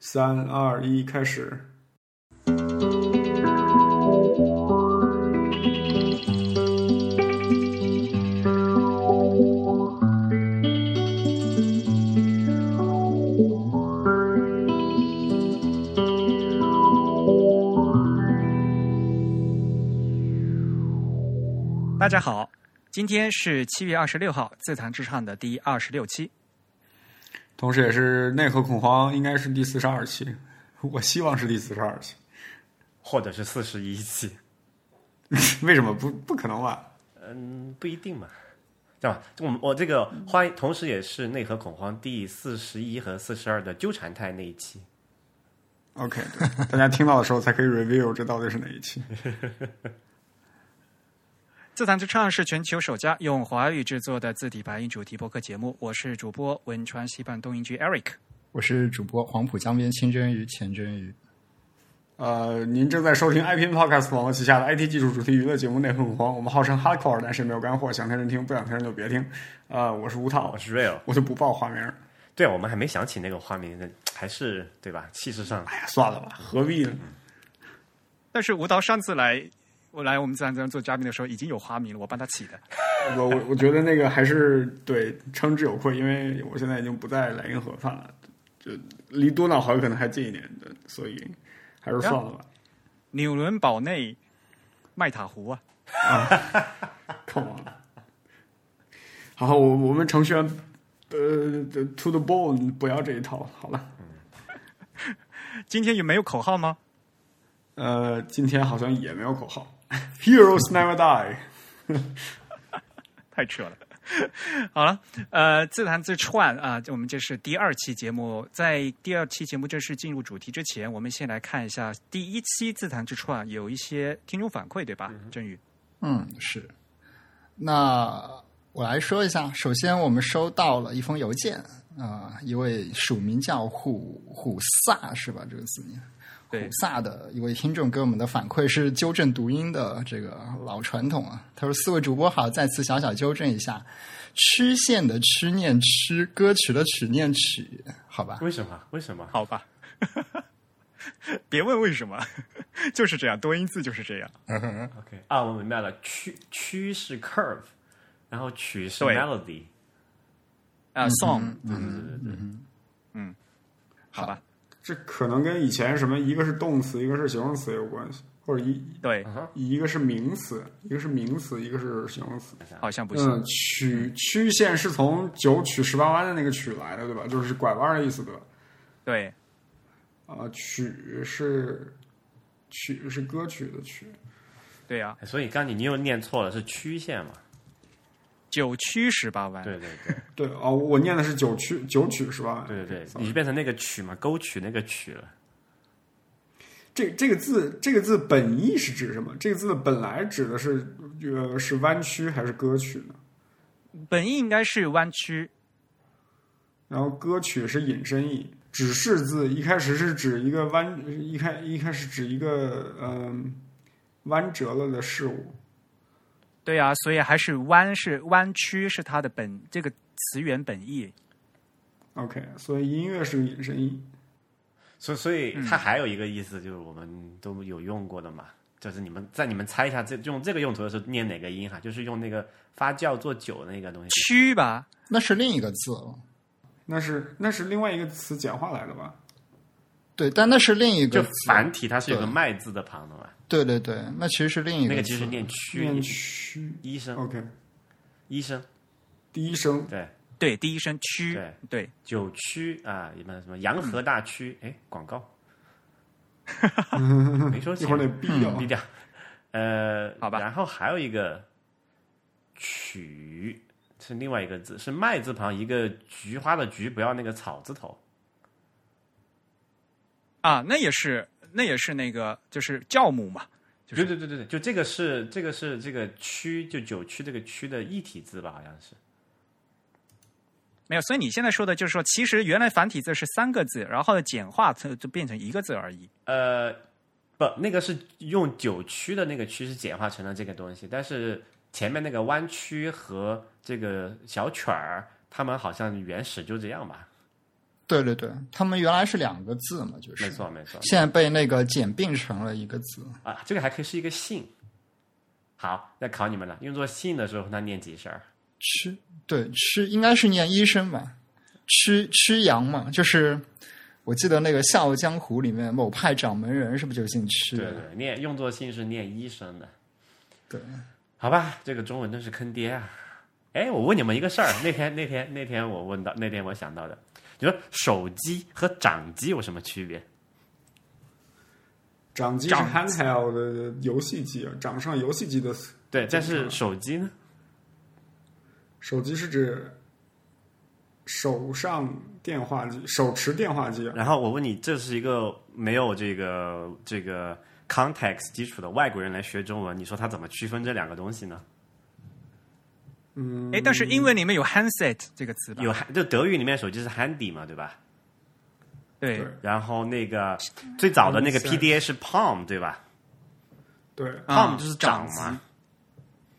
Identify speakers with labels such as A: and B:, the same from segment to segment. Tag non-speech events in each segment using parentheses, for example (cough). A: 三二一，开始。
B: 大家好，今天是七月二十六号，自弹自唱的第二十六期。
A: 同时也是内核恐慌，应该是第四十二期， (laughs) 我希望是第四十二期。 (laughs)
C: 或者是四十一期，
A: 为什么不不可能吧？
C: 嗯，不一定嘛，对吧？我们我这个欢迎，同时也是内核恐慌第四十一和四十二的纠缠态那一期。
A: OK，对 (laughs) 大家听到的时候才可以 review 这到底是哪一期。 (laughs)
B: 自弹自唱是全球首家用华语制作的字体白音主题播客节目，我是主播汶川西半东营居 Eric。
D: 我是主播黄浦江边清蒸鱼、钱蒸鱼。
A: 呃，您正在收听 IPN Podcast 网络旗下的 IT 技术主题娱乐节目《内核恐慌》，我们号称 hardcore，但是没有干货，想听人听，不想听人就别听。呃，我是吴涛
C: 我，哦是 Real，
A: 我就不报花名儿。
C: 对啊，我们还没想起那个花名，还是对吧？气势上
A: 哎呀，算了吧，何必呢？
B: 但是吴涛上次来，我来我们自弹自唱做嘉宾的时候已经有花名了，我帮他起的。
A: 我我我觉得那个还是对称之有愧，因为我现在已经不在莱茵河畔了，就离多瑙河可能还近一点，对所以还是算了吧。
B: 纽伦堡内麦塔湖啊，
A: Come on！好，我我们程序员，呃，to the bone，不要这一套，好了。
B: 今天也没有口号吗？
A: 呃，今天好像也没有口号，Heroes never die。
B: 太扯了。好了，呃，自弹自串啊、这我们这是第二期节目。在第二期节目正式进入主题之前，我们先来看一下第一期自弹自串有一些听众反馈，对吧？振宇，
D: 嗯，是。那我来说一下，首先我们收到了一封邮件啊、一位署名叫虎虎萨是吧？这个字念。
B: 对
D: 虎萨的一位听众给我们的反馈是纠正读音的这个老传统啊。他说：“四位主播好，再次小小纠正一下，曲线的曲念曲，歌曲的曲念曲，好吧？
C: 为什么？为什么？
B: 好吧， (laughs) 别问为什么，就是这样，多音字就是这样。
C: OK 啊，我明白了，曲曲是 curve，然后曲是
B: 对
C: melody，
B: 啊、s o n g
C: 对对对对对，
B: 嗯好吧，
A: 这可能跟以前什么一个是动词，一个是形容词有关系，或者一
B: 对，
A: 一个是名词，一个是名词，一个是形容词。
B: 好像不行。
A: 嗯，曲曲线是从九曲十八弯的那个曲来的，对吧？就是拐弯的意思，对吧？
B: 对，
A: 啊、曲是曲是歌曲的曲，
B: 对啊，
C: 所以刚你你又念错了，是曲线嘛？
B: 九曲十八弯。
C: 对对对
A: 对哦，我念的是九曲九曲十八弯。
C: 对对对，
A: sorry
C: 你变成那个曲嘛，勾曲那个曲了。
A: 这这个字，这个字本意是指什么？这个字的本来指的是呃是弯曲还是歌曲呢？
B: 本意应该是弯曲，
A: 然后歌曲是引申义，指示字一开始是指一个弯，一开一开始指一个嗯、弯折了的事物。
B: 对啊，所以还是弯是弯曲是它的本这个词源本意。
A: OK，所以音乐是个引申义。
C: 所以所以它还有一个意思，就是我们都有用过的嘛，就是你们在你们猜一下这用这个用途的时候念哪个音哈，就是用那个发酵做酒那个东西。
B: 曲吧，
D: 那是另一个字哦了。”
A: 那是那是另外一个词简化来的吧？
D: 对，但那是另一个
C: 就
D: 字
C: 繁体它是有个
D: 对
C: 麦字的旁的嘛，
D: 对对对，那其实是另一
C: 那
D: 个嗯
C: 个
D: 字
C: 其实是念曲
A: 念曲。
C: 医生
A: OK，
C: 医生
A: 第一声
C: 对
B: 对，第一声曲，
C: 对
B: 对
C: 九曲啊，一般什么洋河大曲哎广
D: (laughs)
C: 告，没说
A: 一
C: 清
A: 会儿得闭掉。
C: 低调呃
B: 好吧
C: 然后还有一个曲是另外一个字，是麦字旁一个菊花的菊，不要那个草字头。
B: 啊，那也是那也是那个就是教母嘛，就
C: 对
B: 是
C: 对对对对，就这个是这个是这个区，就九区这个区的异体字吧，好像是。
B: 没有。所以你现在说的就是说，其实原来繁体字是三个字，然后简化就就变成一个字而已。
C: 呃，不，那个是用九区的那个区是简化成了这个东西，但是前面那个弯曲和这个小曲儿，他们好像原始就这样吧。
D: 对对对，他们原来是两个字嘛，就是
C: 没错没错
D: 现在被那个简并成了一个字。
C: 啊，这个还可以是一个姓。好，那考你们了，用作姓的时候，那念几声儿？
D: 吃对吃应该是念医生吧，吃吃羊嘛，就是我记得那个《笑傲江湖》里面某派掌门人是不是就姓吃
C: 对
D: 的？
C: 对，念用作姓是念医生的。
D: 对，
C: 好吧，这个中文真是坑爹啊！哎，我问你们一个事儿，那天那天那天我问到，那天我想到的，你说手机和掌机有什么区别？
A: 掌机是 handheld 的游戏机，掌上游戏机的
C: 对，但
D: 啊
C: 是手机呢？
A: 手机是指手上电话机，手持电话机。啊
C: 然后我问你，这是一个没有这个这个 context 基础的外国人来学中文，你说他怎么区分这两个东西呢？
B: 哎，但是英文里面有 handset 这个词吧？
C: 有就德语里面手机是 handy 嘛，对吧？
B: 对
A: 对
C: 然后那个最早的那个
A: Handset
C: PDA 是 palm 对吧
A: 对，
C: ？palm
B: 啊
C: 就是掌
D: 掌
C: 嘛，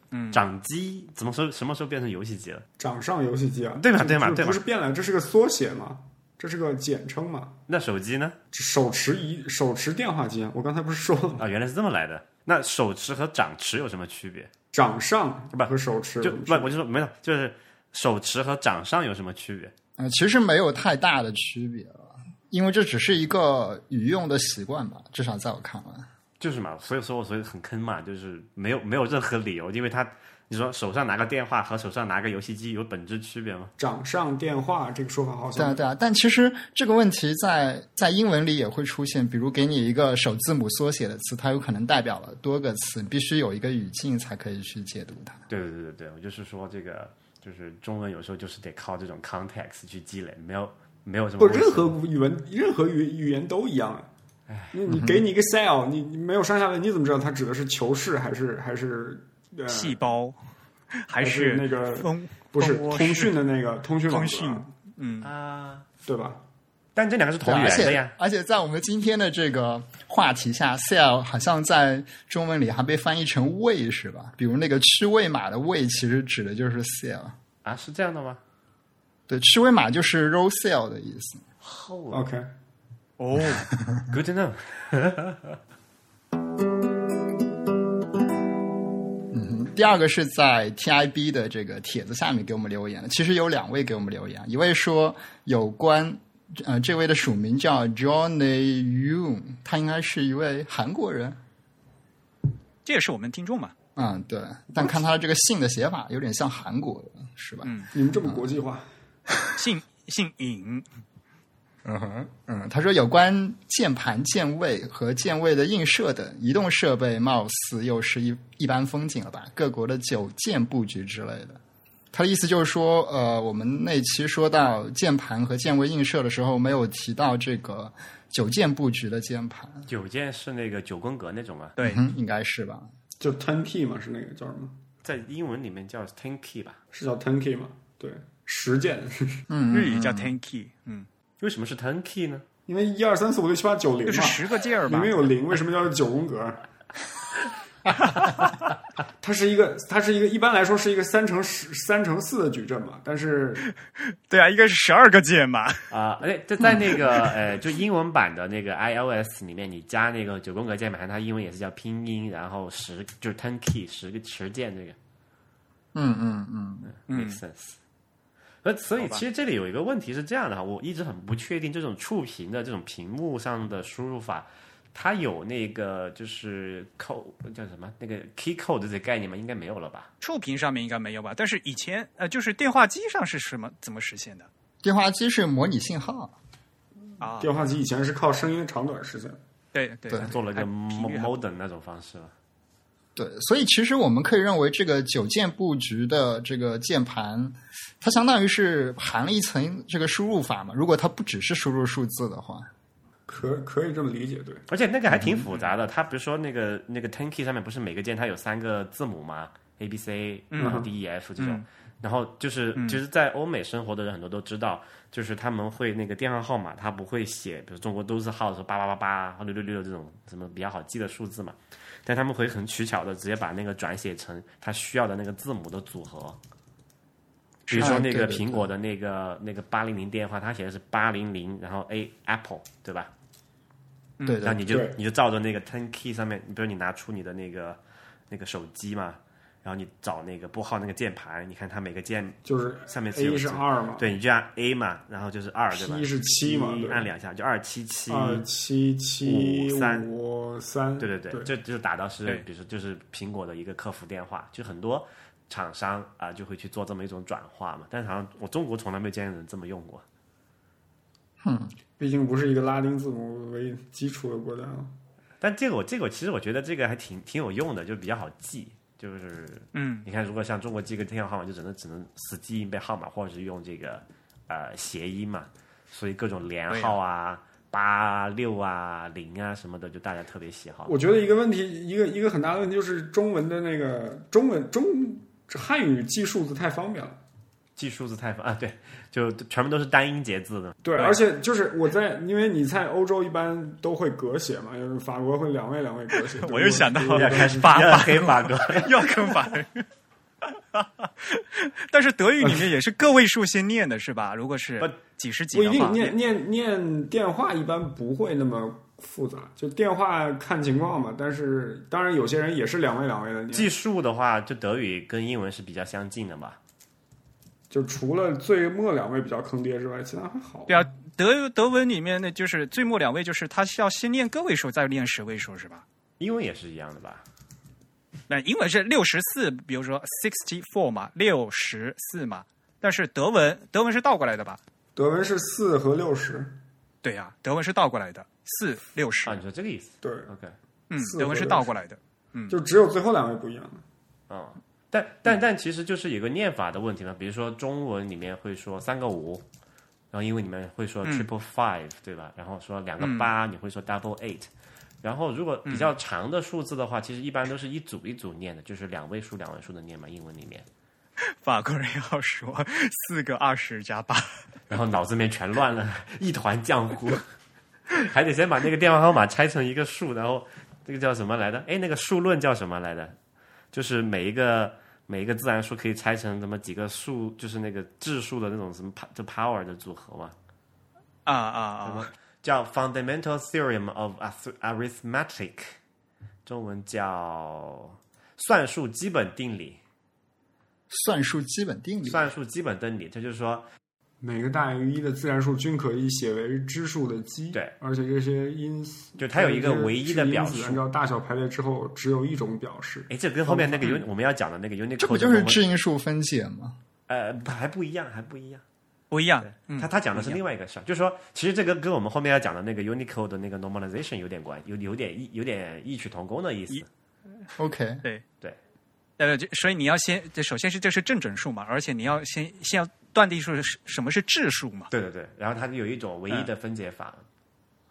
C: 嗯，掌机怎么说什么时候变成游戏机了？
A: 掌上游戏机啊，
C: 对嘛
A: 这
C: 对嘛
A: 这
C: 对嘛
A: 不是变了，这是个缩写嘛，这是个简称嘛。
C: 那手机呢？
A: 手持一手持电话机啊，我刚才不是说了吗？
C: 啊，原来是这么来的。那手持和掌持有什么区别？
A: 掌上
C: 不
A: 和手持
C: 就不，我就说没有，就是手持和掌上有什么区别？
D: 呃，其实没有太大的区别了，因为这只是一个语用的习惯吧，至少在我看来。
C: 就是嘛，所以说我所以很坑嘛，就是没有没有任何理由，因为他你说手上拿个电话和手上拿个游戏机有本质区别吗？
A: 掌上电话这个说法好
D: 对啊，
A: 像
D: 对啊，但其实这个问题在在英文里也会出现，比如给你一个首字母缩写的词，它有可能代表了多个词，你必须有一个语境才可以去解读它。
C: 对对对对对，我就是说这个就是中文有时候就是得靠这种 context 去积累，没有没有什么
A: 不
C: 问题
A: 任何语文任何语语言都一样啊。你你给你一个 cell，你你没有上下文，你怎么知道它指的是球式还是还是呃
B: 细胞还
A: 还是那
B: 是
A: 个
B: 蜂
A: 不是
B: 蜂窝
A: 通
B: 式
A: 讯的那个通讯网
B: 通
A: 格
B: 讯嗯
A: 啊，
C: 啊，
A: 对吧？
C: 但这两个是同
D: 对啊，而
C: 源的
D: 且
C: 呀。
D: 而且在我们今天的这个话题下，cell 好像在中文里还被翻译成喂是吧？比如那个吃喂马的喂，其实指的就是 cell。
C: 啊，是这样的吗？
D: 对，吃喂马就是 row cell 的意思。
C: 后
A: OK，
B: 哦，
C: good to know。
D: 第二个是在 TIB 的这个帖子下面给我们留言的，其实有两位给我们留言，一位说有关呃这位的署名叫 Johnny Yoon，他应该是一位韩国人，
B: 这也是我们听众嘛。
D: 嗯对，但看他这个姓的写法有点像韩国人是吧？嗯
A: 你们这么国际化，
B: 姓姓尹，
D: 嗯哼，嗯，他说有关键盘键位和键位的映射等移动设备，貌似又是一一般风景了吧？各国的九键布局之类的。他的意思就是说，呃，我们那期说到键盘和键位映射的时候，没有提到这个九键布局的键盘，
C: 九键是那个九宫格那种吗？
B: 对，
D: 嗯，应该是吧？
A: 就 ten p 嘛，是那个叫什么？
C: 在英文里面叫 ten key 吧？
A: 是叫 ten k 嘛？对，实践， (laughs)
B: 日语叫 tenki，嗯，
C: 为什么是 ten key 呢？
A: 因为一二三四五六七八九零
B: 就是
A: 嘛，
B: 十个劲儿
A: 里
B: 吧
A: 面。有零，为什么叫九宫格？
B: (laughs)
A: 它是一个，它是一个，一般来说是一个三乘十、三乘四的矩阵嘛。但是
B: 对啊，应该是十二个键吧？
C: 啊、而且在在那个呃，就英文版的那个 iOS 里面，你加那个九宫格键盘，它英文也是叫拼音，然后十就是 ten key 十个十键这个
D: 嗯嗯嗯，
C: makes sense。而所以其实这里有一个问题是这样的哈，我一直很不确定这种触屏的这种屏幕上的输入法，它有那个就是扣叫什么那个 key code 的这个概念吗？应该没有了吧？
B: (laughs) 触屏上面应该没有吧？但是以前呃，就是电话机上是什么怎么实现的
D: 电话机是模拟信号，
B: 啊？
A: 电话机以前是靠声音的长短实现，
B: 对对
D: 对
C: 它做了一个
B: 还频率还
C: modern 那种方式了。
D: 对，所以其实我们可以认为，这个九键布局的这个键盘，它相当于是含了一层这个输入法嘛。如果它不只是输入数字的话，
A: 可可以这么理解，对。
C: 而且那个还挺复
D: 嗯
C: 杂的，它比如说那个那个 ten key 上面不是每个键它有三个字母吗？A B C，然
D: 嗯
C: 后 D E F 这种。然后就是，其实，在欧美生活的人很多都知道，就是他们会那个电话号码，他不会写，比如中国都是号是八八八八或六六六这种什么比较好记的数字嘛，但他们会很取巧的直接把那个转写成他需要的那个字母的组合。比如说那
D: 啊对
C: 个
D: 对
C: 苹果的那个那个八零零电话，它写的是八零零，然后 A Apple 对吧？
D: 对
C: 然
D: 的
C: 后，你就
A: 对
C: 你就照着那个 Ten Key 上面，比如你拿出你的那个那个手机嘛，然后你找那个拨号那个键盘，你看它每个键
A: 就是
C: 上面是有
A: A 是
C: 字
A: 二嘛，
C: 对你就按 A 嘛，然后就是二对吧？
A: P 是七嘛，
C: 一
A: 对，
C: 按两下就二七七，
A: 二七七
C: 五三
A: 五三，
C: 对对对，这就是打到是
B: 对，
C: 比如说就是苹果的一个客服电话，就很多厂商啊、就会去做这么一种转化嘛，但是好像我中国从来没有见人这么用过。
A: 毕竟不是一个拉丁字母为基础的国家。啊
C: 但这个我这个我其实我觉得这个还挺挺有用的，就比较好记。就是
B: 嗯，
C: 你看，如果像中国记个电话号码，就只能只能死记硬背号码，或者是用这个呃谐音嘛，所以各种连号啊、八六啊、零啊什么的，就大家特别喜好。
A: 我觉得一个问题，一个一个很大的问题就是中文的那个中文中汉语记数字太方便了。
C: 记数字太方啊，对，就全部都是单音节字的。
A: 对，而且就是我在，因为你在欧洲一般都会隔写嘛，就是法国会两位两位
C: (laughs)
A: 隔写
B: (laughs) 。我又想到
A: 德国
C: 要
A: 德国
C: 开始
B: 八
C: 要
B: 八
C: 黑马哥，
B: (laughs) 要跟法人。 (laughs) 但是德语里面也是个位数先念的是吧？如果是
C: 不
B: 几十几
A: 不
B: 的
A: 一
B: 话，
A: 定念念念电话一般不会那么复杂，就电话看情况嘛。但是当然有些人也是两位两位的念，
C: 技术的话，就德语跟英文是比较相近的嘛。
A: 就除了最末两位比较坑爹之外，其他还好。
B: 对啊，德德文里面呢，就是最末两位，就是他是要先念个位数，再念十位数，是吧？
C: 英文也是一样的吧？
B: 那英文是六十四，比如说 sixty four 嘛，六十四嘛。但是德文德文是倒过来的吧？
A: 德文是四和六十，
B: 对呀、德文是倒过来的，四六十
C: 啊，，你说这个意思
A: 对，
C: ？OK，
B: 嗯
A: 四，
B: 德文是
A: 和
B: 倒过来的。
A: 就只有最后两位不一样。
C: 嗯，但但但其实就是有个念法的问题嘛。比如说中文里面会说三个五，然后英文里面会说
B: 嗯
C: triple five，、对吧？然后说两个八、你会说 double eight。然后如果比较长的数字的话，其实一般都是一组一组念的，就是两位数两位数的念嘛，英文里面。
B: 法国人要说四个二十加八，
C: 然后脑子里面全乱了， (laughs) 一团浆糊， (laughs) 还得先把那个电话号码拆成一个数，然后那个叫什么来着？哎，那个数论叫什么来着？就是每一个每一个自然数可以拆成什么几个数，就是那个质数的那种什么 pa- 就 power 的组合嘛，
B: 啊啊啊！
C: 叫 Fundamental Theorem of Arith- Arithmetic，中文叫算术基本定理。
D: 算术基本定理。
C: 算术基本定理，这就是说
A: 每个大于一的自然数均可以写为知数的积，
C: 对，
A: 而且这些因素
C: 就它有一个唯一的表
A: 这些因子
C: 述
A: 按。照大小排列之后只有一种表示。
C: 哎，这跟后面那个 u 我们要讲的那个 Unicode
D: 这不就是
C: 中文
D: 质因数分解吗？
C: 呃，不还不一样，还不一样。
B: 不一样，
A: 嗯
B: 嗯
C: 他他讲的是另外一个事儿，就是说，其实这个跟我们后面要讲的那个 Unicode 的那个 normalization 有点关，有有点异有点异曲同工的意思
B: 一。
D: OK，
B: 对
C: 对。
B: 呃，这所以你要先，这首先是这是正整数嘛，而且你要先先要断定说是什么是质数嘛。
C: 对对对，然后它就有一种唯一的分解法，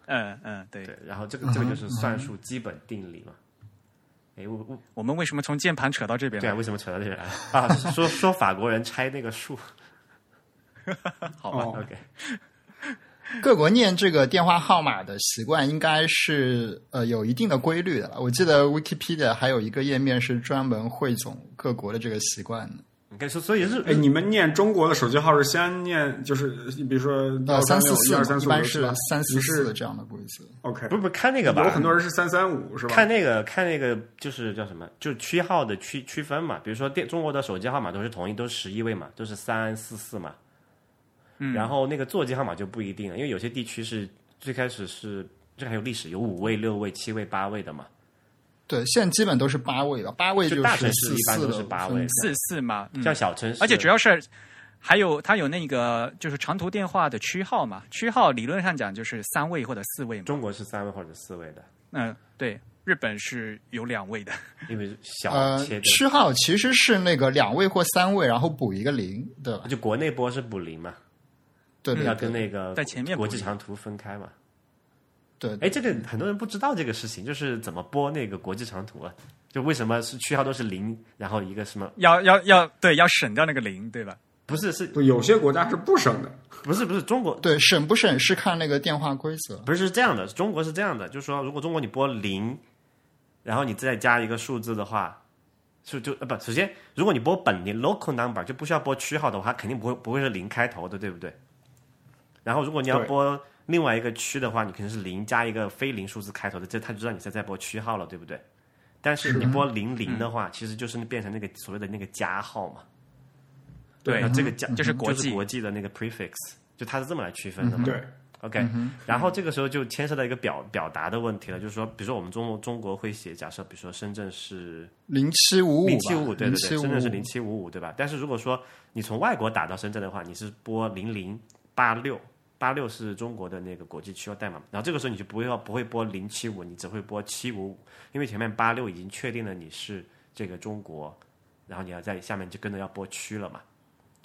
B: 嗯嗯，对。
C: 对，然后这个这个
A: 嗯
C: 就是算术基本定理嘛。哎，我
A: 啊
C: 我
B: 我们为什么从键盘扯到这边
C: 对
B: 来？
C: 啊，为什么扯到这边来 (laughs) 啊？说说法国人拆那个
A: (laughs)
C: 数
B: 好吧，
A: 哦，
C: ，OK，
D: 各国念这个电话号码的习惯应该是呃有一定的规律的了。我记得 Wikipedia 还有一个页面是专门汇总各国的这个习惯的。
C: 你看，所所以是
A: 哎，你们念中国的手机号是先念，就是比如说
D: 呃，三四
A: 六一
D: 四
A: 二三四
D: 一
A: 五
D: 般
A: 是吧
D: 三四
A: 你是
D: 四的这样的规则。
A: OK，
C: 不是不是看那个吧？
A: 有很多人是三三五是吧？
C: 看那个看那个就是叫什么，就是区号的区区分嘛。比如说电中国的手机号码都是统一，都是十一位嘛，都是三四四嘛。嗯，然后那个座机号码就不一定了，因为有些地区是最开始是这还有历史，有五位、六位、七位、八位的嘛。
D: 对，现在基本都是八位吧，八位
C: 就是大城市
D: 四
C: 一般
D: 四
C: 都
D: 的
C: 是八
D: 分
C: 位，
B: 四四嘛，嗯
C: 像小城市，
B: 而且主要是还有它有那个就是长途电话的区号嘛，区号理论上讲就是三位或者四位嘛。
C: 中国是三位或者四位的，
B: 嗯，对，日本是有两位的。
C: 因为是小
D: 呃
C: 切，的，
D: 区号其实是那个两位或三位，然后补一个零，对吧？
C: 就国内拨是补零嘛，
D: 对对
C: 嗯要
D: 对
C: 跟那个
B: 嗯在前面补
C: 国
B: 零
C: 际长途分开嘛。
D: 对
C: 哎，这个很多人不知道这个事情，就是怎么播那个国际长途啊？就为什么是区号都是零，然后一个什么
B: 要要要，对，要省掉那个零，对吧？
C: 不是是
A: 不，有些国家是不省的。
C: 不是不是中国
D: 对，省不省是看那个电话规则。
C: 不是是这样的，中国是这样的，就是说如果中国你播零，然后你再加一个数字的话，是就呃不，首先如果你播本地 local number 就不需要播区号的话，它肯定不会不会是零开头的，对不对？然后如果你要
D: 对
C: 播另外一个区的话，你肯定是零加一个非零数字开头的，这他就知道你在在播区号了，对不对？但是你播零零的话，其实就是变成那个所谓的那个加号嘛。
B: 对
C: 那，这个加
B: 嗯
C: 嗯
B: 就是国际
C: 国际的那个 prefix，就它是这么来区分的嘛。
A: 对，
C: OK，、然后这个时候就牵涉到一个表表达的问题了，就是说，比如说我们中国中国会写，假设比如说深圳是
D: 零七五五
C: 零七五，对
D: 零
C: 对
D: 七
C: 对，
D: 五
C: 深圳是零七五五，对吧？但是如果说你从外国打到深圳的话，你是拨零零八六。八六是中国的那个国际区号代码，然后这个时候你就不会要不会拨零七五，你只会拨七五五，因为前面八六已经确定了你是这个中国，然后你要在下面就跟着要拨区了嘛，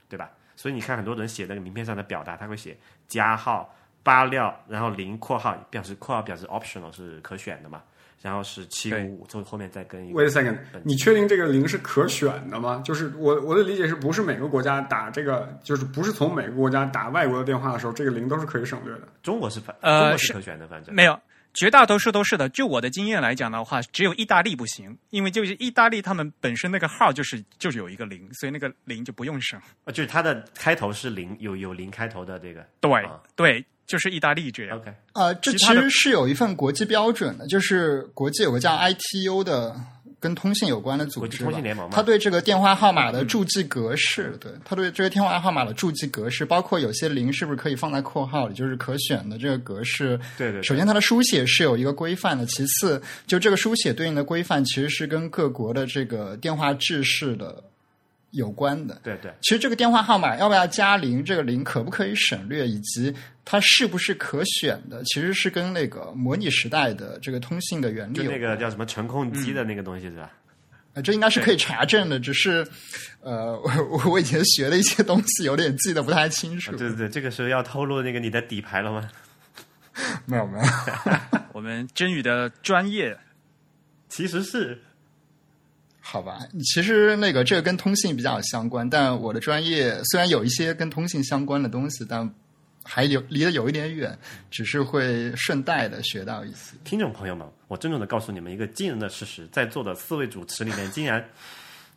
C: 对吧？所以你看很多人写那个名片上的表达，他会写加号八六，然后零括号表示括号表示 optional 是可选的嘛，然后是七
B: 对
C: 五五，从后面再跟一个
A: Wait a second，你确定这个零是可选的吗？就是我我的理解是不是每个国家打这个，就是不是从每个国家打外国的电话的时候，这个零都是可以省略的？
C: 中国是反，
B: 呃
C: 中国是
B: 是
C: 可选的，反正
B: 没有，绝大多数都是的。就我的经验来讲的话，只有意大利不行，因为就是意大利他们本身那个号就是就是有一个零，所以那个零就不用省。
C: 呃就是它的开头是零，有有零开头的这个。
B: 对、
C: 啊
B: 对，就是意大利这样。
C: OK，
D: 呃，这
B: 其
D: 其
B: 他的
D: 实是有一份国际标准的，就是国际有个叫 ITU 的跟通信有关的组
C: 国际
D: 织
C: 通
D: 吧
C: 信联盟嘛
D: 他对这个电话号码的注记格式，对他对这个电话号码的注记格式，包括有些零是不是可以放在括号里，就是可选的这个格式。
C: 对对对
D: 首先它的书写是有一个规范的，其次就这个书写对应的规范其实是跟各国的这个电话制式的有关的。
C: 对对，
D: 其实这个电话号码要不要加零，这个零可不可以省略，以及它是不是可选的，其实是跟那个模拟时代的这个通信的原理
C: 就
D: 有
C: 那个叫什么程控机的那个东西是吧？
D: 呃这应该是可以查证的，只是呃， (laughs) 我我以前学的一些东西有点记得不太清
C: 啊
D: 楚。
C: 对对对，这个时候要透露那个你的底牌了吗？ (laughs)
D: 没有没有，
B: 我们真宇的专业
C: 其实是
D: 好吧，其实那个这个跟通信比较相关，但我的专业虽然有一些跟通信相关的东西，但还有离得有一点远，只是会顺带的学到一些。
C: 听众朋友们，我郑重的告诉你们一个惊人的事实，在座的四位主持里面，竟然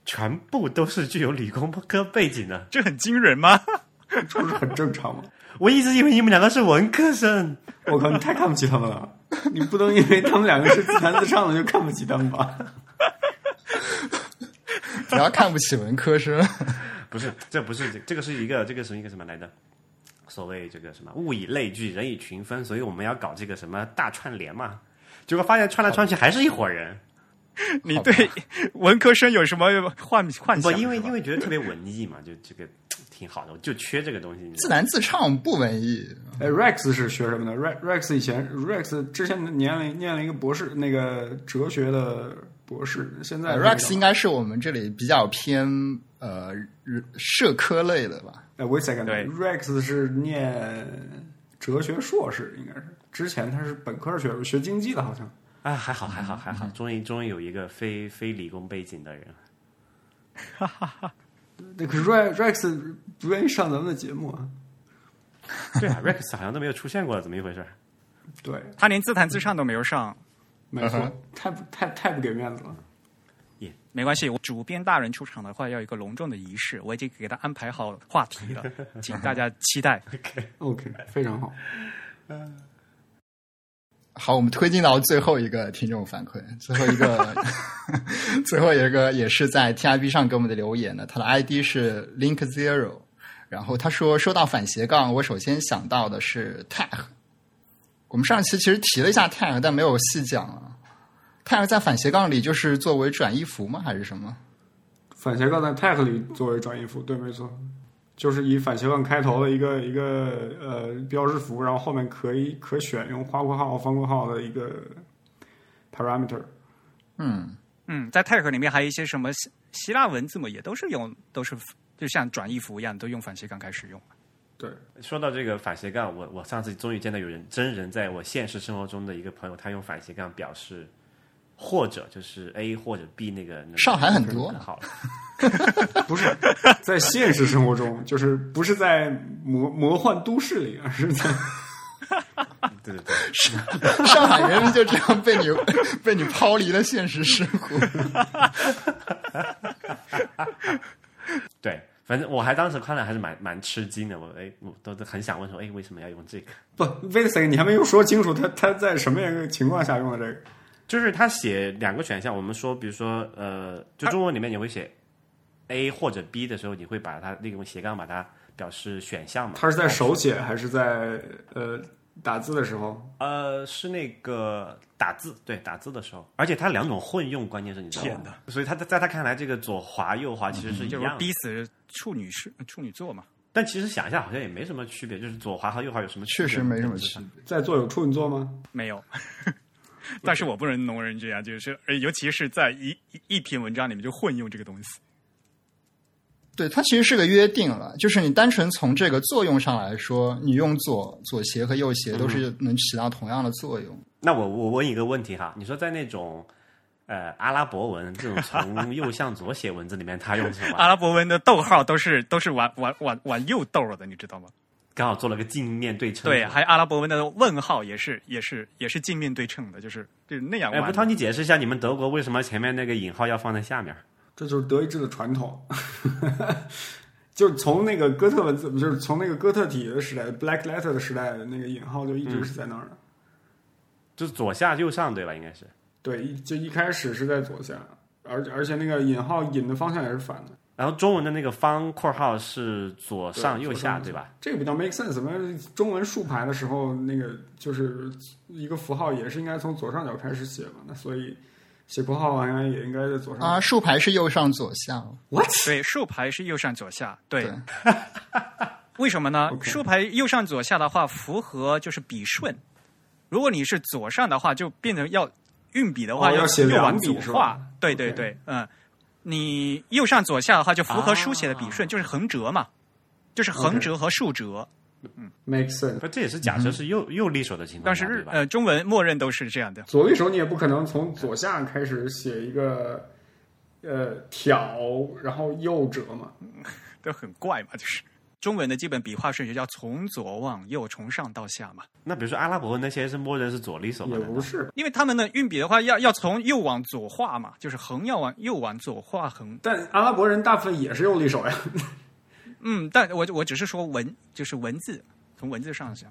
C: 全部都是具有理工科背景的。
B: 这很惊人吗？
A: 这不是很正常吗？ (laughs)
C: 我一直以为你们两个是文科生，
A: 我靠，你太看不起他们了！你不能因为他们两个是自弹自唱的就看不起他们吧？
D: 不要看不起文科生。
C: 不是，这不是这个是一个这个是一个什么来着？所谓这个什么物以类聚，人以群分，所以我们要搞这个什么大串联嘛。结果发现串来串去还是一伙人，
B: 你对文科生有什么幻幻
C: 不
B: 想？
C: 因为
B: 是吧
C: 因为觉得特别文艺嘛，就这个挺好的，我就缺这个东西。你知
D: 自
C: 道吗
D: 弹自唱不文艺，
A: (laughs) 哎，Rex 是学什么的？Rex Rex 以前 Rex 之前念了念了一个博士，那个哲学的博士，现在
D: 呃，Rex 应该是我们这里比较偏呃日社科类的吧？
A: 哎，Wait a second，
B: 对
A: Rex 是念哲学硕士，应该是之前他是本科学学经济的，好像。
C: 啊，还好还好还好，终于终于有一个非非理工背景的人。
A: 那可是 Rex Rex 不愿意上咱们的节目啊。
C: 对啊，Rex 好像都没有出现过，怎么一回事？
A: 对，
B: 他连自弹自唱都没有上，
A: 没错
D: 嗯哼，
A: 太不太太不给面子了。
B: 没关系，我主编大人出场的话要有一个隆重的仪式，我已经给他安排好话题
C: (laughs)
B: 了，请大家期待。
A: OK，非常好。
D: 好，我们推进到最后一个听众反馈，最后一个，最后一个也是在 TIB 上给我们的留言的，他的 ID 是 Link Zero，然后他说说到反斜杠，我首先想到的是 Tag，我们上期其实提了一下 Tag，但没有细讲啊。Tag 在反斜杠里就是作为转义符吗？还是什么？
A: 反斜杠在 Tech 里作为转义符，对，没错，就是以反斜杠开头的一个一个呃标志符，然后后面可以可选用花括号、方括号的一个 parameter。
D: 嗯，
B: 嗯，在泰克里面还有一些什么希希腊文字母也都是用，都是就像转义符一样，都用反斜杠开始用。
A: 对，
C: 说到这个反斜杠，我我上次终于见到有人真人在我现实生活中的一个朋友，他用反斜杠表示或者就是 A 或者 B 那个那个
D: 上海很多
C: 好了， (laughs)
A: 不是 (laughs) 在现实生活中，就是不是在魔魔幻都市里，而是在
C: 对对对，
D: 上海人民就这样被你被你抛离了现实生活。
C: 对，反正我还当时看了还是蛮蛮吃惊的，我哎，我都很想问说，哎，为什么要用这个？
A: 不，wait a second，你还没有说清楚他他在什么样的情况下用的这个？
C: 就是他写两个选项，我们说，比如说，呃，就中文里面你会写 A 或者 B 的时候，你会把它那个斜杠把它表示选项嘛？
A: 他是在手写还是在呃打字的时候？
C: 呃，是那个打字，对，打字的时候，而且它两种混用，关键是你知道
B: 天嗯
C: 吗？所以他在在他看来，这个左滑右滑其实是一
B: 就
C: 样
B: 是
C: 的。
B: 逼死处女是处女座嘛？
C: 但其实想一下，好像也没什么区别，就是左滑和右滑有什么区
D: 确
C: 别？
D: 实没什么区别。
A: 在座有处女座吗？
B: 没有， (laughs) 但是我不能容忍这样，就是呃尤其是在一一一篇文章里面就混用这个东西。
D: 对，它其实是个约定了，就是你单纯从这个作用上来说，你用左左斜和右斜都
C: 嗯
D: 是能起到同样的作用。
C: 那我我问一个问题哈，你说在那种呃阿拉伯文这种从右向左写文字里面，他
B: (laughs)
C: 用什么？
B: 阿拉伯文的逗号都是都是往往往往右逗的，你知道吗？
C: 刚好做了个镜面对称。哎
B: 对，还有阿拉伯文的问号也是也是也是镜面对称的，就是就是那样
C: 哎，
B: 玩
C: 不，
B: 的。
C: 涛，你解释一下你们德国为什么前面那个引号要放在下面？
A: 这就是德意志的传统， (laughs) 就是从那个哥特文字，不就是从那个哥特体的时代，black letter 的时代，那个引号就一直是在那儿的。
C: 就是左下右上对吧？应该是
A: 对，一就一开始是在左下，而而且那个引号引的方向也是反的。
C: 然后中文的那个方括号是左上右下，
A: 对
C: 对吧？
A: 这个比较 make sense。反正中文竖排的时候，那个就是一个符号也是应该从左上角开始写嘛，那所以写括号应该也应该在左上角。
D: 啊，竖排是右上左下哦，
B: 对，竖排是右上左下，对。
D: 对
B: (laughs) 为什么呢
A: OK
B: 竖排右上左下的话，符合就是笔顺。如果你是左上的话，就变成要运笔的话、
A: 哦要写
B: 右往
A: 两笔
B: 左
A: 是吧
B: 画。对对
A: OK 啊
B: 对嗯，你右上左下的话，就符合书写的笔顺，就是横折嘛，就是横
A: OK
B: 折和竖折。
A: make sense。
C: 不，这也是假设是右右利手的情况
B: 但是
C: 下，对
B: 日
C: 吧？
B: 呃中文默认都是这样的。
A: 左利手你也不可能从左下开始写一个呃挑，然后右折嘛。
B: 都很怪嘛，就是中文的基本笔画顺序叫从左往右，从上到下嘛。
C: 那比如说阿拉伯文那些是默认是左利手吗
A: 也？
C: 难道
A: 不是，
B: 因为他们的运笔的话，要要从右往左画嘛，就是横要往右往左画横。
A: 但阿拉伯人大部分也是右利手呀。
B: 嗯，但我我只是说文，就是文字，从文字上讲。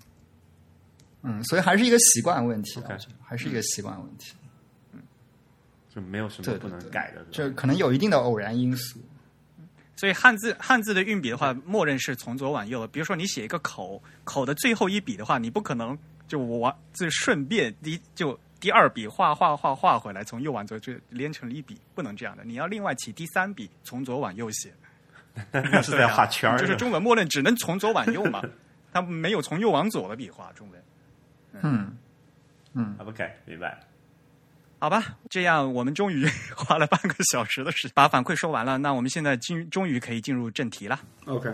D: 嗯，所以还是一个习惯问题啊
C: OK
D: 我觉得还是一个习惯问题，
C: 就没有什
D: 对
C: 么
D: 对
C: 不能
D: 对
C: 改的，是
D: 这
C: 吧？
D: 可能有一定的偶然因素。
B: 所以汉字汉字的运笔的话，默认是从左往右。比如说你写一个口，口的最后一笔的话，你不可能就我就顺便第就第二笔画画画画回来，从右往左就连成了一笔，不能这样的。你要另外起第三笔，从左往右写。
C: (laughs) 那是在画圈儿，
B: 啊就是中文默认只能从左往右
C: (laughs)
B: 嘛，它没有从右往左的笔画。中文，
D: 嗯，
C: OK，明白。
B: 好吧，这样我们终于花了半个小时的时间把反馈说完了。那我们现在进终于可以进入正题了。
A: OK，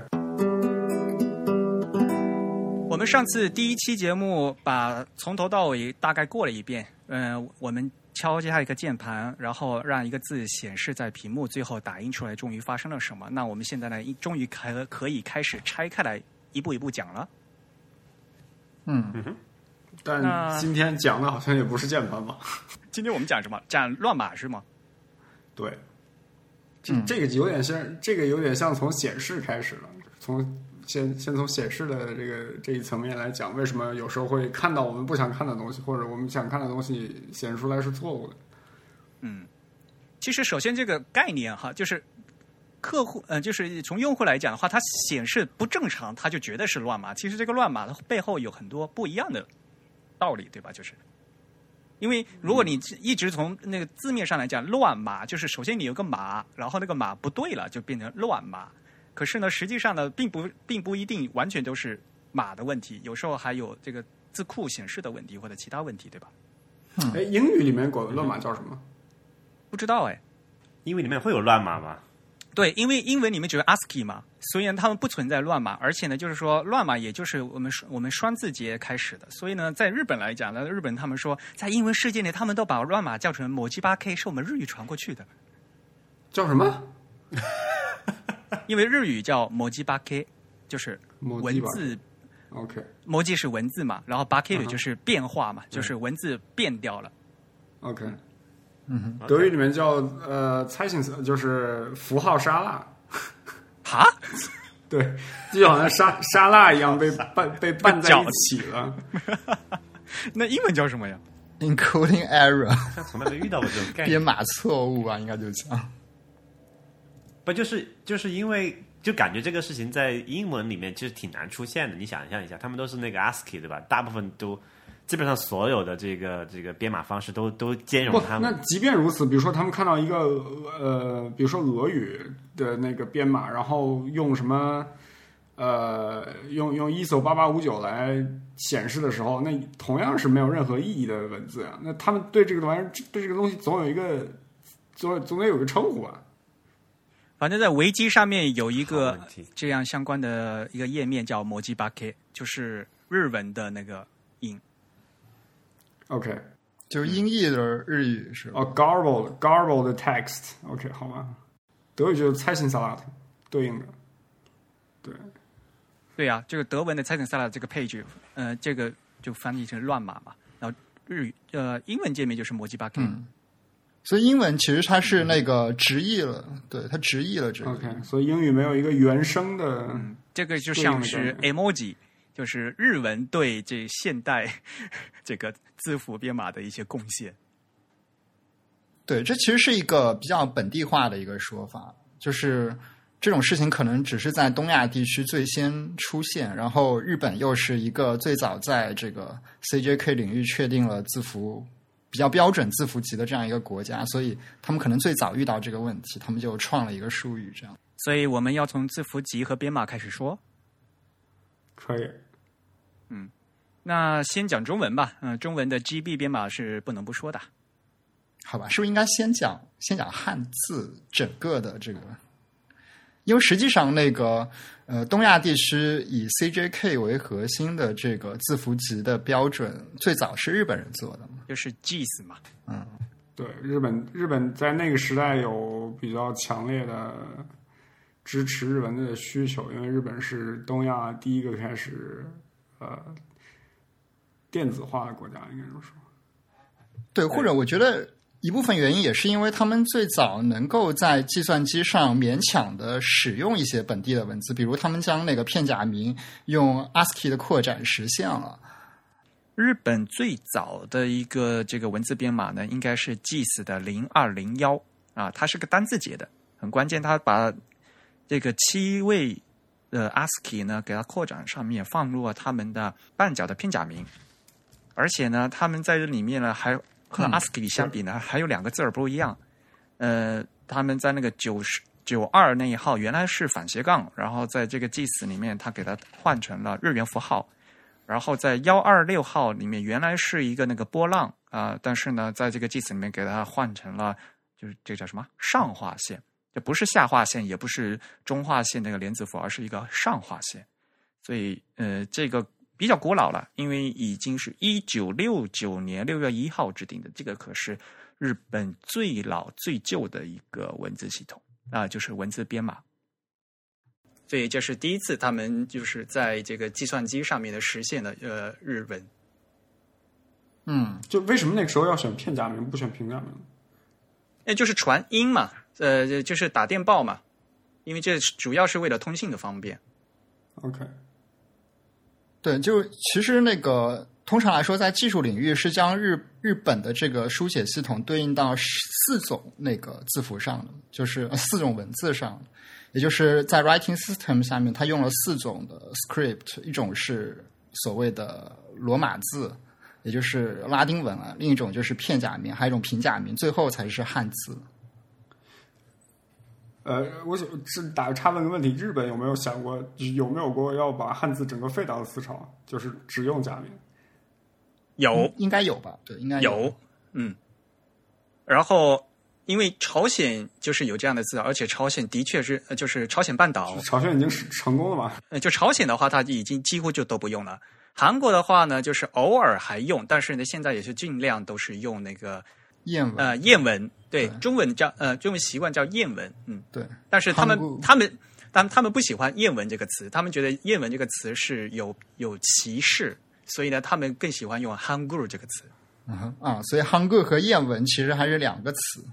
B: 我们上次第一期节目把从头到尾大概过了一遍，嗯、我们敲击下一个键盘，然后让一个字显示在屏幕，最后打印出来，终于发生了什么？那我们现在呢，终于可可以开始拆开来一步一步讲了。
D: 嗯，
A: 但
B: 那
A: 今天讲的好像也不是键盘吧？
B: 今天我们讲什么？讲乱码是吗？
A: 对，这
D: 嗯
A: 这个有点像，这个有点像从显示开始了，从先先从显示的这个这一层面来讲，为什么有时候会看到我们不想看的东西，或者我们想看的东西显示出来是错误的？
B: 其实首先这个概念哈，就是客户呃，就是从用户来讲的话，它显示不正常，他就觉得是乱码。其实这个乱码的背后有很多不一样的道理，对吧？就是因为如果你一直从那个字面上来讲，乱码就是首先你有个码，然后那个码不对了，就变成乱码。可是呢，实际上呢，并不并不一定完全都是码的问题，有时候还有这个字库显示的问题或者其他问题，对吧？
A: 哎，英语里面管乱码叫什么？
B: 不知道哎，
C: 因为里面会有乱码吗？
B: 对，因为英文里面只有 ASCII 嘛，虽然它们不存在乱码，而且呢，就是说乱码也就是我们我们双字节开始的，所以呢，在日本来讲呢，日本他们说在英文世界里，他们都把乱码叫成某七八 K，是我们日语传过去的，
A: 叫什么？
B: 因为日语叫某七八 K，就是
A: 某
B: 文
A: 几吧
B: 字
A: OK
B: 某记是文字嘛，然后八 K 就是变化嘛，就是文字变掉了。
A: OK，
D: 嗯
A: 德语里面叫呃 z e i c h e n 就是符号沙拉，
B: 哈， (laughs)
A: (laughs) 对，就好像沙沙拉一样被拌被拌在一起了。
B: 那英文叫什么呀？
D: ，encoding 嗯 error (laughs)
C: 像从来没遇到过这种概念
D: 编。码错误啊，应该就讲。
C: 不就是就是因为就感觉这个事情在英文里面其实挺难出现的。你想象一下，他们都是那个 ASCII 对吧？大部分都基本上所有的这个这个编码方式都都兼
A: 不
C: 容他，
A: 那
C: 们。
A: 即便如此，比如说他们看到一个呃，比如说俄语的那个编码，然后用什么呃，用用 ISO 八八五九来显示的时候，那同样是没有任何意义的文字啊。那他们对这个玩意儿，对这个东西总有一个，总总得有个称呼啊。
B: 反正在维基上面有一
C: 好
B: 个
C: 问题
B: 这样相关的一个页面叫“摩基巴 K”，就是日文的那个音。
A: OK，
D: 就是音译的日语是吧？
A: 哦、g a r b l e d garbled text，OK，、好吧。德语就是菜心 salad 对应的，对，
B: 对啊，就是德文的 t i t a n Salad 这个 page，呃，这个就翻译成乱码嘛。然后日语呃英文界面就是摩基巴 K，、
D: 所以英文其实它是那个直译了，对，它直译了这个。
A: OK，所以英语没有一个原声的，
B: 这个就
A: 对
B: 像
A: 应的
B: 是 emoji，就是日文对这现代 (laughs) 这个字符编码的一些贡献。
D: 对，这其实是一个比较本地化的一个说法，就是这种事情可能只是在东亚地区最先出现，然后日本又是一个最早在这个 CJK 领域确定了字符比较标准字符集的这样一个国家，所以他们可能最早遇到这个问题，他们就创了一个术语这样。
B: 所以我们要从字符集和编码开始说。
A: 可以。
B: 那先讲中文吧，嗯、中文的 GB 编码是不能不说的。
D: 好吧，是不是应该先讲先讲汉字整个的这个？因为实际上，那个呃，东亚地区以 CJK 为核心的这个字符集的标准，最早是日本人做的嘛。
B: 就是 GIS 嘛，
A: 对，日本日本在那个时代有比较强烈的支持日文的需求，因为日本是东亚第一个开始呃电子化的国家，应该这么说。
D: 对，或者我觉得一部分原因也是因为他们最早能够在计算机上勉强的使用一些本地的文字，比如他们将那个片假名用 ASCII 的扩展实现了。
B: 日本最早的一个这个文字编码呢，应该是 GIS 的零二零幺啊，它是个单字节的，很关键，它把这个七位的 ASCII 呢给它扩展上面放入了他们的半角的片假名，而且呢，他们在这里面呢还和 ASCII 相比呢，还有两个字儿不一样，呃，他们在那个九十。九二那一号原来是反斜杠，然后在这个 GIS 里面，它给它换成了日元符号，然后在幺二六号里面，原来是一个那个波浪啊、但是呢，在这个 GIS 里面给它换成了，就是这叫什么上划线，这不是下划线，也不是中划线那个连字符，而是一个上划线。所以，呃，这个比较古老了，因为已经是一九六九年六月一号制定的，这个可是日本最老最旧的一个文字系统啊、就是文字编码。所以这是第一次他们就是在这个计算机上面的实现的呃日文。
D: 嗯，
A: 就为什么那个时候要选片假名不选平假名？
B: 那就是传音嘛，呃，就是打电报嘛，因为这主要是为了通信的方便。
A: OK，
D: 对，就其实那个通常来说，在技术领域是将日日本的这个书写系统对应到四种那个字符上的，就是呃四种文字上的，也就是在 writing system 下面，它用了四种的 script，一种是所谓的罗马字，也就是拉丁文啊，另一种就是片假名，还有一种平假名，最后才是汉字。
A: 呃，我想这打个插问个问题，日本有没有想过有没有过要把汉字整个废掉的思潮？就是只用假名。
B: 有
D: 应嗯该有吧？对，应该
B: 有，嗯，然后因为朝鲜就是有这样的字，而且朝鲜的确是呃就是朝鲜半岛，
A: 朝鲜已经是成功了嘛？
B: 呃，就朝鲜的话，它已经几乎就都不用了。韩国的话呢，就是偶尔还用，但是呢，现在也是尽量都是用那个
D: 谚文。
B: 呃谚文，对
D: 对
B: 中文叫呃中文习惯叫谚文，嗯，
D: 对，
B: 但是他们
D: 韩国
B: 他们他们他们不喜欢谚文这个词，他们觉得谚文这个词是有有歧视，所以呢，他们更喜欢用 hangul 这个词。
D: 嗯啊，所以 Hangul 和谚文其实还是两个词。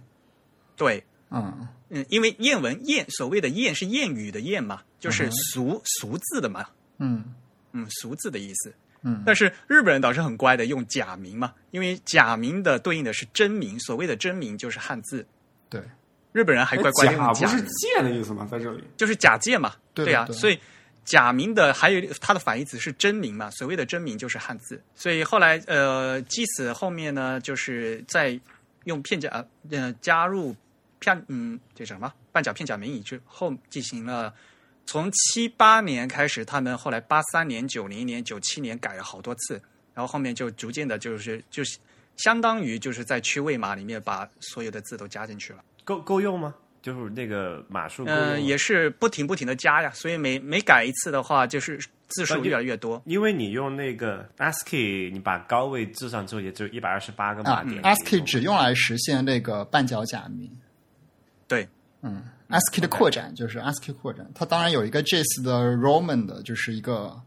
B: 对，
D: 嗯
B: 嗯，因为谚文谚所谓的谚是谚语的谚嘛，就是俗、俗字的嘛，
D: 嗯
B: 嗯，俗字的意思。
D: 嗯
B: 但是日本人倒是很乖的，用假名嘛，因为假名的对应的是真名，所谓的真名就是汉字。
D: 对，
B: 日本人还乖乖地
A: 假
B: 用
A: 不
B: 假
A: 是
B: 名，
A: 借的意思吗？在这里，
B: 就是假借嘛，
D: 对的
B: 啊，
D: 对
B: 所以假名的还有它的反义词是真名嘛，所谓的真名就是汉字，所以后来呃，基此后面呢，就是在用片假呃加入片嗯这叫什么半假片假名以之后进行了。从七八年开始，他们后来八三年、九零年、九七年改了好多次，然后后面就逐渐的，就是就是相当于就是在区位码里面把所有的字都加进去了。
C: 够够用吗？就是那个码数够用吗，
B: 嗯、也是不停不停的加呀，所以每每改一次的话，就是字数越来越多。
C: 因为你用那个 ASCII，你把高位置上之后，也只有一百二十八个码
D: 啊
B: 嗯
C: 点。
D: ，ASCII 只用来实现那个半角假名。
B: 对，
D: 嗯，ASCII 的扩展就是 ASCII 扩展，它当然有一个 JS 的 Roman 的，就是一个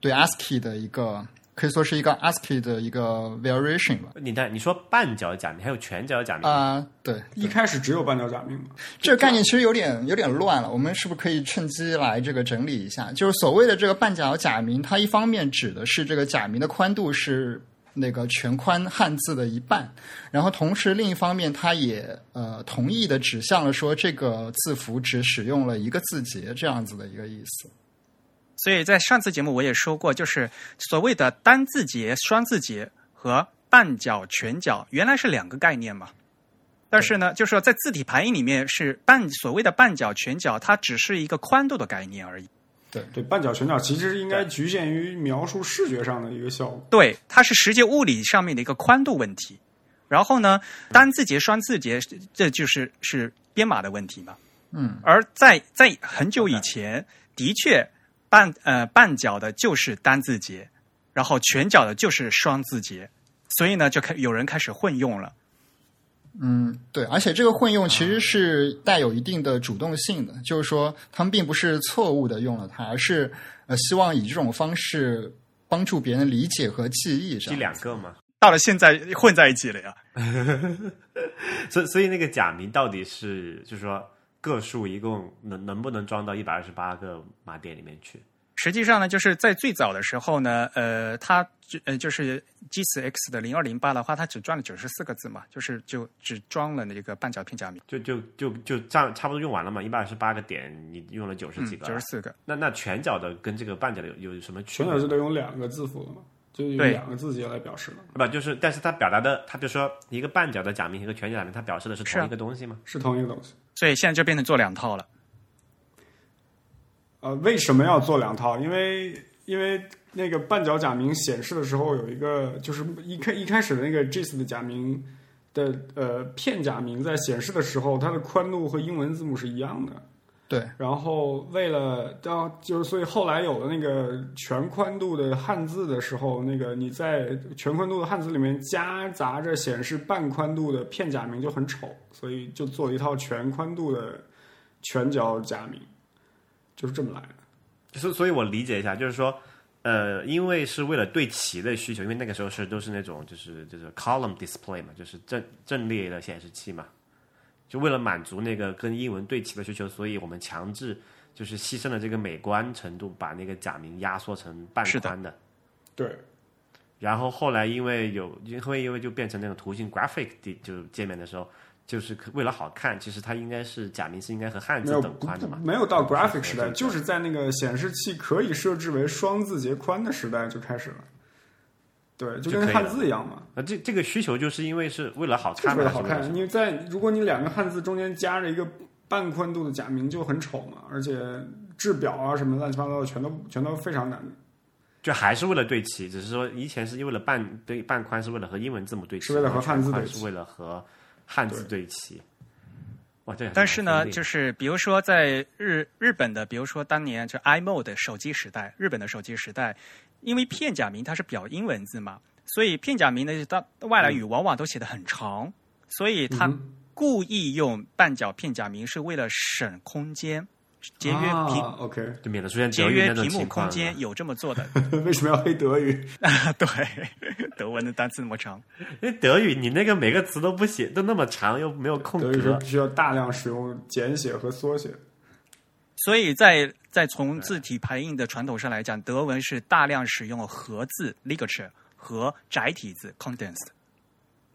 D: 对 ASCII 的一个可以说是一个 ASCII 的一个 variation 吧。
C: 你看，你说半角假名，还有全角假名，
D: 啊、对，
A: 一开始只有半角假名嘛，
D: 这个概念其实有点有点乱了，我们是不是可以趁机来这个整理一下？就是所谓的这个半角假名，它一方面指的是这个假名的宽度是那个全宽汉字的一半，然后同时另一方面，它也呃同意的指向了说这个字符只使用了一个字节这样子的一个意思。
B: 所以在上次节目我也说过，就是所谓的单字节、双字节和半角、全角，原来是两个概念嘛。但是呢，就是说在字体排印里面是半所谓的半角、全角，它只是一个宽度的概念而已。
A: 对，半角全角其实应该局限于描述视觉上的一个效果。
B: 对，它是实际物理上面的一个宽度问题。然后呢，单字节、双字节，这就是是编码的问题嘛。
D: 嗯，
B: 而在在很久以前，的确半呃半角的就是单字节，然后全角的就是双字节，所以呢，就开有人开始混用了。
D: 嗯，对，而且这个混用其实是带有一定的主动性的，就是说他们并不是错误的用了它，而是呃希望以这种方式帮助别人理解和记忆这
C: 记
D: 样。
C: 两个嘛。
B: 到了现在混在一起了呀。
C: (laughs) 所以所以那个假名到底是，就是说个数一共能能不能装到一百二十八个码点里面去？
B: 实际上呢，就是在最早的时候呢，呃，它只呃就是基此 X 的零二零八的话，它只装了九十四个字嘛，就是就只装了那个半角片假名，
C: 就就就就这样差不多用完了嘛，一百二十八个点，你用了九十几个
B: 嗯九
C: 了，
B: 十四个。
C: 那那全角的跟这个半角的有有什么区
A: 全
C: 别
A: 角？就得用两个字符了嘛，就用
B: 对
A: 两个字节来表示了，
C: 不就是，但是它表达的，它比如说一个半角的假名和一个全角假名，它表示的是
B: 是啊
C: 同一个东西吗？
A: 是同一个东西。
B: 所以现在就变成做两套了。
A: 呃，为什么要做两套？因为因为那个半角假名显示的时候有一个，就是一开一开始的那个 JS 的假名的呃片假名在显示的时候，它的宽度和英文字母是一样的。
D: 对，
A: 然后为了到就是，所以后来有了那个全宽度的汉字的时候，那个你在全宽度的汉字里面夹杂着显示半宽度的片假名就很丑，所以就做了一套全宽度的全角假名，就是这么来的。
C: 就是，所以我理解一下，就是说，呃，因为是为了对齐的需求，因为那个时候是都是那种就是就是 column display 嘛，就是阵阵列的显示器嘛，就为了满足那个跟英文对齐的需求，所以我们强制就是牺牲了这个美观程度，把那个假名压缩成半
B: 是的
C: 宽的。
A: 对，
C: 然后后来因为有，因为因为就变成那种图形 graphic 的就界面的时候，就是为了好看，其实它应该是假名是应该和汉
A: 没
C: 字
A: 有
C: 等
A: 不
C: 宽的嘛。
A: 没有到 graphic 时代，
C: 对
A: 就是在那个显示器可以设置为双字节宽的时代就开始了。对，就
C: 就
A: 跟
C: 可以
A: 汉
C: 了
A: 字一样嘛。
C: 那这这个需求就是因为是为了好
A: 就是
C: 看
A: 为
C: 嘛，
A: 了
C: 还
A: 好
C: 是为了什
A: 看。
C: 么
A: 你在如果你两个汉字中间加着一个半宽度的假名，就很丑嘛，而且制表啊什么乱七八糟的，全都全都非常难。
C: 就还是为了对齐，只是说以前是为了半对半宽是为了和英文字母对齐，
A: 是为了和汉字对齐
C: 全宽是为了和汉字对齐。哇，这个还
B: 但是呢，
C: 蛮
B: 就
C: 分裂
B: 是比如说在日日本的，比如说当年就 iMode 手机时代，日本的手机时代，因为片假名它是表音文字嘛，所以片假名的它外来语往往都写的很长，
C: 嗯
B: 所以它故意用半角片假名是为了省空间，节约屏、
A: 啊、OK， (laughs)
C: 就免得出现
B: 节
C: 德语
B: 约
C: 那种
B: 屏幕
C: 情况
B: 空
C: 了。
B: 间有这么做的 (laughs)
A: 为什么要黑德语？
B: 啊，对，德文的单词那么长，
C: 因为德语你那个每个词都不写，都那么长，又没有空
A: 德语是
C: 格
A: 必，须要大量使用简写和缩写。
B: 所以在在从字体排印的传统上来讲，德文是大量使用合字 ligature 和窄体字 condensed。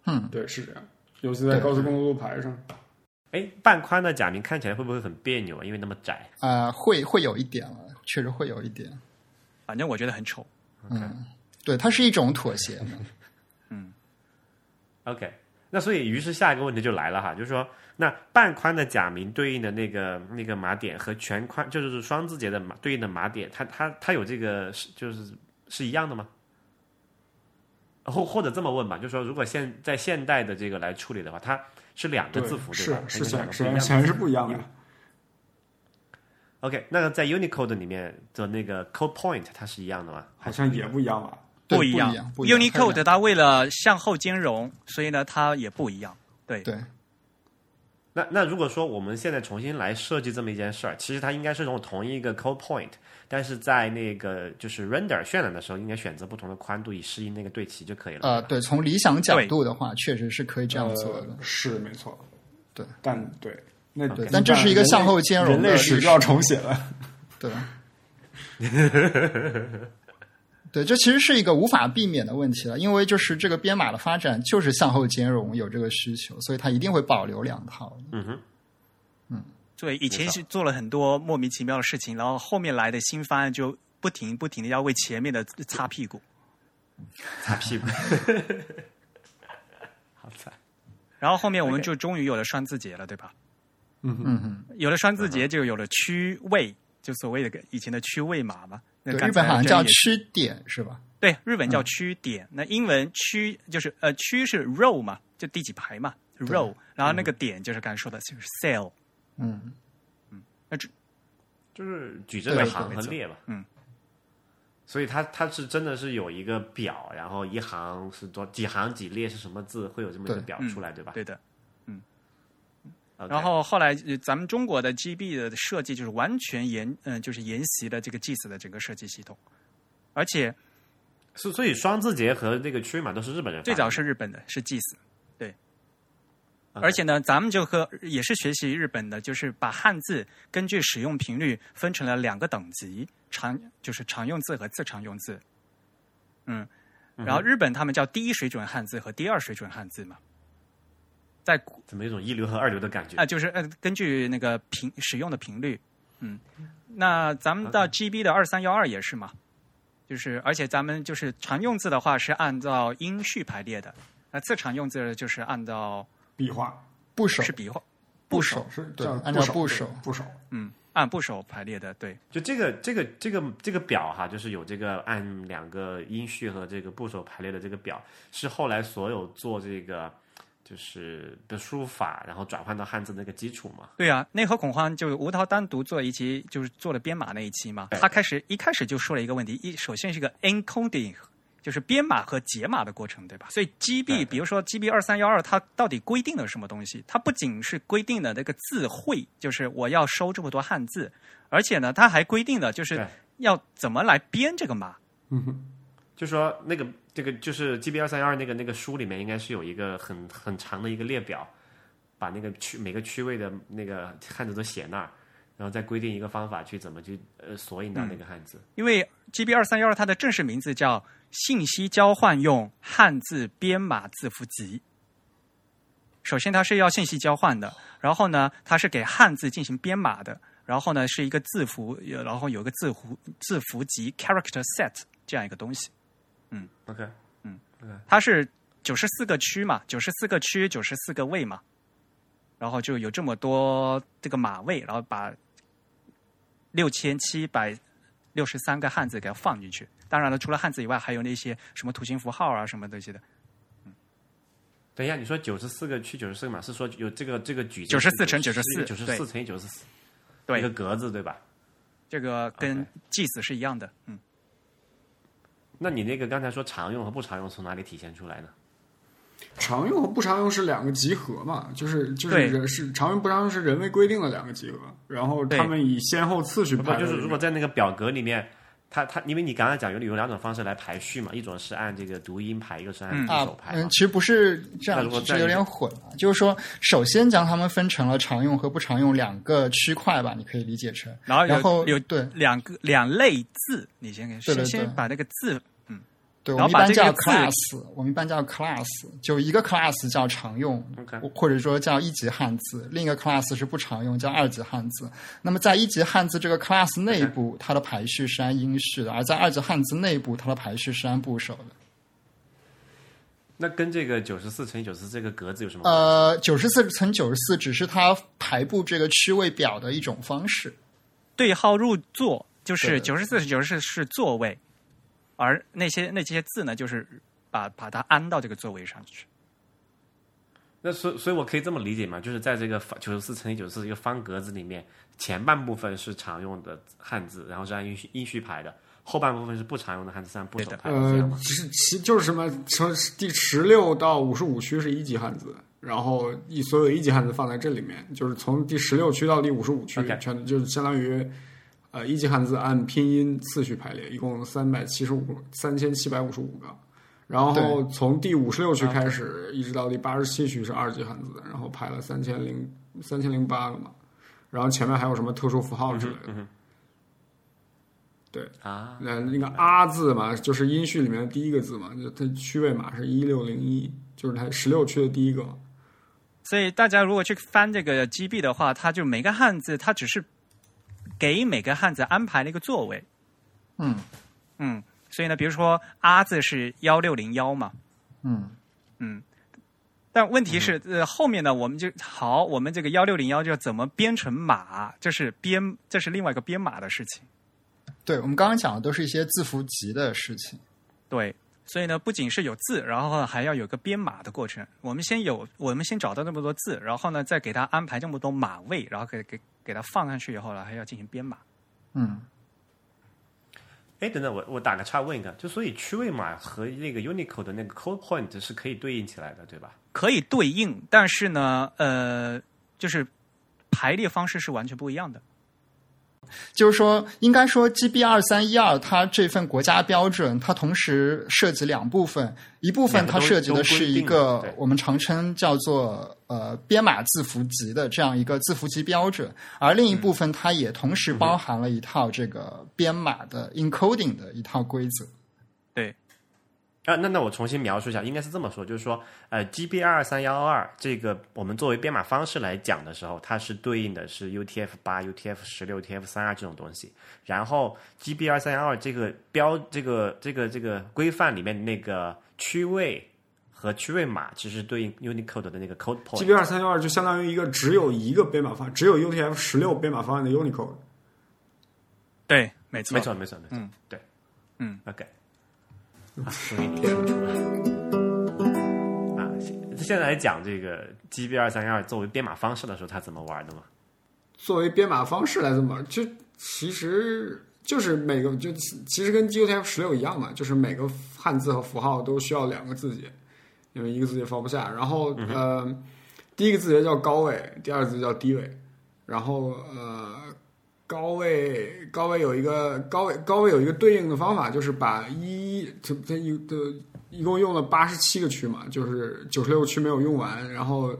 D: 嗯
A: 对，是这样，尤其在高速公路路牌上。
C: 哎，半宽的假名看起来会不会很别扭啊？因为那么窄。
D: 啊，会会有一点了，确实会有一点。
B: 反正我觉得很丑。
D: 对，它是一种妥协嘛。
C: OK，那所以于是下一个问题就来了哈，就是说，那半宽的假名对应的那个那个码点和全宽，就是双字节的码对应的码点，它它它有这个是就是是一样的吗？或或者这么问吧，就是说，如果现在现代的这个来处理的话，它是两个
A: 对
C: 字符
A: 是
C: 吧？
A: 是
C: 它应该
A: 显
C: 两个不
A: 显
C: 一样的
A: 显然是不一样的。
D: 嗯
C: OK，那个在 Unicode 里面的那个 code point 它是一样的吗？
A: 好像也不一样吧？
B: 一
D: 对不一样不一样它
B: ，Unicode
D: 是
B: 它为了向后兼容，所以呢它也不一样。对，
D: 对，
C: 那那如果说我们现在重新来设计这么一件事儿，其实它应该是用同一个 code point，但是在那个就是 render 渲染的时候，应该选择不同的宽度以适应那个对齐就可以了。
D: 呃，对，从理想角
B: 对
D: 度的话，确实是可以这样做的。
A: 呃是没错。
D: 对，
A: 但对，那
D: 对但这是一个向后兼容
A: 人
D: 的
A: 类史
D: 历史
A: 就要重写了。
D: 对。 (laughs) 对，这其实是一个无法避免的问题了，因为就是这个编码的发展就是向后兼容有这个需求，所以它一定会保留两套。
C: 嗯哼，
B: 所以以前是做了很多莫名其妙的事情，然后后面来的新方案就不停不停的要为前面的擦屁股。
C: 擦屁股， (laughs) 好惨。
B: 然后后面我们就终于有了双字节了，对吧？
A: 嗯，
D: 嗯哼，
B: 有了双字
D: 嗯
B: 节，就有了区位，就所谓的以前的区位码嘛。那
D: 对，
B: 刚
D: 日本
B: 才
D: 好像叫
B: 郑宇
D: 吃点是吧？
B: 对，日本叫区点，那英文区就是呃区是 row 嘛，就第几排嘛 row，然后那个点就是刚才说的就是 cell，
D: 嗯，
C: 就是矩阵的
D: 对
C: 行
D: 对
C: 和列吧。
B: 嗯。
C: 所以它它是真的是有一个表，然后一行是多几行几列是什么字，会有这么一个
D: 对
C: 表
B: 嗯
C: 出来，对吧？
B: 对的。
C: 啊 OK。
B: 然后后来呃咱们中国的 GB 的设计就是完全沿嗯、就是沿袭了这个 GIS 的整个设计系统，而且
C: 所所以双字节和那个区码都是日本人发
B: 最
C: 明的。
B: 早是日本的，是 GIS，对。
C: OK
B: 而且呢，咱们就和也是学习日本的，就是把汉字根据使用频率分成了两个等级，常就是常用字和次常用字。嗯，然后日本他们叫第一水准汉字和第二水准汉字嘛，在古
C: 怎么有一种一流和二流的感觉？
B: 啊、就是呃，根据那个频使用的频率，嗯，那咱们的 GB 的二三幺二也是嘛，就是而且咱们就是常用字的话是按照音序排列的，那次常用字就是按照
A: 笔画
D: 部首
B: 是笔画，
D: 部首
A: 是
D: 对
A: 叫，
D: 按照部
A: 部
D: 首
A: 对部首。
B: 嗯，按部首排列的，对，
C: 就这个这个这个这个表哈，就是有这个按两个音序和这个部首排列的这个表，是后来所有做这个就是的书法，然后转换到汉字的那个基础嘛。
B: 对啊，内核恐慌就是吴涛单独做一期，就是做了编码那一期嘛。他开始一开始就说了一个问题，一首先是一个 encoding，就是编码和解码的过程，对吧？所以 GB，比如说 GB 二三幺二，它到底规定了什么东西？它不仅是规定了那个字汇，就是我要收这么多汉字，而且呢，它还规定了就是
C: 对
B: 要怎么来编这个码。
A: 嗯哼，
C: 就说那个这个就是 GB 二三幺那个那个书里面应该是有一个很很长的一个列表，把那个区每个区位的那个汉字都写那儿，然后再规定一个方法去怎么去呃索引到那个汉字。
B: 因为 GB 二三幺二它的正式名字叫信息交换用汉字编码字符集。首先，它是要信息交换的，然后呢，它是给汉字进行编码的，然后呢是一个字符，有然后有一个字符字符集 character set 这样一个东西。
C: OK，
B: 它是九十四个区嘛，九十四个区，九十四个位嘛，然后就有这么多这个码位，然后把六千七百六十三个汉字给它放进去。当然了，除了汉字以外，还有那些什么图形符号啊什么这些的。
C: 等一下，你说九十四个区九十四个码是说有这个这个矩阵
B: 94乘94
C: 九十
B: 对
C: 四乘以九十四
B: 对
C: 一个格子对吧？
B: 这个跟
C: OK
B: GIS 是一样的，嗯，
C: 那你那个刚才说常用和不常用从哪里体现出来呢？
A: 常用和不常用是两个集合嘛，就是就
B: 对
A: 是人是常用不常用是人为规定的两个集合，然后他
B: 对
A: 们以先后次序
C: 不不
A: 排列。
C: 就是如果在那个表格里面，它它因为你刚才讲有有两种方式来排序嘛，一种是按这个读音排，一个是按部
D: 啊
C: 首，排嘛
D: 嗯，。其实不是这
C: 那
D: 样
C: 如果，
D: 是
C: 再
D: 有点混了。就是说，首先将它们分成了常用和不常用两个区块吧，你可以理解成。
B: 然后有
D: 然后
B: 有
D: 对
B: 两个两类字，你先给
D: 对
B: 先
D: 对
B: 先
D: 对
B: 把那个字
D: 对，我
B: 然后把
D: 们一般
B: 这个
D: 叫
B: 字
D: class，我们一般叫 class，就一个 class 叫常用
C: OK
D: 或者说叫一级汉字，另一个 class 是不常用，叫二级汉字。那么在一级汉字这个 class 内部，它的排序是按英式的，而在二级汉字内部，它的排序是按部首的。
C: 那跟这个九十四乘以九十四这个格子有什么关系？
D: 呃，九十四乘九十四只是它排布这个区位表的一种方式。
B: 对号入座，就是
D: 对
B: 九十四十九十是座位，而那些那些字呢，就是把把它安到这个座位上去。
C: 那所所以，我可以这么理解嘛？就是在这个九十四乘以九十四一个方格子里面，前半部分是常用的汉字，然后是按音序音序排的；后半部分是不常用的汉字，是按部首排的，这样
A: 呃
C: 吗，？
A: 是其就是什么从第十六到五十五区是一级汉字，然后一所有一级汉字放在这里面，就是从第十六区到第五十五区
C: OK
A: 全就是相当于呃一级汉字按拼音次序排列，一共三百七十五三千七百五十五个。然后从第五十六区开始，一直到第八十七区是二级汉字，然后排了三千零三千零八个嘛，然后前面还有什么特殊符号之类的。
C: 啊，
A: 那那个阿字嘛，就是音序里面的第一个字嘛，就它区位码是一六零一，就是它十六区的第一个嘛。
B: 所以大家如果去翻这个 GB 的话，它就每个汉字，它只是给每个汉字安排了一个座位。
D: 嗯
B: 嗯，所以呢，比如说“阿”字是幺六零幺嘛，
D: 嗯，
B: 但问题是，呃，后面呢，我们就好，我们这个幺六零幺就要怎么编成码，这是编，这是另外一个编码的事情。
D: 对，我们刚刚讲的都是一些字符集的事情。
B: 对，所以呢，不仅是有字，然后还要有个编码的过程。我们先有，我们先找到那么多字，然后呢，再给它安排这么多码位，然后给给给它放上去以后呢，还要进行编码。
D: 嗯，
C: 哎，等等，我我打个岔问一个，就所以区位码和那个 Unicode 的那个 code point 是可以对应起来的，对吧？
B: 可以对应，但是呢，呃，就是排列方式是完全不一样的。
D: 就是说，应该说 GB 二三一二它这份国家标准，它同时涉及两部分，一部分它涉及的是一
C: 两个都都规
D: 个
C: 定对
D: 我们常称叫做呃编码字符集的这样一个字符集标准，而另一部分它也同时包含了一套这个编码的 encoding 的一套规则。
B: 对，
C: 啊，那那我重新描述一下，应该是这么说，就是说，呃，GB 二三幺二这个我们作为编码方式来讲的时候，它是对应的是 UTF 八、UTF 十六、UTF 三二这种东西。然后 GB 二三幺二这个标这个这个这个规范里面那个区位和区位码，其实对应 Unicode 的那个 code point。
A: GB 二三幺二就相当于一个只有一个编码方案，只有 UTF 十六编码方案的 Unicode。
B: 对，没错，
C: 没错，没错，没错，
B: 嗯
C: 对，
B: 嗯
C: ，OK，啊，终于理清楚了。啊，现现在来讲这个 GB 二三幺作为编码方式的时候，它怎么玩的嘛？
A: 作为编码方式来这么玩，就其实就是每个就其其实跟 UTF 十六一样嘛，就是每个汉字和符号都需要两个字节，因为一个字节放不下。然后呃，第一个字节叫高位，第二个字节叫低位。然后呃，高位高位有一个高位高位有一个对应的方法，就是把一它它一的一共用了八十七个区嘛，就是九十六区没有用完，然后。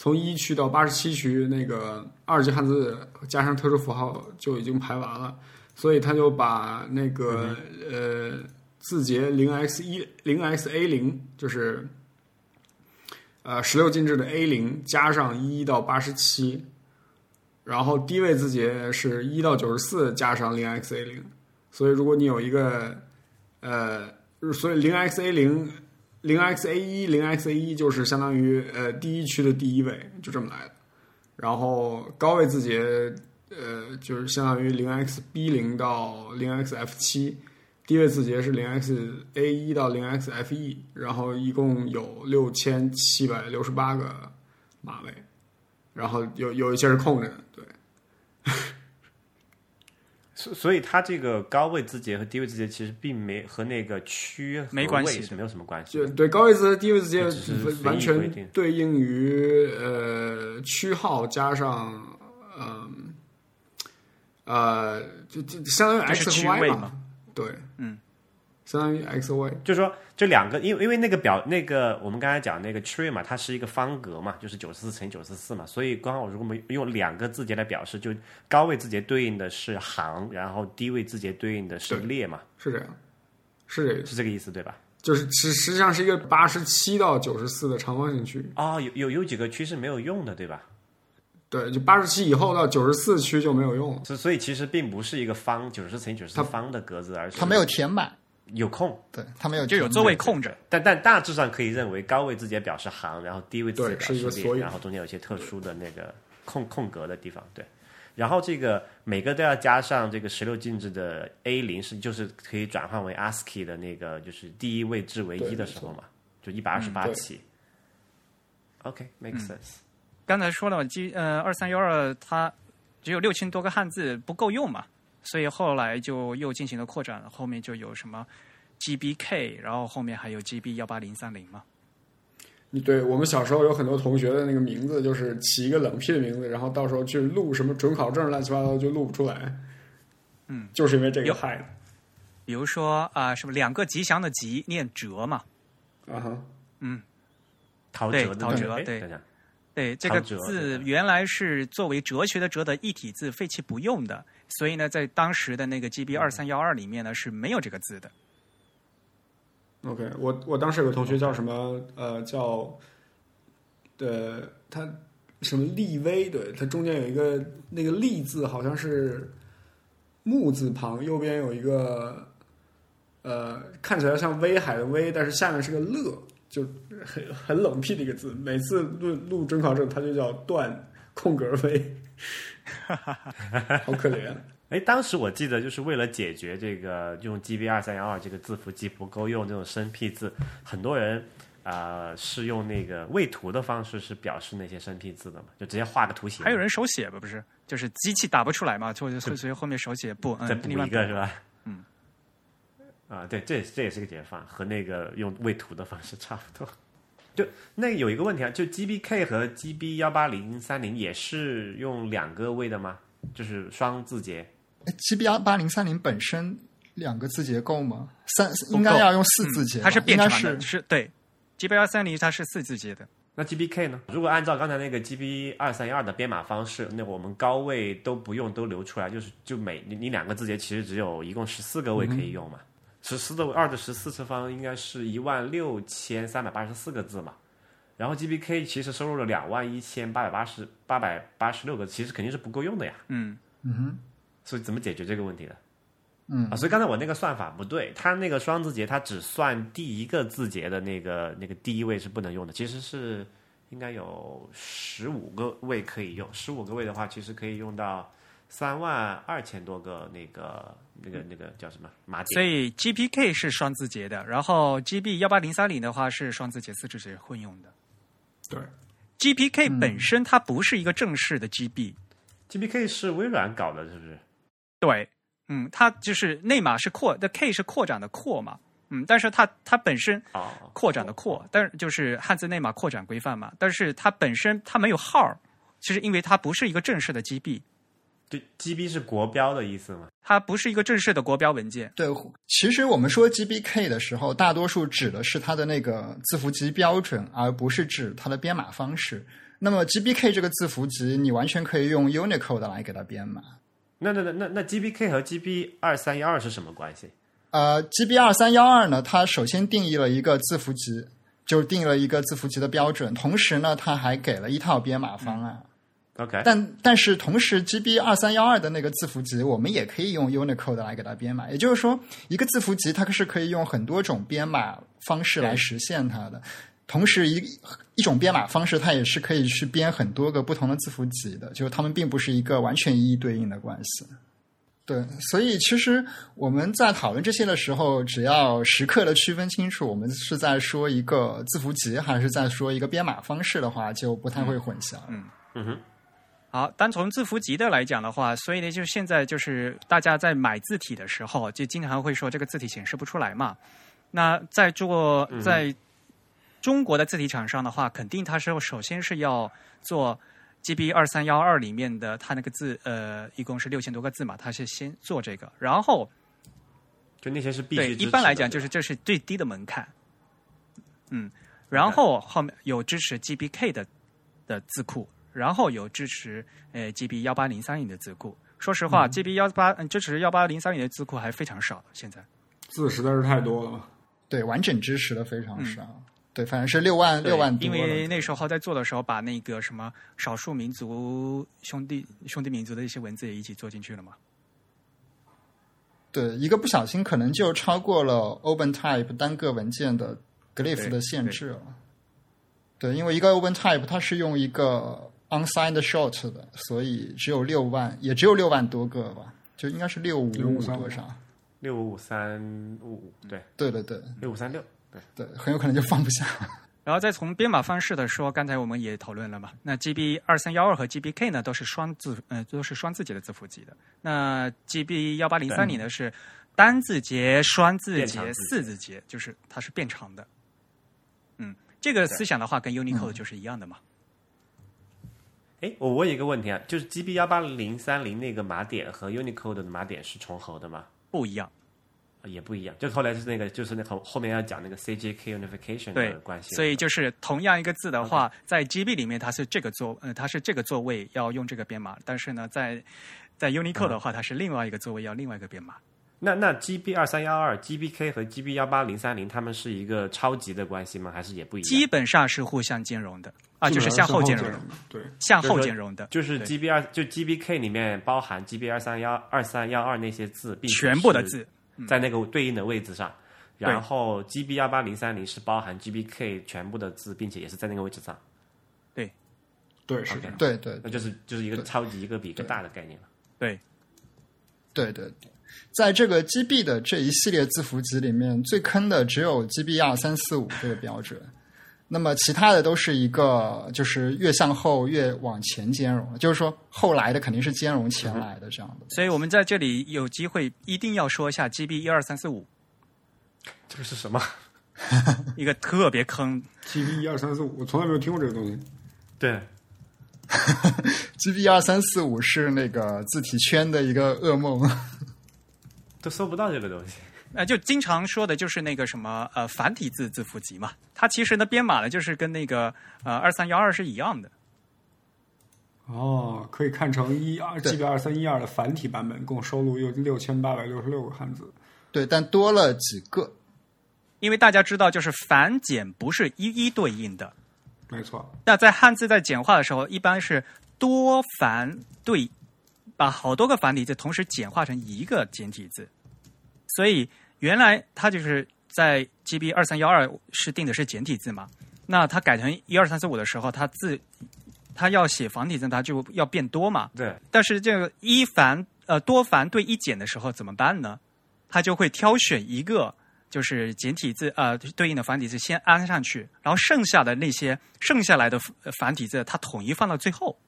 A: 从一区到八十七区，那个二级汉字加上特殊符号就已经排完了，所以他就把那个、呃字节零 x 一零 x a 零，就是呃十六进制的 a 零加上一到八十七，然后低位字节是一到九十四加上零 x a 零，所以如果你有一个呃，所以零 x a 零零 x a 一零 x a 一就是相当于呃第一区的第一位，就这么来的。然后高位字节呃就是相当于零 x b 零到零 x f 七，低位字节是零 x a 一到零 x f 一，然后一共有六千七百六十八个码位，然后有有一些是空着的，对。
C: 所所以它这个高位字节和低位字节其实并没和那个区
B: 没
C: 和
B: 关
C: 位
B: 系
C: 是
B: 的
C: 没有什么关系
A: 就
C: 的。
A: 对高位字节、低位字节
C: 只是随意
A: 完
C: 规
A: 全
C: 定
A: 对应于呃区号加上嗯呃就就相当于
B: 就是
A: x
B: 区
A: 和 y
B: 位
A: 嘛
B: 嘛，
A: 对，
B: 嗯，
A: 相当于 x y，
C: 就是说这两个，因为因为那个表那个我们刚才讲那个 tree 嘛，它是一个方格嘛，就是九十四乘以九十四嘛，所以刚好如果我们用两个字节来表示，就高位字节对应的是行，然后低位字节对应的是
A: 对
C: 列嘛，
A: 是这样，是这个意思，
C: 是这个意思对吧？
A: 就是实实际上是一个八十七到九十四的长方形区，
C: 哦，有有有几个区是没有用的对吧？
A: 对，就八十七以后到九十四区就没有用了。
C: 所所以其实并不是一个方九十四乘以九十四方的格子，而是
D: 它没有填满，
C: 有空，
D: 对，它没有
B: 就有
D: 填满
B: 座位空着。
C: 但但大致上可以认为高位字节表示行，然后低位字节
A: 对是一
C: 表
A: 个
C: 示
A: 缩影
C: 列，然后中间有一些特殊的那个空空格的地方，对。然后这个每个都要加上这个十六进制的 A 零是就是可以转换为 ASCII 的那个就是第一位置为一的时候嘛，就一百二十八
A: 对
C: 起。OK，makes sense。
B: 嗯刚才说了，基呃二三幺二它只有六千多个汉字不够用嘛，所以后来就又进行了扩展，后面就有什么 GBK，然后后面还有 GB 幺八零三零嘛。
A: 你对我们小时候有很多同学的那个名字，就是起一个冷僻的名字，然后到时候去录什么准考证乱七八糟就录不出来。嗯，就是因为这个
B: 有
A: 害的。
B: 比如说啊、什么两个吉祥的吉念哲嘛，
A: 啊哈，
C: 陶
B: 对
C: 喆的
B: 陶喆
C: 哎
B: 对
C: 等等
B: 对，这个
C: 长折
B: 字
C: 对
B: 原来是作为哲学的“哲”的一体字废弃不用的，所以呢，在当时的那个
C: 嗯
B: GB 二三幺二里面呢是没有这个字的。
A: OK，我我当时有个同学叫什么呃叫，呃他什么立威，对他中间有一个那个立字好像是木字旁，右边有一个呃看起来像威海的威，但是下面是个乐，就很很冷僻的一个字。每次录录准考证，他就叫段空格
B: (laughs)
A: 威，好可怜。
C: 哎，当时我记得就是为了解决这个用 GB 二三幺二这个字符集不够用这种生僻字，很多人啊、呃是用那个位图的方式是表示那些生僻字的嘛，就直接画个图形，
B: 还有人手写吧，不是，就是机器打不出来嘛，就
C: 嗯
B: 就所以所以后面手写不，
C: 再
B: 嗯，
C: 补
B: 另外
C: 一个是吧？
B: (laughs) 嗯，
C: 啊，对，这也是这也是个解法，和那个用位图的方式差不多。就那有一个问题啊，就 GBK 和 GB 幺八零三零也是用两个位的吗？就是双字节。
D: G B 八零三零本身两个字节够吗？三
B: 够
D: 应该要用四字节吧、
B: 嗯它是
D: 应
B: 变
D: 该
B: 长
D: 是
B: 的，是对。GB 幺三零它是四字节的，
C: 那 GBK 呢？如果按照刚才那个 GB 二三幺二的编码方式，那我们高位都不用都留出来，就是就每你你两个字节其实只有一共十四个位可以用嘛。十四的二的十四次方应该是一万六千三百八十四个字嘛。然后 GBK 其实收录了两万一千八百八十八百八十六个，其实肯定是不够用的呀。
B: 嗯，
C: 所以怎么解决这个问题的？嗯啊，所以刚才我那个算法不对，它那个双字节它只算第一个字节的那个那个第一位是不能用的，其实是应该有十五个位可以用，十五个位的话，其实可以用到三万二千多个那个那个那个叫什么码
B: 所
C: 点。
B: 以 GPK 是双字节的，然后 GB 幺八零三零的话是双字节、四字节混用的。
A: 对，
C: 嗯
B: GPK 本身它不是一个正式的 GB，、
C: GBK 是微软搞的，是不是？
B: 对，嗯，它就是内码是扩，的 K 是扩展的扩嘛，嗯，但是它它本身
C: 哦，
B: 扩展的扩，但是就是汉字内码扩展规范嘛，但是它本身它没有号儿，其实因为它不是一个正式的 GB，
C: 对，GB 是国标的意思吗？
B: 它不是一个正式的国标文件，
D: 对。其实我们说 G B K 的时候，大多数指的是它的那个字符集标准，而不是指它的编码方式。那么 G B K 这个字符集，你完全可以用 Unicode 来给它编码。
C: 那那那那那 GBK 和 GB 二三幺二是什么关系？
D: 呃，GB 二三幺二呢，它首先定义了一个字符集，就是定义了一个字符集的标准，同时呢，它还给了一套编码方案。
C: OK，
D: 但但是同时，GB 二三幺二的那个字符集，我们也可以用 Unicode 来给它编码。也就是说，一个字符集它是可以用很多种编码方式来实现它的。同时一，一种编码方式它也是可以去编很多个不同的字符集的，就是它们并不是一个完全一一对应的关系。对，所以其实我们在讨论这些的时候，只要时刻的区分清楚我们是在说一个字符集还是在说一个编码方式的话，就不太会混淆。
C: 嗯哼。
B: 好，单从字符集的来讲的话，所以呢，就现在就是大家在买字体的时候，就经常会说这个字体显示不出来嘛。那在做在中国的字体厂商的话，肯定它是首先是要做 GB 二三幺二里面的它那个字，呃，一共是六千多个字嘛，它是先做这个，然后
C: 就那些是必须
B: 对
C: 支持
B: 一
C: 的
B: 般来讲就是这是最低的门槛，嗯，然后后面有支持 GBK 的的字库，然后有支持呃 GB 幺八零三零的字库。说实话、g b 幺八嗯支持幺八零三零的字库还非常少，现在。
A: 字实在是太多了。
D: 对，完整支持的非常少。对，反正是六万六万多
B: 因
D: 了。
B: 为那时候在做的时候，把那个什么少数民族兄弟兄弟民族的一些文字也一起做进去了嘛。
D: 对，一个不小心可能就超过了 OpenType 单个文件的 glyph
B: 对
D: 的限制了。对，因为一个 OpenType 它是用一个 unsigned short 的，所以只有六万，也只有六万多个吧，就应该是六五五
A: 65
D: 多少？
C: 六五五三五五
B: 嗯
C: 对
D: 对对对
C: 六五三六对
D: 对，很有可能就放不下。
B: 然后再从编码方式的说，刚才我们也讨论了嘛。那 GB 二三幺二和 GBK 呢都是双字，呃，都是双字节的字符集的。那 GB 幺八零三零呢是单字节、双字
C: 变长
B: 节、
C: 字节
B: 四字节，就是它是变长的。嗯，这个思想的话跟 Unicode 就是一样的嘛。
C: 哎，我问一个问题啊，就是 GB 幺八零三零那个码点和 Unicode 的码点是重合的吗？
B: 不一样，
C: 呃也不一样，就后来是那个，就是那后后面要讲那个 CJK unification
B: 对
C: 的关系，
B: 所以就是同样一个字的话，在 GB 里面它是这个座，呃，它是这个座位要用这个编码，但是呢，在在 Unicode 的话，它是另外一个座位要另外一个编码。
C: 那那 GB 二三幺二、GBK 和 GB 幺八零三零，它们是一个超级的关系吗？还是也不一
B: 基
C: 样？
B: 本上是互相兼容的啊，就
A: 基
B: 是
A: 本
B: 向
A: 上
B: 后
A: 后
B: 兼
A: 容
B: 容，
A: 的，对，
B: 向后兼容的，
C: 就是是 GB 二就 GBK 里面包含 GB 二三幺二三幺二那些字，必须
B: 全部的字，
C: 是在那个对应的位置上。
B: 对
C: 然后 GB 幺八零三零是包含 GBK 全部的字，并且也是在那个位置上，
B: 对
A: 对是这样。
D: 对对
C: 那就是就是一个超级一个比一个大的概念了。
B: 对，
D: 对对对，在这个 GB 的这一系列字符集里面，最坑的只有 GB 二三四五这个标准，那么其他的都是一个就是越向后越往前兼容，就是说后来的肯定是兼容前来的这样的。
B: 所以我们在这里有机会一定要说一下 GB 一二三四五，
C: 这个是什么？
B: 一个特别坑，
A: GB 一二三四五，我从来没有听过这个东西。
C: 对，
D: GB 二三四五是那个字体圈的一个噩梦，
C: 都搜不到这个东西。
B: 呃，就经常说的就是那个什么呃繁体字字符集嘛，它其实呢编码呢就是跟那个呃二三幺二是一样的，
A: 哦，可以看成一二
D: 对
A: GB 二三一二的繁体版本，共收录有六千八百六十六个汉字。
D: 对，但多了几个。
B: 因为大家知道就是繁简不是一一对应的，
A: 没错，
B: 那在汉字在简化的时候，一般是多繁对，把好多个繁体字同时简化成一个简体字，所以原来它就是在 GB 二三幺二是定的是简体字嘛，那它改成一二三四五的时候，它字它要写繁体字，它就要变多嘛，
C: 对，
B: 但是这个一繁呃多繁对一简的时候怎么办呢？它就会挑选一个就是简体字呃对应的繁体字先安上去，然后剩下的那些剩下来的呃繁体字，它统一放到最后，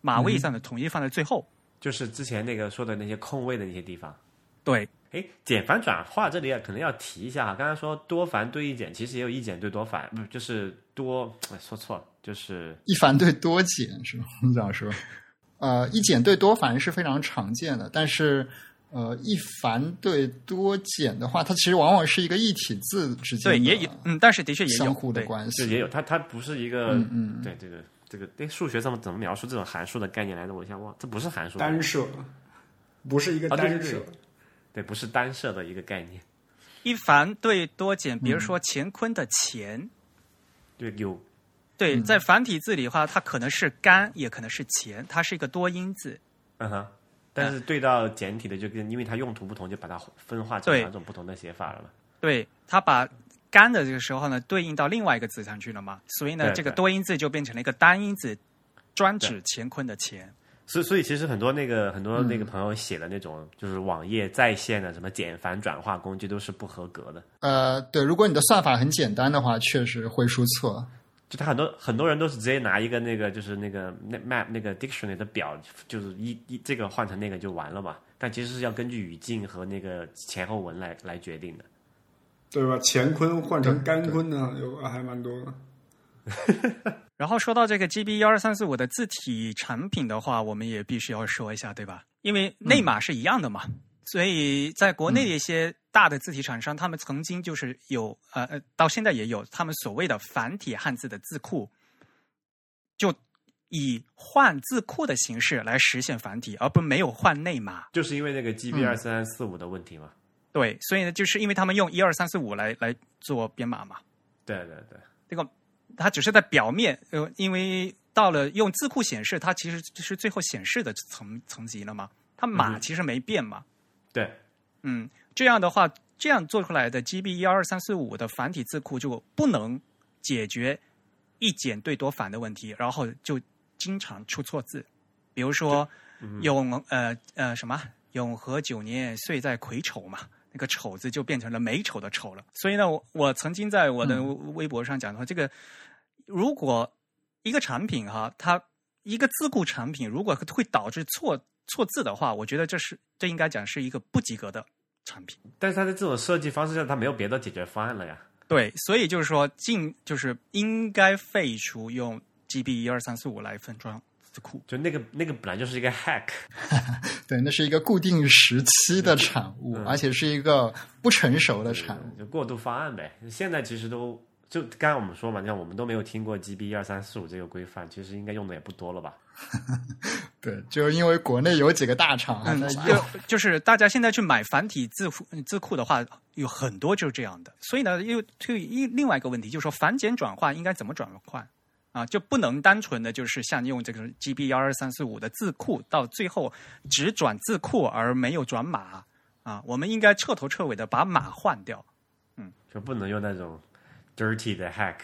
B: 码位上的统一放在最后。
C: 就是之前那个说的那些空位的那些地方。
B: 对，
D: 嗯
C: 哎，简繁转化这里也可能要提一下哈，刚刚说多繁对一简，其实也有一简对多繁，不、就是多哎说错了，就是
D: 一繁对多简是吧？你这样说，呃，一简对多繁是非常常见的，但是呃，一繁对多简的话，它其实往往是一个一体字之间
B: 对，
D: 的
B: 也有嗯，但是的确也有
D: 相互的
B: 对
D: 关
C: 就
D: 系。
C: 也有它它不是一个、
D: 嗯嗯
C: 对这个这个哎数学怎么怎么描述这种函数的概念来的，我一下忘了，这不是函数，
A: 单射，不是一个
C: 啊对对
A: 单
C: 对
A: 射。
C: 对不是单射的一个概念，
B: 一繁对多简，比如
D: 嗯
B: 说乾坤的乾。
C: 对有
B: 对，
D: 嗯
B: 在繁体字里的话，它可能是干，也可能是钱，它是一个多音字。
C: 嗯哼，但是对到简体的就跟因为它用途不同，就把它分化成
B: 对
C: 两种不同的写法了嘛。
B: 对，它把干的这个时候呢，对应到另外一个字上去了嘛，所以呢，
C: 对
B: 这个
C: 对
B: 多音字就变成了一个单音字，专指乾坤的乾。
C: 所以，所以其实很多那个很多那个朋友写的那种就是网页在线的什么简繁转化工具都是不合格的，
D: 呃，对，如果你的算法很简单的话，确实会出错。
C: 就他很多很多人都是直接拿一个那个就是那个那 map 那个 dictionary 的表，就是一一这个换成那个就完了嘛。但其实是要根据语境和那个前后文来来决定的。
A: 对吧？乾坤换成干坤呢，有还蛮多
C: (laughs)
A: 的。
B: 然后说到这个 GB 幺二三四五的字体产品的话，我们也必须要说一下，对吧？因为
C: 嗯
B: 内码是一样的嘛，所以在国内的一些大的字体厂商，他们曾经就是有呃呃，到现在也有他们所谓的繁体汉字的字库，就以换字库的形式来实现繁体，而不没有换内码。
C: 就是因为那个 GB 二三四五的问题嘛。
B: 对，所以呢，就是因为他们用一二三四五来来做编码嘛，
C: 对对对，
B: 这个它只是在表面，呃，因为到了用字库显示，它其实就是最后显示的层层级了嘛，它码其实没变嘛，
C: 对，
B: 嗯，这样的话，这样做出来的 GB 幺二三四五的繁体字库就不能解决一减对多繁的问题，然后就经常出错字，比如说永、呃呃什么永和九年岁在癸丑嘛，那个丑字就变成了美丑的丑了。所以呢，我我曾经在我的微博上讲的话，这个如果一个产品哈、它一个自雇产品如果会导致错错字的话，我觉得这是这应该讲是一个不及格的产品。
C: 但是它在这种设计方式下，它没有别的解决方案了呀。
B: 对，所以就是说，尽就是应该废除用 GB 一二三四五来分装字库。
C: 就那个那个本来就是一个 hack，
D: 对，那是一个固定时期的产物，
B: 嗯
D: 而且是一个不成熟的产物。
C: 就过渡方案呗。现在其实都就刚刚我们说嘛，像我们都没有听过 GB 一二三四五这个规范，其实应该用的也不多了吧？
D: 对，就是因为国内有几个大厂还
B: 嗯
D: 在，用，
B: 就就是大家现在去买繁体字库字库的话，有很多就是这样的。所以呢，又就一另外一个问题，就是说繁简转换应该怎么转换啊？就不能单纯的就是像用这个 GB 幺二三四五的字库，到最后只转字库而没有转码啊。我们应该彻头彻尾的把码换掉。
C: 就不能用那种 dirty 的 hack。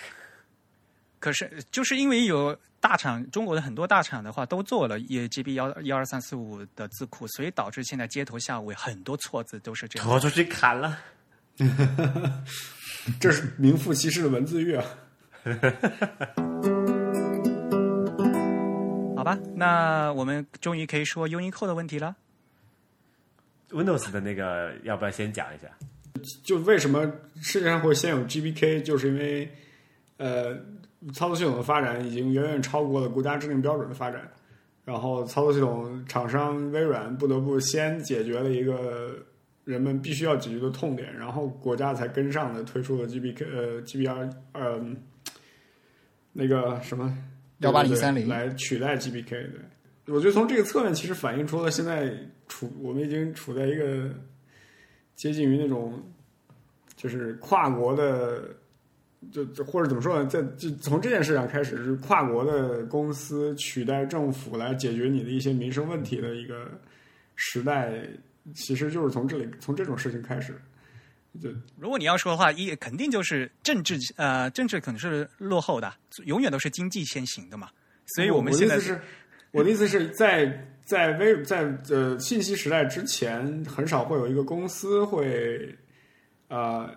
B: 可是就是因为有大厂，中国的很多大厂的话都做了也 GB 幺幺二三四五的字库，所以导致现在街头巷尾很多错字都是这样
A: 哦
B: 的。
C: 拖出去砍了，
A: 这是名副其实的文字狱啊！
B: 好吧，那我们终于可以说 Unicode 的问题了。
C: Windows 的那个要不要先讲一下？
A: 就为什么世界上会先有 GBK，就是因为呃，操作系统的发展已经远远超过了国家制定标准的发展，然后操作系统厂商微软不得不先解决了一个人们必须要解决的痛点，然后国家才跟上的推出了 GBK 呃 GBR 呃那个什么
D: 18030
A: 来取代 GBK 对。我觉得从这个侧面其实反映出了现在处我们已经处在一个接近于那种就是跨国的，就就或者怎么说呢，在就从这件事上开始，是跨国的公司取代政府来解决你的一些民生问题的一个时代，其实就是从这里从这种事情开始。
B: 如果你要说的话，一肯定就是政治，呃，政治肯定是落后的，永远都是经济先行的嘛。所以
A: 哎我
B: 们
A: 的
B: 现
A: 意
B: 在
A: 思是，我的意思是在在微在呃信息时代之前，很少会有一个公司会呃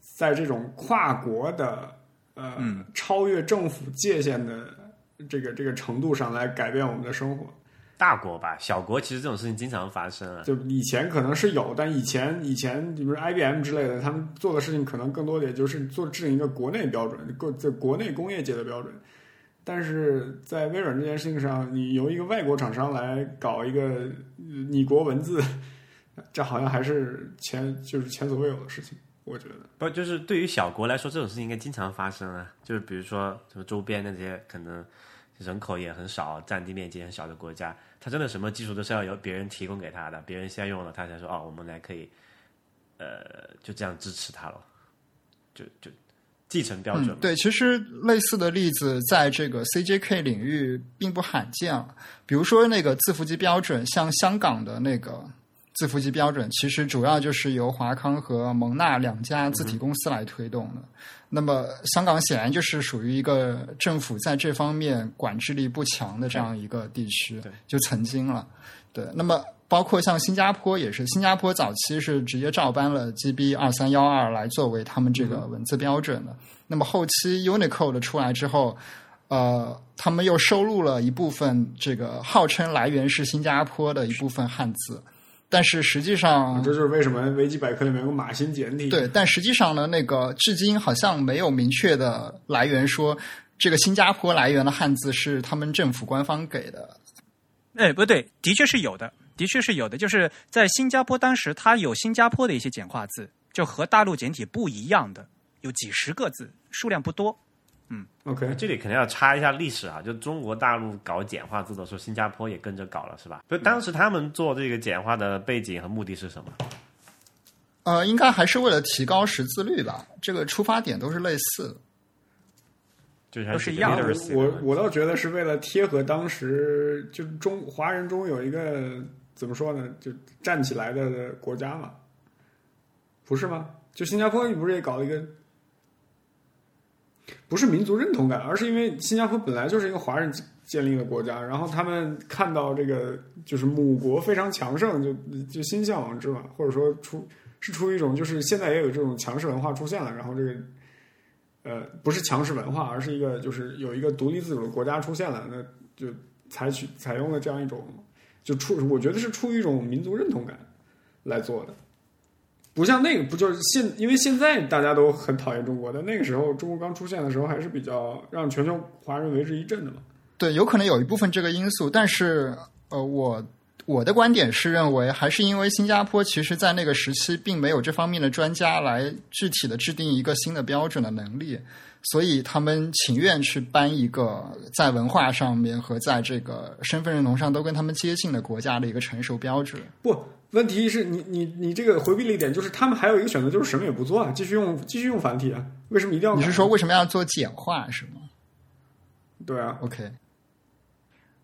A: 在这种跨国的呃、
B: 嗯
A: 超越政府界限的这个这个程度上来改变我们的生活。
C: 大国吧，小国其实这种事情经常发生啊。
A: 就以前可能是有，但以前以前比如 IBM 之类的，他们做的事情可能更多的也就是做制定一个国内标准，国在国内工业界的标准。但是在微软这件事情上，你由一个外国厂商来搞一个呃你国文字， (laughs) 这好像还是前就是前所未有的事情，我觉得。
C: 不就是对于小国来说，这种事情应该经常发生啊。就是比如说什么周边那些可能人口也很少、占地面积很小的国家，它真的什么技术都是要由别人提供给他的，别人先用了，他才说哦，我们来可以，呃，就这样支持他了，就就继承标准嘛、
D: 嗯。对，其实类似的例子在这个 CJK 领域并不罕见了。比如说那个字符集标准，像香港的那个字符集标准，其实主要就是由华康和蒙纳两家字体公司来推动的。那么香港显然就是属于一个政府在这方面管制力不强的这样一个地区，就曾经了。对，那么包括像新加坡也是，新加坡早期是直接照搬了 GB 二三幺二来作为他们这个文字标准的。那么后期 Unicode 出来之后，呃，他们又收录了一部分这个号称来源是新加坡的一部分汉字，但是实际上
A: 这就是为什么维基百科里面有个马新简体。
D: 嗯对，但实际上呢，那个至今好像没有明确的来源说这个新加坡来源的汉字是他们政府官方给的。
B: 哎，不对，的确是有的，的确是有的。就是在新加坡当时，它有新加坡的一些简化字，就和大陆简体不一样的，有几十个字，数量不多。
A: OK，
C: 这里肯定要插一下历史啊，就中国大陆搞简化字的时候，新加坡也跟着搞了，是吧？就当时他们做这个简化的背景和目的是什么？
D: 呃，应该还是为了提高识字率吧，这个出发点都是类似的。
C: 就是
B: 都是一样的
A: 我我倒觉得是为了贴合当时就中华人中有一个怎么说呢，就站起来的国家嘛，不是吗？就新加坡不是也搞了一个，不是民族认同感，而是因为新加坡本来就是一个华人建立的国家，然后他们看到这个就是母国非常强盛，就就心向往之嘛，或者说出是出于一种就是现在也有这种强势文化出现了，然后这个。呃，不是强势文化，而是一个就是有一个独立自主的国家出现了，那就采取采用了这样一种，就出我觉得是出于一种民族认同感来做的，不像那个不就是现，因为现在大家都很讨厌中国，但那个时候中国刚出现的时候还是比较让全球华人为之一振的嘛。
D: 对，有可能有一部分这个因素，但是呃，我我的观点是认为，还是因为新加坡其实在那个时期并没有这方面的专家来具体的制定一个新的标准的能力，所以他们情愿去搬一个在文化上面和在这个身份认同上都跟他们接近的国家的一个成熟标志。
A: 不，问题是你你你这个回避了一点，就是他们还有一个选择，就是什么也不做啊，继续用继续用繁体啊，为什么一定要改？
D: 你是说为什么要做简化是吗
A: 对啊？
D: ？OK，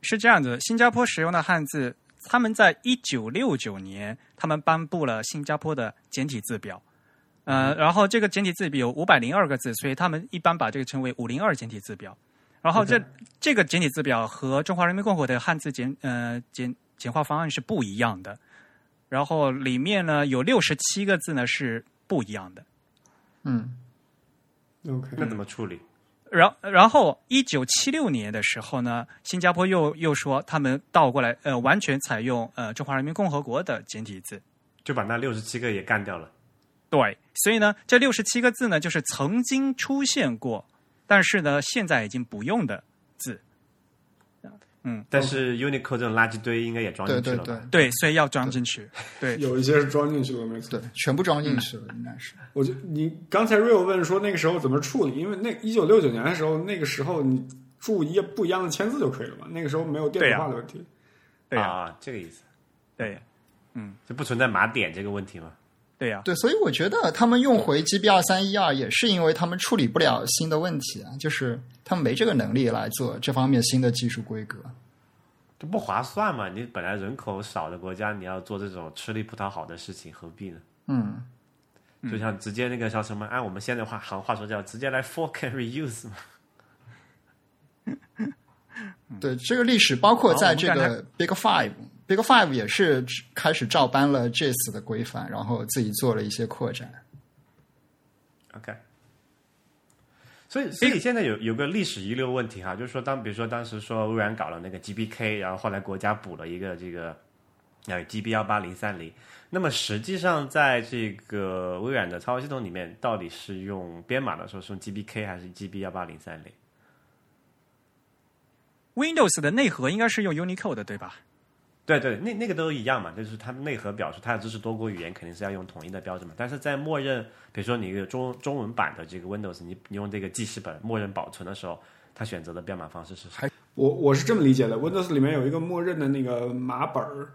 B: 是这样子，新加坡使用的汉字，他们在一九六九年，他们颁布了新加坡的简体字表。呃，然后这个简体字表有五百零二个字，所以他们一般把这个称为五零二简体字表。然后这这个简体字表和中华人民共和国的汉字简呃简简化方案是不一样的。然后里面呢有六十七个字呢是不一样的。
D: 嗯。
A: OK，
C: 那怎么处理？
B: 然然后，一九七六年的时候呢，新加坡又又说他们倒过来，呃，完全采用呃中华人民共和国的简体字。
C: 就把那六十七个也干掉了。
B: 对，所以呢，这六十七个字呢，就是曾经出现过，但是呢，现在已经不用的字。
C: 但是 Unicode 这种垃圾堆应该也装
D: 对
C: 进去
D: 对
C: 了吧？
D: 哦对
B: 对，所以要装进去。对，
A: 有一些是装进去了，没错。
D: 对，全部
C: 嗯
D: 装进去了，应该是。
A: 我就你刚才 Real 问说那个时候怎么处理，因为那一九六九年的时候，那个时候你注一不一样的签字就可以了嘛，那个时候没有电子化的问题。
B: 对呀、
C: 啊，这个意思
B: 对呀、
C: 就不存在码点这个问题吗？
B: 对呀、
D: 对，所以我觉得他们用回 GB 二三一二也是因为他们处理不了新的问题啊，就是他们没这个能力来做这方面新的技术规格。
C: 这不划算嘛！你本来人口少的国家，你要做这种吃力不讨好的事情，何必呢？
D: 嗯，
C: 就像直接那个叫什么，按我们现在话行话说叫直接来 fork and reuse 嘛。
D: 对，这个历史包括在这
B: 好我
D: 个 Big Five。Big Five 也是开始照搬了 JS 的规范，然后自己做了一些扩展。
C: OK。所以，所以现在有有个历史遗留问题哈，就是说当，比如说当时说微软搞了那个 GBK，然后后来国家补了一个这个呃 GB 幺八零三零，那么实际上在这个微软的操作系统里面，到底是用编码的时候是用 GBK 还是 GB 幺八零三零？
B: Windows 的内核应该是用 Unicode 的，对吧？
C: 对对，那那个都一样嘛，就是它内核表示它要支持多国语言，肯定是要用统一的标准嘛。但是在默认，比如说你一个中中文版的这个 Windows，你你用这个记事本默认保存的时候，它选择的编码方式是什么？
A: 我我是这么理解的，Windows 里面有一个默认的那个码本儿，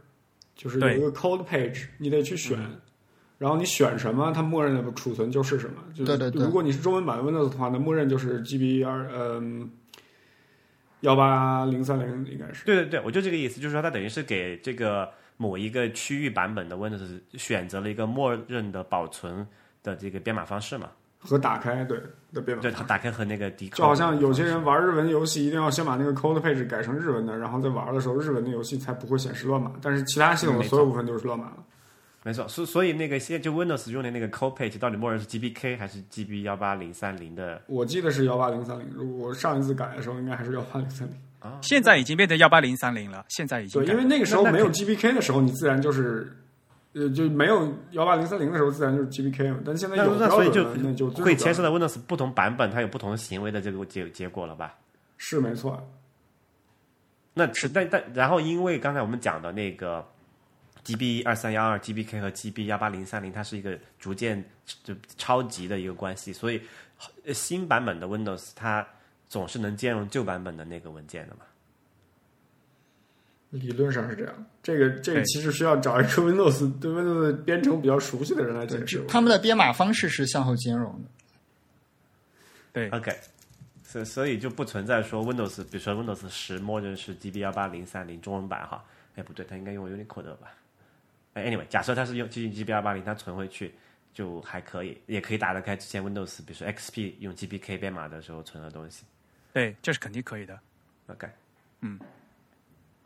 A: 就是有
B: 对
A: 一个 code page，你得去选。然后你选什么，它默认的储存就是什么。就
D: 对对对
A: 如果你是中文版的 Windows 的话，那默认就是 GB 二嗯幺八零三零应该是。
C: 对对对，我就这个意思，就是说它等于是给这个某一个区域版本的 Windows 选择了一个默认的保存的这个编码方式嘛。
A: 和打开对的编码。
C: 对，打开和那个 d
A: 就好像有些人玩日文游戏，一定要先把那个 code 配置改成日文的，然后在玩的时候，日文的游戏才不会显示乱码。但是其他
C: 嗯
A: 系统的所有部分都是乱码的。
C: 没错，所所以那个现在就 Windows 用的那个 Code Page 到底默认是 GBK 还是 GB 幺八零三零的？
A: 我记得是幺八零三零，如果我上一次改的时候，应该还是幺八零三零。
C: 啊，
B: 现在已经变成幺八零三零了，现在已经
A: 对，
B: 改
A: 因为那个时候没有 GBK 的时候，你自然就是，呃，就没有幺八零三零的时候，自然就是 GBK 嘛。但现在
C: 那
A: 有
C: 那
A: 标
C: 所以
A: 准
C: 就
A: 了，那就
C: 会牵涉
A: 的
C: 到 Windows 不同版本，它有不同的行为的这个结结果了吧？
A: 是没错。
C: 那是但但然后因为刚才我们讲的那个 GB 二三幺二、GBK 和 GB 幺八零三零，它是一个逐渐就超级的一个关系，所以呃新版本的 Windows 它总是能兼容旧版本的那个文件的嘛？
A: 理论上是这样，这个这个
B: 对
A: 其实需要找一个 Windows (laughs) 对 Windows 编程比较熟悉的人来解释。
D: 他们的编码方式是向后兼容的。
B: 对
C: OK，所所以就不存在说 Windows，比如说 Windows 十默认是 GB 幺八零三零中文版哈，哎不对，它应该用 Unicode 吧？哎，anyway，假设它是用基于 GB 幺八零，它存回去就还可以，也可以打得开之前 Windows，比如说 XP 用 GBK 编码的时候存的东西。
B: 对，这是肯定可以的。
C: OK，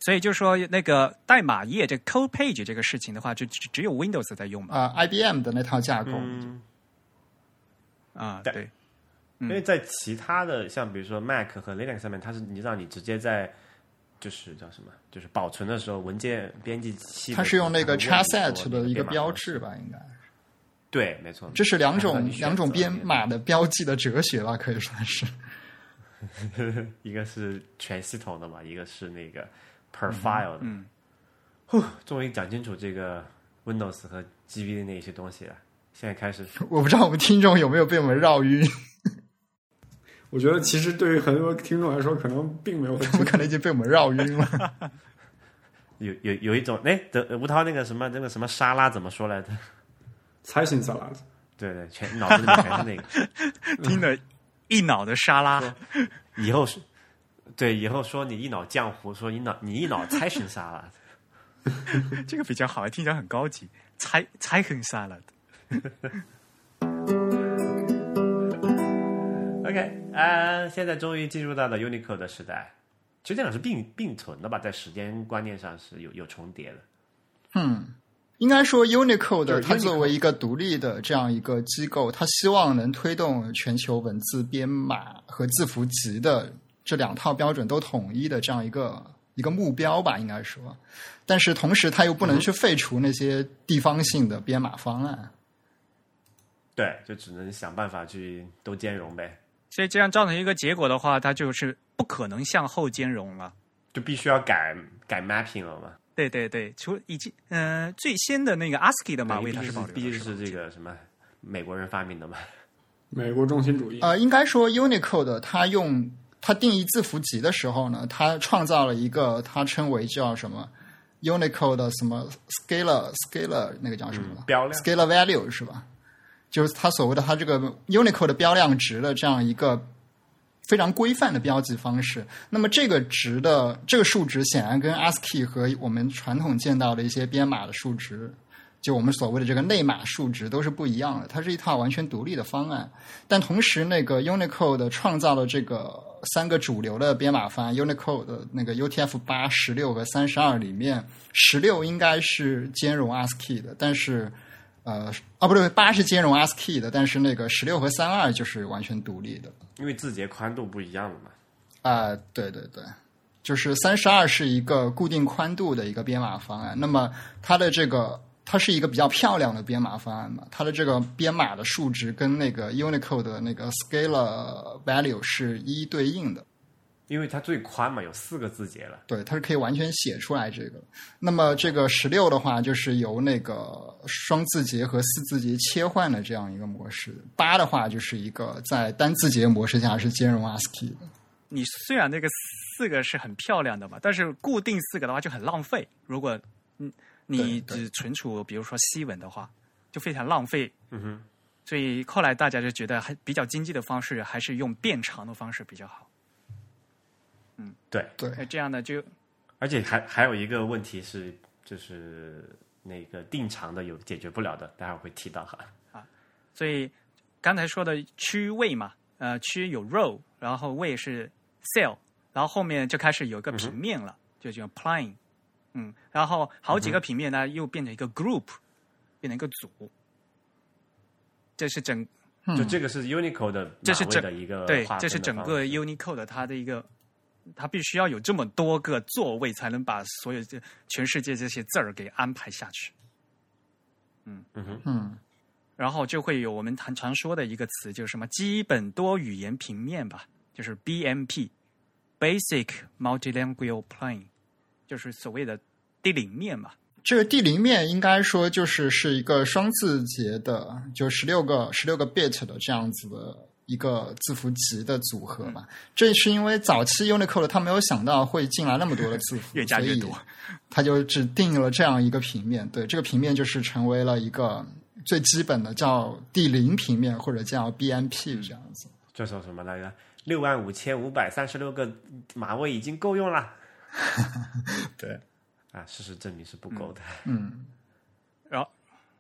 B: 所以就是说那个代码页这个 code page 这个事情的话，就只只有 Windows 在用嘛。
D: 啊、i b m 的那套架构，
C: 嗯
B: 啊，
C: 对
B: 对，
C: 因为在其他的像比如说 Mac 和 Linux 上面，它是你让你直接在就是叫什么，就是保存的时候文件编辑器的时候，
D: 它是用那个
C: 它会问你说
D: Chasset 的
C: 你
D: 一个
C: 编码
D: 标
C: 是
D: 志吧，应该。
C: 对，没错，
D: 这是两种
C: 你选择
D: 两种编码的标记的哲学吧，可以算是。
C: 一个是全系统的嘛，一个是那个 per file 的。嗯，终于讲清楚这个 Windows 和 GB 的那些东西了。现在开始，
D: 我不知道我们听众有没有被我们绕晕，
A: 我觉得其实对于很多听众来说，可能并没有很
D: 他们可能已经被我们绕晕了。
C: 有有有一种哎，德吴涛那个什么那个什么沙拉怎么说来着？ (laughs)
A: 猜心 salad。
C: 对对，全脑子里面全是那个。嗯
B: 听了一脑的沙拉，
C: 以后是，对，以后说你一脑浆糊，说你脑你一脑猜成沙拉。
B: 这个比较好，听起来很高级。猜猜很沙拉，
C: OK，呃，现在终于进入到了 Unicode 的时代。其实这两个是并并存的吧，在时间观念上是有有重叠的。
D: 应该说，Unicode
A: 是
D: 它
A: Unicode
D: 作为一个独立的这样一个机构，它希望能推动全球文字编码和字符集的这两套标准都统一的这样一个一个目标吧，应该说。但是同时，它又不能去废除那些地方性的编码方案。
C: 对，就只能想办法去都兼容呗，
B: 所以这样造成一个结果的话，它就是不可能向后兼容了。
C: 就必须要改改 mapping 了嘛。
B: 对对对，除以及嗯、最先的那个 ASCII 的码
C: 对
B: 位
C: 毕
B: 它
C: 竟是
B: 保留的，
C: 毕竟
B: 是吧
C: 是这个什么美国人发明的嘛。
A: 美国中心主
C: 啊
A: 义，
D: 呃，应该说 Unicode 它用它定义字符集的时候呢，它创造了一个它称为叫什么 Unicode 的什么 scalar scalar 那个叫什么
B: 嗯
D: 了、
C: 标量
D: scalar value 是吧？就是它所谓的它这个 Unicode 的标量值的这样一个非常规范的标记方式。那么这个值的这个数值显然跟 ASCII 和我们传统见到的一些编码的数值，就我们所谓的这个内码数值都是不一样的。它是一套完全独立的方案。但同时，那个 Unicode 创造了这个三个主流的编码方案，Unicode 的那个 UTF 八、十六和三十二里面，十六应该是兼容 ASCII 的，但是。呃，啊，不对，八是兼容 ASCII 的，但是那个十六和三二就是完全独立的。
C: 因为字节宽度不一样了嘛。
D: 啊、对对对，就是三十二是一个固定宽度的一个编码方案。那么它的这个，它是一个比较漂亮的编码方案嘛？它的这个编码的数值跟那个 Unicode 的那个 scalar value 是一一对应的。
C: 因为它最宽嘛，有四个字节了。
D: 对，它是可以完全写出来这个。那么这个十六的话，就是由那个双字节和四字节切换的这样一个模式。八的话，就是一个在单字节模式下是兼容 ASCII 的。
B: 你虽然那个四个是很漂亮的嘛，但是固定四个的话就很浪费。如果嗯你
D: 对
B: 只存储比如说西文的话，就非常浪费。
C: 嗯哼，
B: 所以后来大家就觉得还比较经济的方式还是用变长的方式比较好。嗯
C: 对，
D: 对，
B: 那这样呢就
C: 而且还还有一个问题是，就是那个定长的有解决不了的，待会儿会提到哈。
B: 所以刚才说的区位嘛，呃，区有 row，然后位是 cell，然后后面就开始有一个平面了，就叫 plane，嗯，然后好几个平面呢、又变成一个 group，变成一个组，这是整
C: 就这个是 Unicode 的
B: 嗯这是
C: 码位
B: 整
C: 的一个
B: 对
C: 划，
B: 这是
C: 分的
B: 整
C: 方
B: 个
C: 式
B: Unicode 它的一个，它必须要有这么多个座位，才能把所有这全世界这些字儿给安排下去。
C: 嗯哼
D: 嗯
B: 然后就会有我们常常说的一个词，就是什么基本多语言平面吧，就是 BMP（Basic Multilingual Plane），就是所谓的地理面嘛。
D: 这个地零面应该说就是是一个双字节的，就十六个十六个 bit 的这样子的一个字符集的组合吧。
B: 嗯
D: 这是因为早期 Unicode 它没有想到会进来那么多的字
B: (laughs)
D: 符，
B: 越加越多，
D: 它就只定了这样一个平面。对，这个平面就是成为了一个最基本的叫地零平面或者叫
B: 嗯
D: BMP 这样子。
C: 这首什么来着？六万五千五百三十六个码位已经够用了
D: 对，
C: 啊！事实证明是不够的。 (laughs)
D: 嗯
B: 然后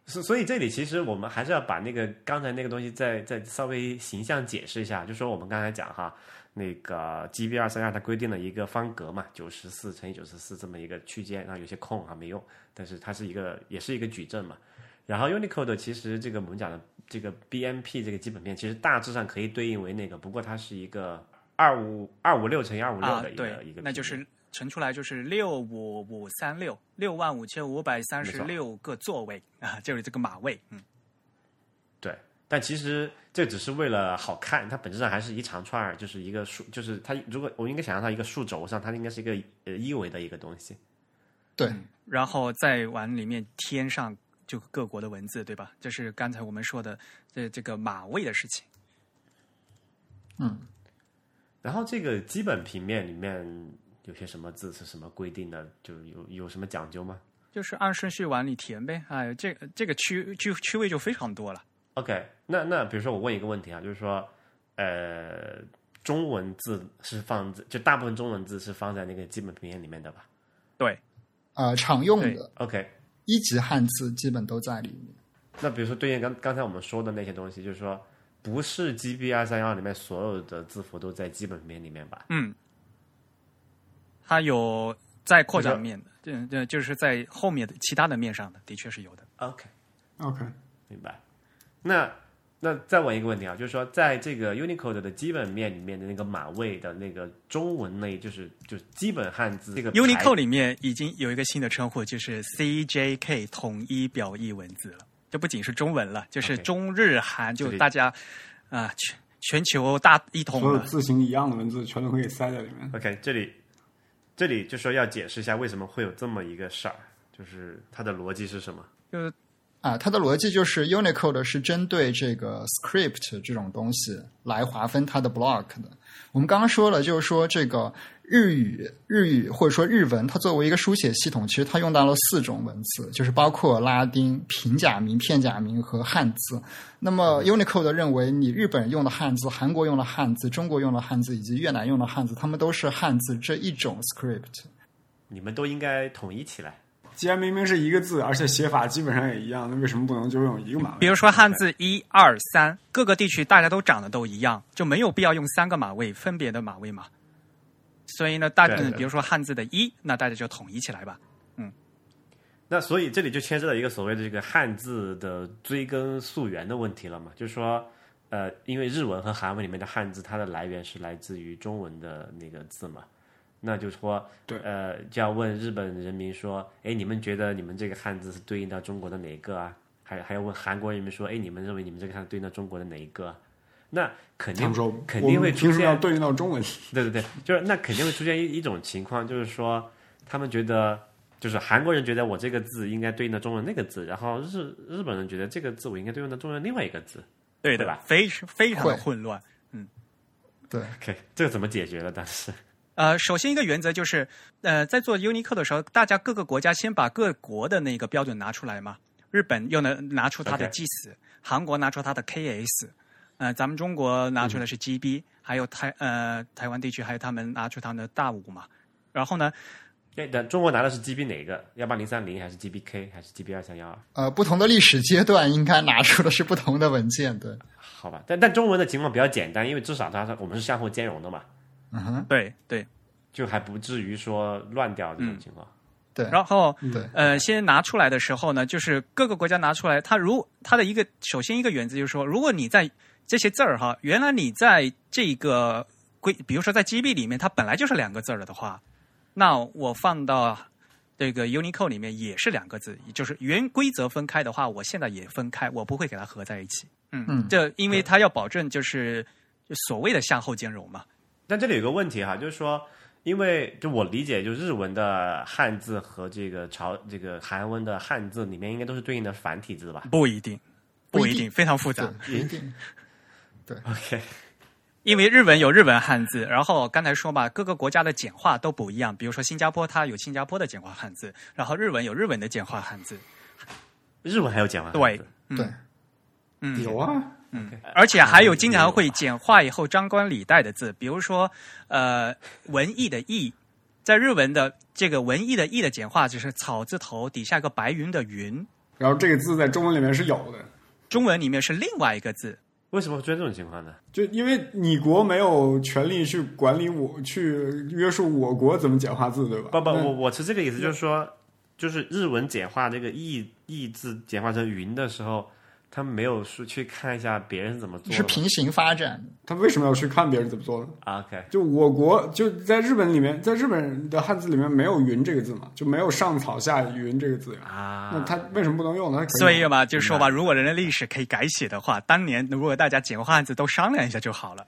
C: 所所以这里其实我们还是要把那个刚才那个东西再再稍微形象解释一下，就说我们刚才讲哈，那个 GB 二三二它规定了一个方格嘛，九十四乘以九十四这么一个区间，然后有些空啊没用，但是它是一个也是一个矩阵嘛。然后 Unicode 其实这个我们讲的这个 BMP 这个基本面，其实大致上可以对应为那个，不过它是一个二五二五六乘以二五六
B: 啊
C: 的一，个、
B: 对
C: 一个，，
B: 那就是乘出来就是六五五三六六万五千五百三十六个座位啊，就是这个码位。嗯，
C: 对，但其实这只是为了好看，它本质上还是一长串儿，就是一个数，就是它如果我应该想象它一个数轴上，它应该是一个呃一维的一个东西。
D: 对，
B: 然后再往里面添上就各国的文字，对吧？这是刚才我们说的这这个码位的事情。
D: 嗯，
C: 然后这个基本平面里面有些什么字是什么规定的，就有有什么讲究吗
B: 就是按顺序往里填呗。哎，这个这个区区区位就非常多了。
C: ？OK，那那比如说我问一个问题啊，就是说呃中文字是放在就大部分中文字是放在那个基本平面里面的吧
B: 对，
D: 呃，常用
B: 对
D: 的
C: ？OK，
D: 一级汉字基本都在里面。
C: 那比如说对应刚刚才我们说的那些东西，就是说不是 GB 二三幺里面所有的字符都在基本面里面吧？
B: 嗯，它有在扩展面的，这这就是在后面的其他的面上的，的确是有的。
C: OK，
A: OK，
C: 明白。那那再问一个问题啊，就是说在这个 Unicode 的基本面里面的那个码位的那个中文类，就是就是基本汉字这个
B: Unicode 里面已经有一个新的称呼，就是 CJK 统一表意文字了。这不仅是中文了，就是
C: OK
B: 中日韩，
C: 这
B: 就
C: 里
B: 大家啊、全全球大一统
C: 哦
A: 所有
B: 了。
A: 字形一样的文字全都可以塞在里面。
C: OK 这里这里就说要解释一下为什么会有这么一个事儿，就是它的逻辑是什么？
B: 就是
D: 啊，它的逻辑就是 Unicode 是针对这个 script 这种东西来划分它的 block 的。我们刚刚说了，就是说这个日语、日语或者说日文，它作为一个书写系统，其实它用到了四种文字，就是包括拉丁、平假名、片假名和汉字。那么 Unicode 认为，你日本用的汉字、韩国用的汉字、中国用的汉字以及越南用的汉字，它们都是汉字这一种 script。
C: 你们都应该统一起来。
A: 既然明明是一个字，而且写法基本上也一样，那为什么不能就用一个码
B: 比
A: 位？
B: 如说汉字一二三，各个地区大家都长得都一样，就没有必要用三个码位分别的码位嘛。所以呢，大
C: 对
B: 嗯，
C: 对
B: 比如说汉字的一，那大家就统一起来吧。
C: 那所以这里就牵涉到一个所谓的这个汉字的追根溯源的问题了嘛，就是说，呃，因为日文和韩文里面的汉字，它的来源是来自于中文的那个字嘛，那就是说，
A: 对
C: 呃，就要问日本人民说，哎，你们觉得你们这个汉字是对应到中国的哪一个啊？还还要问韩国人民说，哎，你们认为你们这个汉字对应到中国的哪一个啊、那肯
A: 他
C: 定
A: 们说
C: 肯
A: 我
C: 定
A: 们
C: 会
A: 凭
C: 出
A: 什么要
C: 现
A: 对应到中文？
C: 对对对，就是那肯定会出现一一种情况，就是说他们觉得，就是韩国人觉得我这个字应该对应的中文那个字，然后日日本人觉得这个字我应该对应的中文另外一个字。
B: 对
C: 对吧
B: 非非常的
D: 会
B: 混乱。
D: 对，
C: OK，这个怎么解决了？当时
B: 呃，首先一个原则就是，呃，在做 Unicode 的时候，大家各个国家先把各国的那个标准拿出来嘛。日本又能拿出它的
C: OK
B: GIS，、韩国拿出它的 KS，呃，咱们中国拿
C: 嗯
B: 出的是 GB，、还有台呃台湾地区还有他们拿出他们的大五嘛。然后呢，
C: 哎，但中国拿的是 GB 哪个？幺八零三零还是 GBK 还是 GB 二三幺二？
D: 呃，不同的历史阶段应该拿出的是不同的文件，对，
C: 好吧，但但中文的情况比较简单，因为至少它它我们是相互兼容的嘛，
D: 嗯哼，
B: 对对
C: 就还不至于说乱掉这种情况。
D: 对，
B: 然后
D: 对，
B: 呃，先拿出来的时候呢，就是各个国家拿出来，它如它的一个首先一个原则就是说，如果你在这些字儿哈，原来你在这个规，比如说在 GB 里面，它本来就是两个字儿了的话，那我放到这个 Unicode 里面也是两个字，就是原规则分开的话，我现在也分开，我不会给它合在一起。嗯，
D: 嗯
B: 这因为它要保证就是所谓的向后兼容嘛。
C: 但这里有个问题哈，就是说，因为就我理解，就日文的汉字和这个朝这个韩文的汉字里面应该都是对应的繁体字吧
B: 不一定，
D: 不
B: 不
D: 一
B: 一
D: 定
B: 定，非常复杂
D: 对。，不一定，
C: ？OK，
B: 因为日文有日文汉字，然后刚才说嘛，各个国家的简化都不一样。比如说新加坡，它有新加坡的简化汉字，然后日文有日文的简化汉字。
C: 日文还有简化汉
B: 对
C: 字，
D: 对，
B: 嗯，
A: 有啊，
C: 呃
B: 而且还有经常会
C: 啊
B: 简化以后张冠李戴的字，比如说呃文艺的艺，在日文的这个文艺的艺的简化就是草字头底下一个白云的云，
A: 然后这个字在中文里面是有的，
B: 中文里面是另外一个字。
C: 为什么会出现这种情况呢？
A: 就因为你国没有权利去管理我，去约束我国怎么简化字，对吧？
C: 不不，
A: 那
B: 嗯
C: 我我是这个意思，就是说，就是日文简化这个意意字简化成云的时候，他们没有说去看一下别人是怎么
B: 嗯
C: 做的
D: 是
C: 吗
D: 平行发展的，
A: 他为什么要去看别人怎么做呢？
C: 啊 OK，
A: 就我国就在日本里面，在日本的汉字里面没有“云”这个字嘛，就没有上草下云这个字呀。
C: 啊，
A: 那他为什么不能用呢？它可
C: 嗯
B: 所以
A: 用
B: 嘛，就说吧，如果人类历史可以改写的话，当年如果大家简化汉字都商量一下就好了。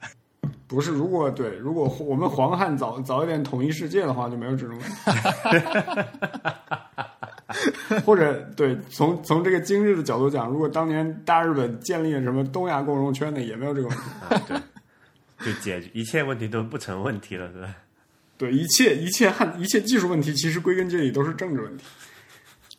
A: 不是，如果对，如果我们黄汉早早一点统一世界的话，就没有这
B: (laughs)
A: 种问题。或者对，从从这个今日的角度讲，如果当年大日本建立了什么东亚共荣圈呢，也没有这个问题。
C: 啊对，就解决一切问题都不成问题了，是吧？
A: 对，一切一切汉一切技术问题，其实归根结底都是政治问题。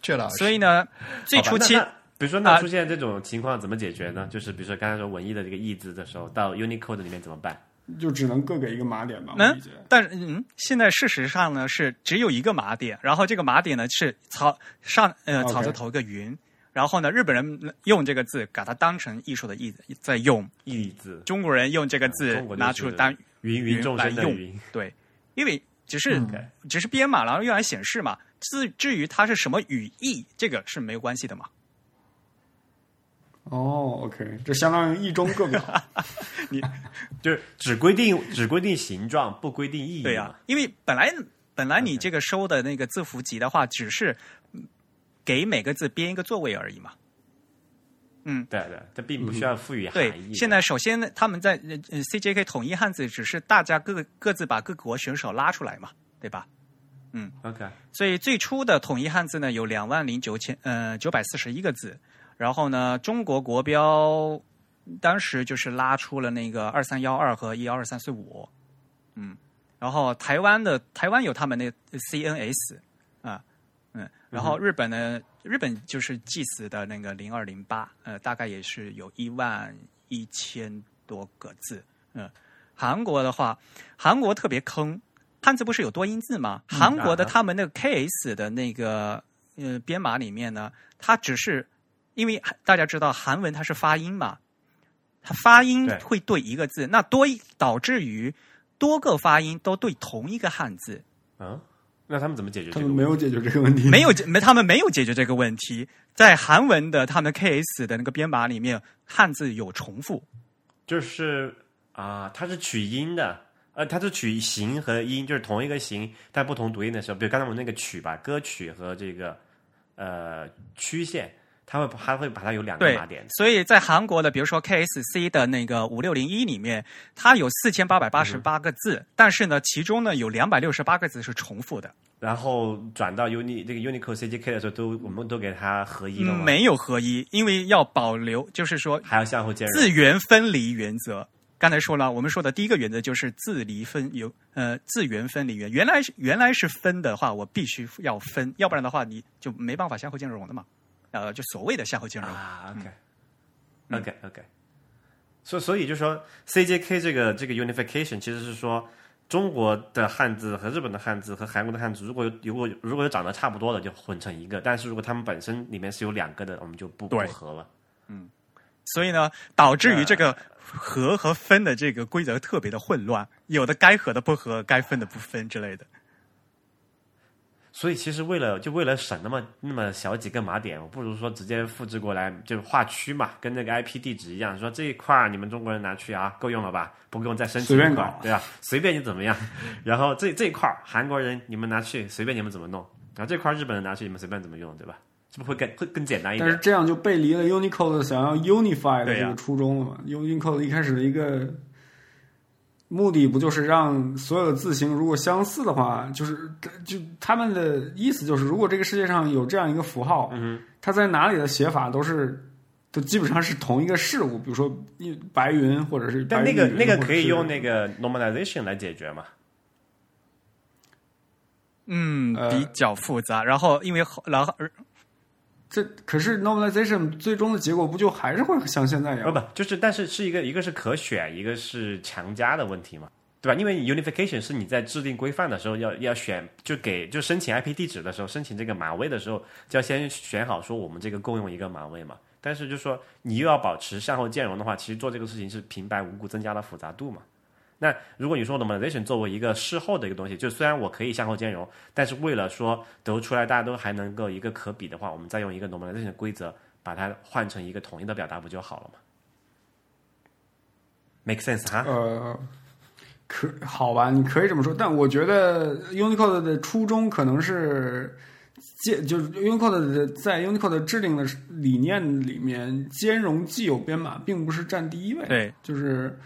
D: 这倒
B: 所
D: 是，
B: 以呢，最初期
C: 好吧那那比如说，那
B: 啊
C: 出现这种情况怎么解决呢？就是比如说刚才说文艺的这个“艺”字的时候，到 Unicode 里面怎么办？
A: 就只能各给一个码点吧，我
B: 嗯
A: 理解。
B: 但是嗯，现在事实上呢是只有一个码点，然后这个码点呢是草上呃
A: OK
B: 草字头一个云。然后呢，日本人用这个字，把它当成艺术的艺在用；
C: 意字，
B: 中国人用这个字
C: 中国就是
B: 拿出当
C: 芸
B: 云
C: 芸众
B: 来
C: 生的
B: 用
C: 云，
B: 对，因为只是、
C: 嗯
B: 只是编码，然后用来显示嘛。至至于它是什么语义，这个是没有关系的嘛。
A: 哦，OK，这相当于一中各表。
B: (laughs)
C: 就是只规定只规定形状，不规定意义。
B: 对啊呀、
C: 嘛。
B: 因为本来本来你这个收的那个字符集的话，只是嗯给每个字编一个座位而已嘛。
C: 对对，这并不需要赋予含
B: 嗯对
C: 义。，
B: 现在首先呢他们在呃呃 CJK 统一汉字，只是大家各个各自把各国选手拉出来嘛，对吧？
C: OK，
B: 所以最初的统一汉字呢有两万零九千呃九百四十一个字，然后呢中国国标当时就是拉出了那个二三幺二和一幺二三四五，嗯，然后台湾的台湾有他们那 CNS 啊，嗯，然后日本呢、日本就是祭祀的那个零二零八，呃，大概也是有一万一千多个字，嗯，韩国的话，韩国特别坑。汉字不是有多音字吗？韩国的
C: 啊哈
B: 他们那个 KS 的那个呃编码里面呢，它只是因为大家知道韩文它是发音嘛，它发音
C: 对
B: 会对一个字，那多一导致于多个发音都对同一个汉字，
C: 嗯，那他们怎么解决
A: 他
C: 这个
A: 们
C: 问题？
A: 没有解决这个问
C: 嗯
A: 题，
B: 没有解没他们没有解决这个问题，在韩文的他们 KS 的那个编码里面，汉字有重复，
C: 就是啊，它是取音的，呃，它是取形和音，就是同一个形，但不同读音的时候，比如刚才我们那个曲吧，歌曲和这个呃曲线，它会还会把它有两个
B: 对
C: 码点，
B: 所以在韩国的，比如说 KSC 的那个五六零一里面，它有四千八百八十八个字，但是呢，其中呢有两百六十八个字是重复的，
C: 然后转到 Uni 这个 Unicode CGK 的时候，都我们都给它合一了吗，
B: 嗯没有合一，因为要保留，就是说
C: 还要相互兼容
B: 字源分离原则。刚才说了，我们说的第一个原则就是字离分有呃字源分离原。原来是原来是分的话，我必须要分，要不然的话你就没办法相互兼容的嘛。呃，就所谓的相互兼容。
C: 啊，OK，OK，OK。OK 嗯 OK OK，所以所以就说 CJK 这个这个 unification 其实是说中国的汉字和日本的汉字和韩国的汉字，如果有如果有如果有长得差不多的，就混成一个；但是如果他们本身里面是有两个的，我们就不不
B: 对
C: 合了。
B: 所以呢，导致于这个和和分的这个规则特别的混乱，有的该和的不和，该分的不分之类的。
C: 所以其实为了就为了省那么那么小几个码点，我不如说直接复制过来，就是划区嘛，跟那个 IP 地址一样，说这一块儿你们中国人拿去啊，够用了吧？不够用再申请
A: 随便
C: 一块儿
A: 搞
C: 对吧？随便你怎么样。 (laughs) 然后这这一块儿韩国人你们拿去，随便你们怎么弄。然后这块儿日本人拿去，你们随便怎么用，对吧？是不是会更会更简单一
A: 但是
C: 点？
A: 这样就背离了 Unicode 想要 unify 的
B: 对
A: 这
B: 呀
A: 个初衷了嘛、u n i c o d e 一开始的一个目的不就是让所有的字形如果相似的话，就是就他们的意思就是，如果这个世界上有这样一个符号，
C: 嗯
A: 它在哪里的写法都是都基本上是同一个事物，比如说一白云或者是
C: 但
A: 白
C: 那
A: 云
C: 个
A: 云
C: 那个
A: 或者
C: 可以
A: 是
C: 用那个 normalization 来解决嘛？
B: 嗯，
A: 呃
B: 比较复杂。然后因为后然后而
A: 这可是 normalization 最终的结果不就还是会像现在一
C: 不
A: 样？
C: 不，就是但是是一个一个是可选，一个是强加的问题嘛，对吧？因为 unification 是你在制定规范的时候要要选，就给就申请 IP 地址的时候，申请这个码位的时候，就要先选好说我们这个共用一个码位嘛。但是就说你又要保持向后兼容的话，其实做这个事情是平白无故增加了复杂度嘛。那如果你说 normalization 作为一个事后的一个东西，就虽然我可以向后兼容，但是为了说得出来大家都还能够一个可比的话，我们再用一个 normalization 的规则把它换成一个统一的表达不就好了吗？make sense 哈、
A: 呃，可好吧，你可以这么说，但我觉得 Unicode 的初衷可能是兼，就是 Unicode 的在 Unicode 的制定的理念里面，兼容既有编码并不是占第一位，
B: 对，嗯
A: 就是。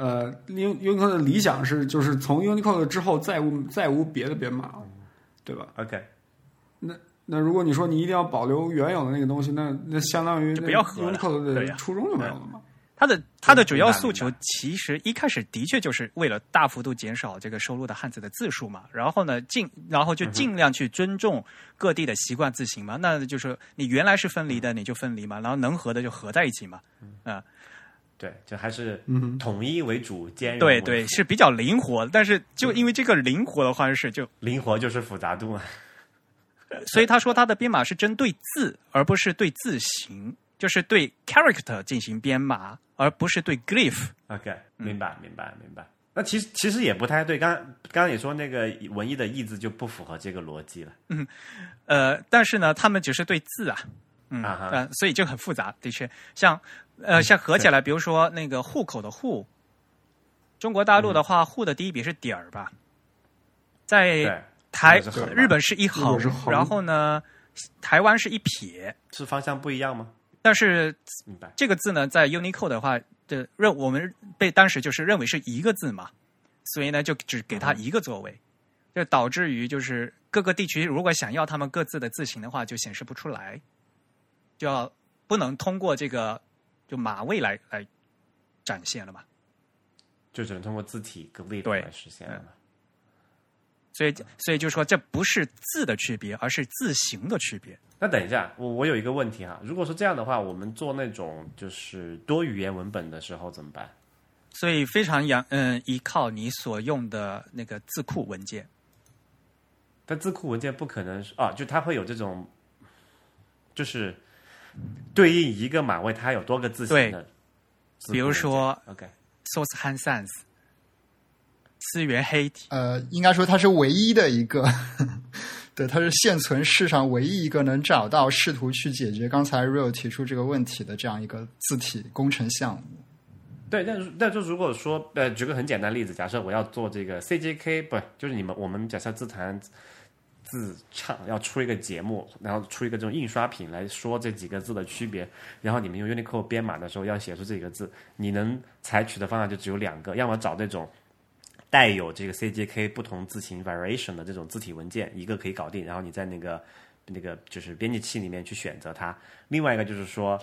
A: 呃，Un Unicode 的理想是，就是从 Unicode 之后再无再无别的编码了，对吧？
C: OK，
A: 那如果你说你一定要保留原有的那个东西，那那相当于
B: 就不
A: 那
B: 要合了
A: Unicode
B: 对
A: 的
B: 呀
A: 初衷就没有了嘛。
B: 它的它的主要
C: 明白
B: 诉求
C: 明白
B: 其实一开始的确就是为了大幅度减少这个收录的汉字的字数嘛，然后呢尽然后就尽量去尊重各地的习惯字形嘛，那就是你原来是分离的你就分离嘛，然后能合的就合在一起嘛，
C: 对，就还是
A: 嗯哼
C: 统一为主，兼容
B: 对嗯
C: 为
B: 对
C: 辅
B: 是比较灵活的，但是就因为这个灵活的方式就
C: 灵活就是复杂度嘛。 (laughs)
B: 所以他说他的编码是针对字，而不是对字形，就是对 character 进行编码，而不是对 glyph。
C: OK，明白、明白明白。那其实其实也不太对，刚刚刚也说那个文艺的“意”字就不符合这个逻辑了。
B: 呃，但是呢，他们只是对字啊，嗯，
C: 啊哈嗯
B: 呃所以就很复杂，的确，像呃，像合起来，比如说那个户口的户，中国大陆的话，户的第一笔是点儿吧，在
C: 嗯对，
B: 台
C: 日本是横吧
B: 日本是一
A: 日
B: 横
A: 本是，横
B: 然后呢，台湾是一撇，
C: 是方向不一样吗？
B: 但是
C: 明白。
B: 这个字呢，在 Unicode 的话，的认我们被当时就是认为是一个字嘛，所以呢，就只给
C: 嗯
B: 它一个座位，就导致于就是各个地区如果想要他们各自的字形的话，就显示不出来，就要不能通过这个就码位来来展现了嘛。
C: 就只能通过字体跟 l
B: 对
C: 来实现了嘛。
B: 所
C: 嗯
B: 以，所以就说这不是字的区别，而是字形的区别。
C: 那等一下，我我有一个问题哈，如果是这样的话，我们做那种就是多语言文本的时候怎么办？
B: 所以非常仰嗯依靠你所用的那个字库文件。
C: 但字库文件不可能是啊，就它会有这种，就是对应一个码位，它有多个字形的字库文件。
B: 比如说
C: ，OK，
B: Source Hand Sans，思源黑体。
D: 呃，应该说它是唯一的一个， (laughs) 对，它是现存世上唯一一个能找到试图去解决刚才 Real 提出这个问题的这样一个字体工程项目。
C: 对，但是但就如果说呃，举个很简单例子，假设我要做这个 CJK，不就是你们我们假设自弹自唱要出一个节目，然后出一个这种印刷品来说这几个字的区别，然后你们用 Unicode 编码的时候要写出这几个字，你能采取的方案就只有两个，要么找那种带有这个 CJK 不同字形 variation 的这种字体文件，一个可以搞定，然后你在那个那个就是编辑器里面去选择它，另外一个就是说。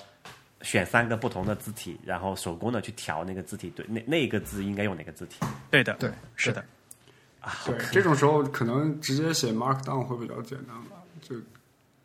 C: 选三个不同的字体，然后手工的去调那个字体，对，那那个字应该用哪个字体？
B: 对的，
D: 对
B: 是的。
A: 对，这种时候
B: 啊
A: 可能直接写 Markdown 会比较简单吧。就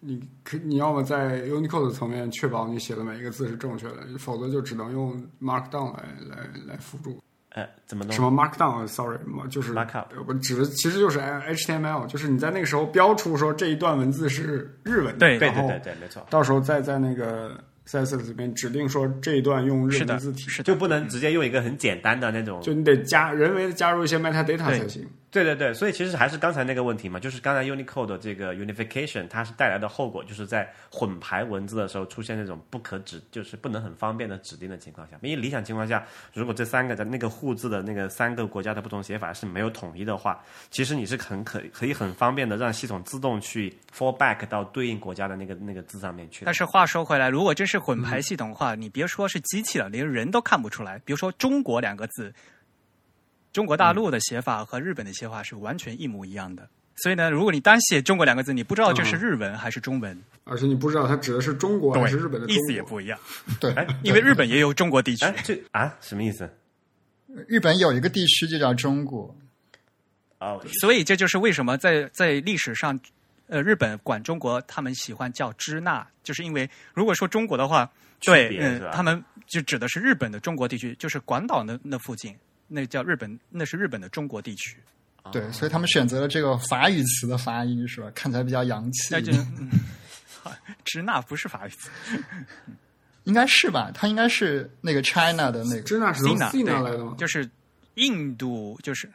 A: 你可你要么在 Unicode 层面确保你写的每一个字是正确的，否则就只能用 Markdown 来来来辅助。
C: 呃，怎么
B: 嗯
C: 弄？
A: 什么 Markdown，sorry，就是
C: Markup
A: 我指的其实就是 HTML，就是你在那个时候标出说这一段文字是日文的，
B: 对
C: 对
A: 然
C: 对
A: 后
C: 对对，没错，
A: 到时候再在那个 CSS 里面指定说这一段用日
B: 是
A: 文
B: 的，
A: 字体，
B: 是的，嗯
C: 就不能直接用一个很简单的那种。
A: 就你得加人为的加入一些 metadata 才行。
C: 对对对，所以其实还是刚才那个问题嘛，就是刚才 Unicode 的这个 unification，它是带来的后果，就是在混排文字的时候出现那种不可指，就是不能很方便的指定的情况下。因为理想情况下，如果这三个的那个互字的那个三个国家的不同写法是没有统一的话，其实你是很可可以很方便的让系统自动去 fall back 到对应国家的那个那个字上面去的
B: 但。是话说回来，如果真是混
A: 嗯
B: 排系统的话，你别说是机器了，连人都看不出来。比如说“中国”两个字，中国大陆的写法和日本的写法是完全一模一样的。所以呢，如果你单写“中国”两个字，你不知道这是日文还是中文，
A: 而且你嗯不知道它指的是中国还是日本的
B: 意
A: 中
B: 思也
A: 国。
B: 不一样，
D: 对，
B: 因为日本也有中国地区
C: 哎。，这啊什么意思？
D: 日本有一个地区就叫中国，
C: 哦，
B: 所以这就是为什么在在历史上，呃，日本管中国他们喜欢叫支那，就是因为如果说中国的话，对，
C: 别是
B: 嗯
C: 吧，
B: 他们就指的是日本的中国地区，就是广岛那那附近，那叫日本，那是日本的中国地区。
C: 哦
D: 对，所以他们选择了这个法语词的发音，是吧？看起来比较洋气
B: 那
A: (laughs)
D: 一
B: 就
D: 点，
B: 嗯，好支那不是法语词，
D: 应该是吧？它应该是那个 China 的那个
A: 支那是从
B: Sina，
A: C 那
B: 对
A: 来的吗？
B: 就是印度，就是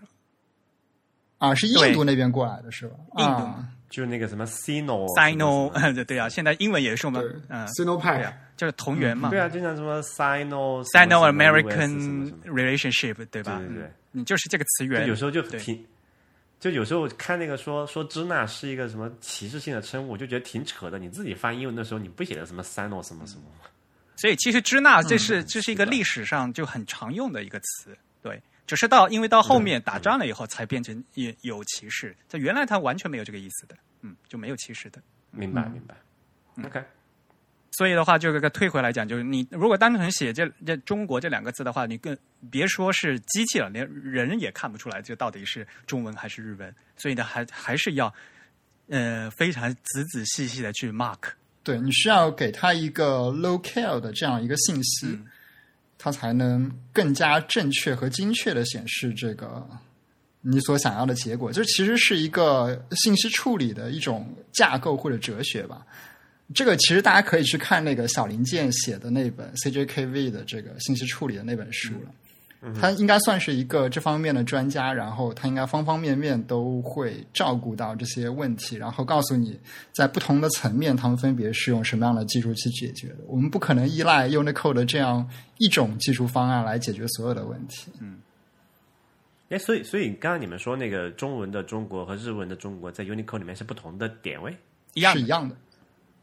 C: 哦
D: 啊，是印度那边过来的，是吧？
B: 印度
D: 啊，
C: 就是那个什么 Sino
B: Sino， (laughs)
C: 什么什么
B: 对啊，现在英文也是我们
A: 对
B: 嗯，对
A: Sinopac
B: 啊。，就是同源嘛
C: 对啊，经常什么 Sino
B: ，Sino
C: 什么什么 US 什么什
B: American
C: 么
B: relationship，对吧？
C: 对对对
B: 嗯你就是这个词
C: 就
B: 源
C: 有，时候就
B: 对
C: 挺，就有时候看那个说说支那是一个什么歧视性的称呼，我就觉得挺扯的。你自己翻英文的时候，你不写的什么 sino 什么什么吗？
B: 所以其实支那这是、这是一个历史上就很常用的一个词，对，只是到因为到后面打仗了以后才变成有有歧视，在原来它完全没有这个意思的，嗯，就没有歧视的。嗯
C: 明白明白。OK，
B: 所以的话，就这个退回来讲，就是你如果单纯写这这中国这两个字的话，你更别说是机器了，连人也看不出来这到底是中文还是日文，所以呢，还还是要呃非常仔仔细细的去 mark。
D: 对你需要给它一个 locale 的这样一个信息，它才能更加正确和精确的显示这个你所想要的结果。就其实是一个信息处理的一种架构或者哲学吧。这个其实大家可以去看那个小林健写的那本 CJKV 的这个信息处理的那本书了。他应该算是一个这方面的专家，然后他应该方方面面都会照顾到这些问题，然后告诉你在不同的层面，他们分别是用什么样的技术去解决的。我们不可能依赖 Unicode 这样一种技术方案来解决所有的问题。
C: 哎，所以所以刚刚你们说那个中文的中国和日文的中国在 Unicode 里面是不同的点位，
B: 一样
D: 是一样的。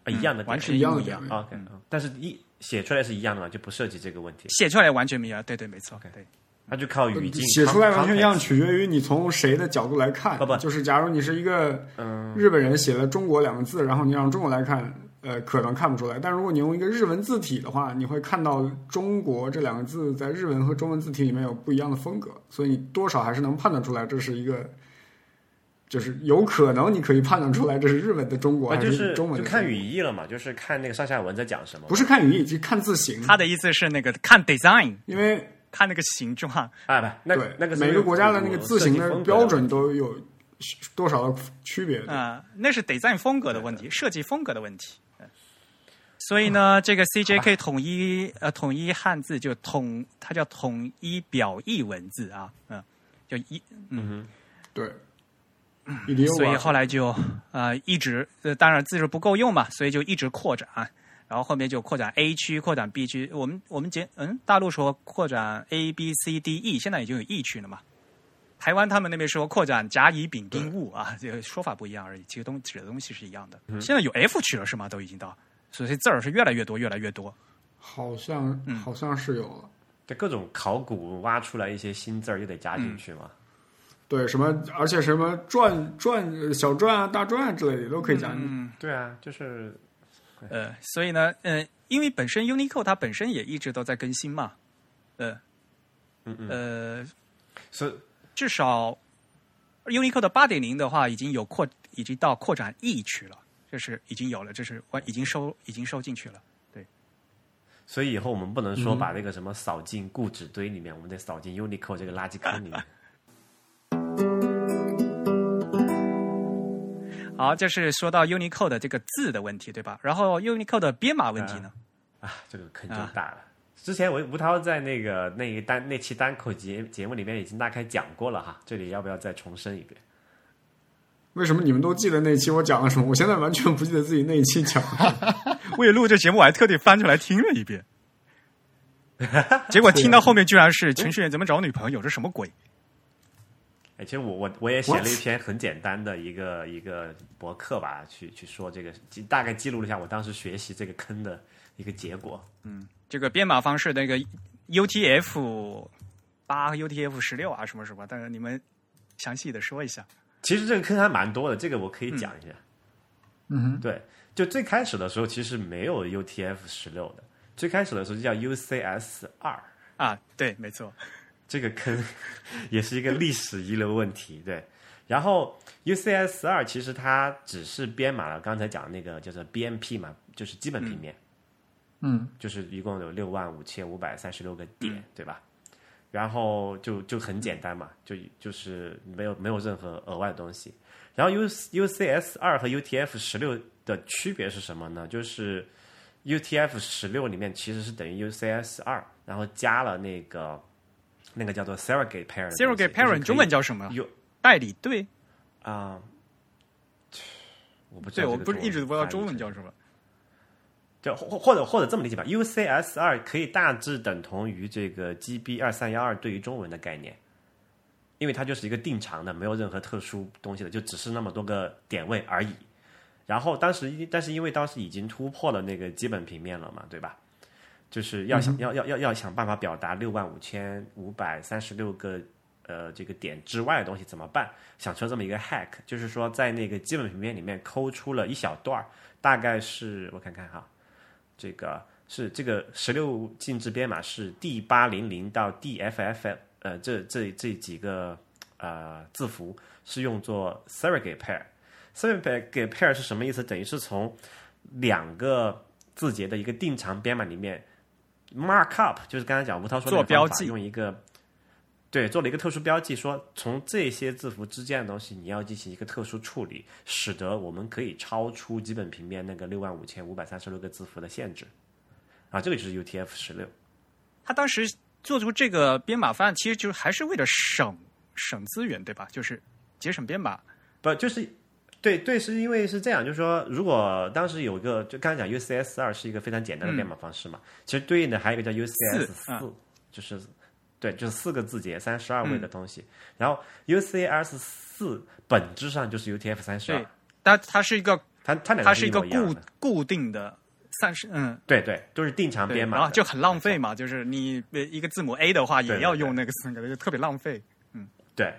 C: 啊，一样的点
B: 嗯
C: 位，
B: 完全
A: 一样
B: 模
A: 的
B: 一样，
C: 啊 OK，嗯但是一写出来是一样的嘛，就不涉及这个问题，
B: 写出来完全不一样，对对，没错，对。
C: 那就靠语境
A: 呃写出来完全一样，
C: context
A: 取决于你从谁的角度来看
C: 不不。嗯
A: 就是假如你是一个日本人写了“中国”两个字，然后你让中国来看，呃，可能看不出来。但如果你用一个日文字体的话，你会看到“中国”这两个字在日文和中文字体里面有不一样的风格，所以你多少还是能判断出来这是一个。就是有可能你可以判断出来这是日文的中国
C: 啊，
A: 还
C: 就是
A: 中文
C: 就
A: 的中国
C: 看语义了嘛，就是看那个上下文在讲什么嘛。
A: 不是看语义，就看字形。
B: 他的意思是那个看 design，
A: 因为
B: 看那个形状，
C: 啊，不，那
A: 对
C: 那个是
A: 每个国家的那个字形
C: 设计
A: 的
C: 风格
A: 标准都有多少的区别。
D: 嗯
B: 啊，那是 design 风格的问题，设计风格的问题。嗯所以呢，这个 CJK 统一呃统一汉字就统，它叫统一表意文字啊，嗯，就一，
A: 对，一啊零
C: 啊
B: 所以后来就呃一直呃当然字数不够用嘛，所以就一直扩展，然后后面就扩展 A 区，扩展 B 区，我们我们简嗯大陆说扩展 A B C D E，现在已经有 E 区了嘛。台湾他们那边说扩展甲乙丙丁戊啊，这个说法不一样而已，其实东指的东西是一样的。
C: 嗯
B: 现在有 F 区了是吗？都已经到，所以字儿是越来越多，越来越多。
A: 好像
D: 嗯
A: 好像是有了。
C: 对各种考古挖出来一些新字儿，又得加进去嘛。
A: 对，什么而且什么转转小转啊、大转啊之类的都可以加
D: 嗯
A: 进去。
C: 对啊，就是
B: 呃，所以呢，呃，因为本身 Unicode 它本身也一直都在更新嘛，呃，
C: 嗯嗯
B: 呃，
C: 所以
B: 至少呃 Unicode 八点零的话，已经有扩，已经到扩展 E 区了，这是已经有了，这是完已经收已经收进去了。
C: 所以以后我们不能
A: 嗯
C: 说把那个什么扫进固执堆里面，我们得扫进 Unicode 这个垃圾坑
A: (laughs)
C: 里面。
B: 好，这是说到 Unicode 这个字的问题，对吧？然后 Unicode 的编码问题呢？
C: 啊，这个坑就大了。之前我吴涛在那个那一单那期单口节节目里面已经大概讲过了哈，这里要不要再重申一遍？
A: 为什么你们都记得那期我讲了什么？我现在完全不记得自己那一期讲了。
B: 为了录这节 (laughs) 目，我还特地翻出来听了一遍，结果听到后面居然是程序员怎么找女朋友，这什么鬼？
C: 哎，其实我我我也写了一篇很简单的一个一个博客吧，去去说这个，记大概记录了一下我当时学习这个坑的一个结果。
B: 这个编码方式那个 UTF 八和 UTF 十六啊，什么什么，但是你们详细的说一下。
C: 其实这个坑还蛮多的，这个我可以讲一下。
D: 嗯哼，
C: 对，就最开始的时候其实没有 UTF 十六的，最开始的时候就叫 UCS 二。
B: 啊，对，没错，
C: 这个坑 (laughs) 也是一个历史遗留问题，对。然后 UCS 二其实它只是编码了刚才讲的那个叫做 BMP 嘛，就是基本平面，
D: 嗯，
C: 就是一共有六万五千五百三十六个点，
B: 嗯
C: 对吧？然后就就很简单嘛，就就是没有没有任何额外的东西。然后 U UCS 二和 UTF 十六的区别是什么呢？就是 UTF 十六里面其实是等于 UCS 二，然后加了那个那个叫做 surrogate parent 的东西。
B: surrogate
C: 就是可
B: parent
C: 以
B: 中文叫什么？
C: 有
B: 代理对，
C: 啊、我不知
B: 对，
C: 道
B: 我
C: 这个
B: 不
C: 中文翻
B: 是一
C: 译成什么，
B: 直不知道中文叫什么。
C: 就或或者或者这么理解吧，UCS 二可以大致等同于这个 GB 二三幺二对于中文的概念，因为它就是一个定长的，没有任何特殊东西的，就只是那么多个点位而已。然后当时因，但是因为当时已经突破了那个基本平面了嘛，对吧？就是要想、要要要要想办法表达六万五千五百三十六个呃这个点之外的东西怎么办？想出了这么一个 hack，就是说在那个基本平面里面抠出了一小段儿，大概是我看看哈，这个是这个十六进制编码是 D 八零零到 DFF 呃这这这几个呃字符是用作 surrogate pair。surrogate pair 是什么意思？等于是从两个字节的一个定长编码里面 mark up，就是刚才讲吴涛说那个
B: 做标
C: 方法
B: 记
C: 用一个对做了一个特殊标记，说从这些字符之间的东西你要进行一个特殊处理，使得我们可以超出基本平面那个六万五千五百三十六个字符的限制。啊，这个就是 UTF 十六。
B: 他当时做出这个编码方案，其实就是还是为了省省资源，对吧？就是节省编码。
C: 不就是对对，是因为是这样，就是说，如果当时有一个，就刚才讲 UCS 二是一个非常简单的编码方式嘛，其实对应的还有一个叫 UCS
B: 嗯四嗯
C: 四，就是对，就是四个字节三十二位
B: 嗯
C: 的东西，然后 UCS 四本质上就是 UTF 三十
B: 对
C: 二，，
B: 它它是一个
C: 它它两
B: 它
C: 个
B: 是一
C: 一
B: 个
C: 模一样
B: 固
C: 的，
B: 固定的算是嗯。
C: 对对，都是定常
B: 对，
C: 编
B: 然
C: 码
B: 后
C: 的，
B: 就很浪费嘛，就是你呃一个字母 A 的话，
C: 对
B: 也
C: 对
B: 要
C: 对
B: 用那个字母，就特别浪费。
C: 对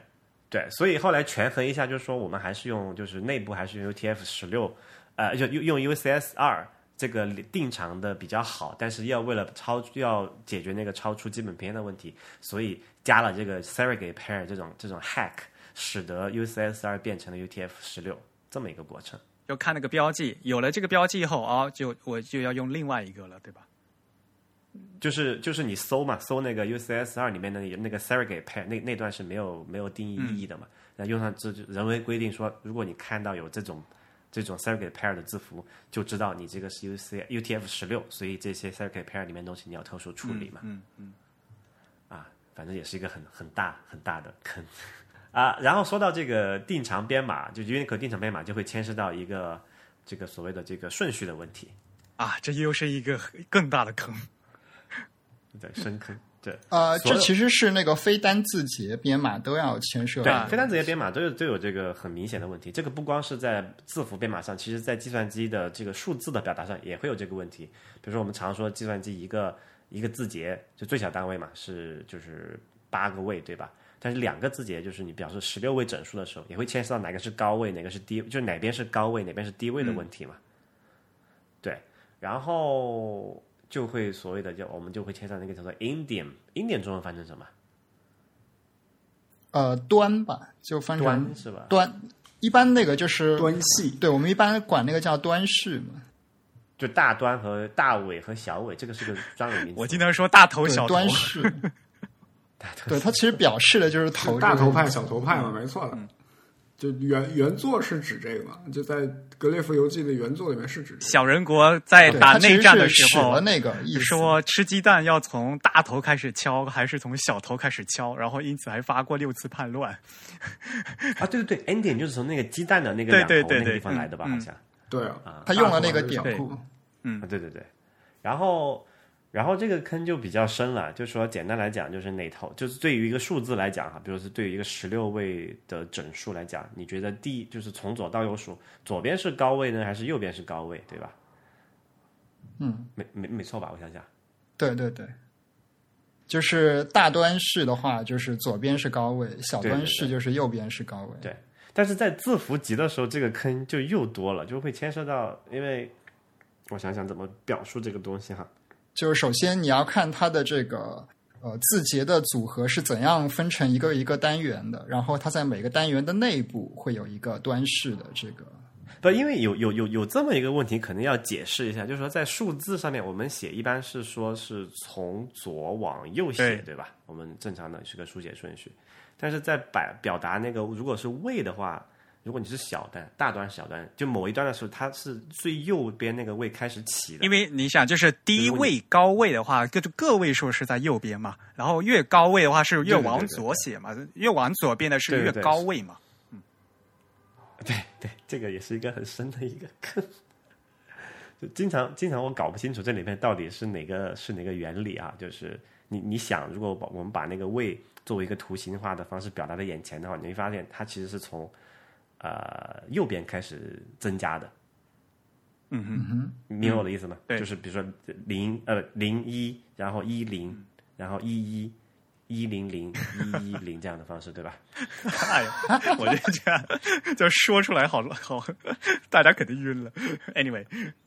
C: 对，所以后来权衡一下，就是说我们还是用，就是内部还是用 UTF 十六，呃，就用用 UCS 二这个定长的比较好，但是要为了超要解决那个超出基本平面的问题，所以加了这个 surrogate pair 这种这种 hack，使得 UCS 二变成了 UTF 十六这么一个过程。
B: 就看那个标记，有了这个标记以后啊，就我就要用另外一个了，对吧？
C: 就是就是你搜嘛，搜那个 UCS 二里面的那个 surrogate pair 那那段是没有没有定义意义的嘛，那、用上这就人为规定说，如果你看到有这种这种 surrogate pair 的字符，就知道你这个是 UC UTF 十六，所以这些 surrogate pair 里面的东西你要特殊处理嘛，
B: 嗯
C: 啊，反正也是一个很很大很大的坑啊。然后说到这个定长编码，就 Unicode 定长编码就会牵涉到一个这个所谓的这个顺序的问题，
B: 啊，这又是一个更大的坑。
C: 对，深坑，对。
D: 呃，
C: 所有
D: 这其实是那个非单字节编码都要牵涉
C: 对
B: 啊
D: 到，
C: 非单字节编码都有都有这个很明显的问题。这个不光是在字符编码上，其实在计算机的这个数字的表达上也会有这个问题。比如说我们常说计算机一个一个字节就最小单位嘛是就是八个位对吧？但是两个字节就是你表示十六位整数的时候，也会牵涉到哪个是高位，哪个是低，就是哪边是高位，哪边是低位的问题嘛。对，然后就会所谓的就我们就会牵涉到那个叫做 indium，indium 中文翻成什么？
D: 呃，端吧，就翻
C: 端
D: 成
C: 是吧？
D: 端。一般那个就是 (laughs)
A: 端系
D: 对，我们一般管那个叫端式嘛。
C: 就大端和大尾和小尾，这个是个专有名词。
B: 我经常说大头
D: 对
B: 小头，
D: 端视，
B: (laughs)
C: 大头
D: 对它其实表示的就是头
A: 大头
D: 派
A: 派、小头派嘛，没错的。
D: 嗯
A: 就原原作是指这个嘛？就在《格列佛游记》的原作里面是指这个。
B: 小人国在
D: 对
B: 打
D: 它其
B: 内
D: 实
B: 战
D: 是
B: 的时
D: 使
B: 候
D: 了，那个意思，
B: 说吃鸡蛋要从大头开始敲，还是从小头开始敲？然后因此还发过六次叛乱。
C: 啊，对对对，ending 就是从那个鸡蛋的那个
B: 对
C: 两头
B: 对对
C: 那个
B: 对
C: 地方来的吧？
B: 嗯
C: 好像
A: 对啊，
D: 他用了那个典
A: 大头派
D: 故，
C: 啊，对对对，然后然后这个坑就比较深了，就说简单来讲，就是哪头，就是对于一个数字来讲哈，比如说对于一个十六位的整数来讲，你觉得第就是从左到右数，左边是高位呢，还是右边是高位，对吧？嗯，没没没错吧？我想想，
D: 对对对，就是大端视的话，就是左边是高位，小
C: 对对
D: 端
C: 对
D: 视就是右边是高位。
C: 对，但是在字符集的时候，这个坑就又多了，就会牵涉到，因为我想想怎么表述这个东西哈。
D: 就是首先你要看它的这个呃字节的组合是怎样分成一个一个单元的，然后它在每个单元的内部会有一个端式的这个。
C: 不，因为有有有有这么一个问题，可能要解释一下，就是说在数字上面，我们写一般是说是从左往右
B: 对
C: 写，对吧？我们正常的是个书写顺序，但是在摆表达那个如果是位的话，如果你是小端、大端、小端，就某一端的时候，它是最右边那个位开始起的
B: 因。为你想，就是低位高位的话，就就个位数是在右边嘛，然后越高位的话是越
C: 对对对
B: 往
C: 对对
B: 左写嘛，越往左边的是
C: 对对
B: 越
C: 对
B: 高位嘛。
C: 对对，这个也是一个很深的一个坑。就经常经常我搞不清楚这里面到底是哪个是哪个原理啊？就是你你想，如果把我们把那个位作为一个图形化的方式表达在眼前的话，你会发现它其实是从呃右边开始增加的。嗯哼，明白我的意思吗？
B: 对
C: 就是比如说零呃零一，然后一零，然后一一。一零零一一零这样的方式，对吧？
B: 哎呀， (laughs) 我就这样就说出来好，好大家肯定晕了。Anyway，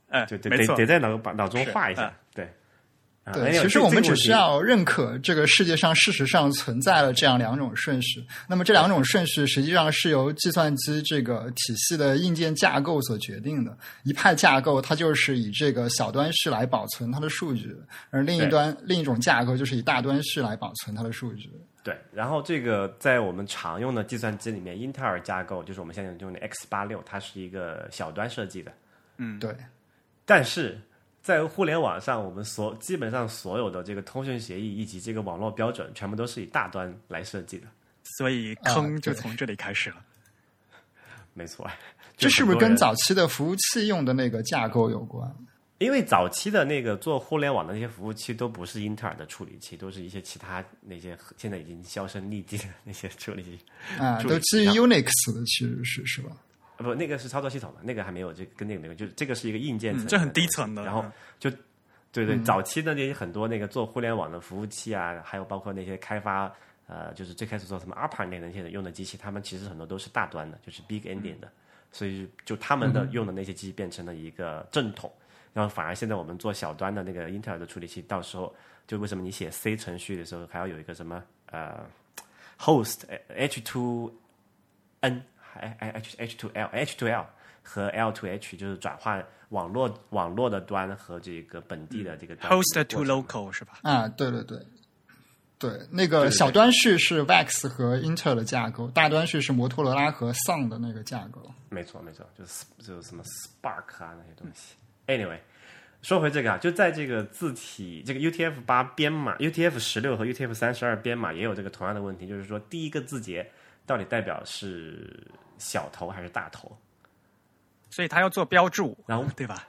B: 哎，
C: 就得
B: 没
C: 得
B: 错
C: 得，在脑把脑中
B: 是
C: 画一下
B: 啊，
C: 对。啊
D: 对，
C: 哎呀
D: 其实
C: 这
D: 我们
C: 这个问
D: 只需
C: 题
D: 要认可这个世界上事实上存在了这样两种顺序。那么这两种顺序实际上是由计算机这个体系的硬件架构所决定的。一派架构它就是以这个小端式来保存它的数据，而另一
C: 对
D: 端另一种架构就是以大端式来保存它的数据。
C: 对，然后这个在我们常用的计算机里面，英特尔架构就是我们现在用的 X 八六，它是一个小端设计的。嗯
D: 对，
C: 但是在互联网上，我们所基本上所有的这个通讯协议以及这个网络标准，全部都是以大端来设计的。
B: 所以
D: 啊
B: 坑就
D: 对
B: 从这里开始了。
C: 没错，
D: 这
C: 就是
D: 不
C: 很
D: 是
C: 多
D: 跟
C: 人
D: 早期的服务器用的那个架构有关？
C: 因为早期的那个做互联网的那些服务器都不是英特尔的处理器，都是一些其他那些现在已经销声匿迹的那些处理器。
D: 啊，
C: 注意
D: 都基于
C: 然
D: Unix 的，其实是是吧？
C: 啊不，那个是操作系统的，那个还没有这个跟那个没有，就是这个是一个硬件
B: 嗯
C: 层面的东西、
B: 这很低层的嗯
C: 然后就对对，早期的那些很多那个做互联网的服务器啊，还有包括那些开发呃，就是最开始做什么 ARPA 那那些人用的机器，他们其实很多都是大端的，就是 Big
B: 嗯
C: Endian 的，所以就他们的用的那些机器变成了一个正统。然后反而现在我们做小端的那个英特尔的处理器，到时候就为什么你写 C 程序的时候还要有一个什么呃 host H to N 还哎还 H H to L H to L 和 L to H 就是转换网络网络的端和这个本地的这个
B: 嗯
C: 端
B: Host to
C: 过程
B: local 是吧？
D: 啊，对对对，对，那个小端式是 VAX 和英特尔的架构，大端式是摩托罗拉和 Sun 的那个架构。
C: 没错，没错，就是就是什么 Spark 啊那些东西。Anyway，说回这个啊，就在这个字体这个 UTF 八编码 UTF 十六和 UTF 三十二编码也有这个同样的问题，就是说第一个字节到底代表是小头还是大头？
B: 所以他要做标注，
C: 然后
B: 对吧？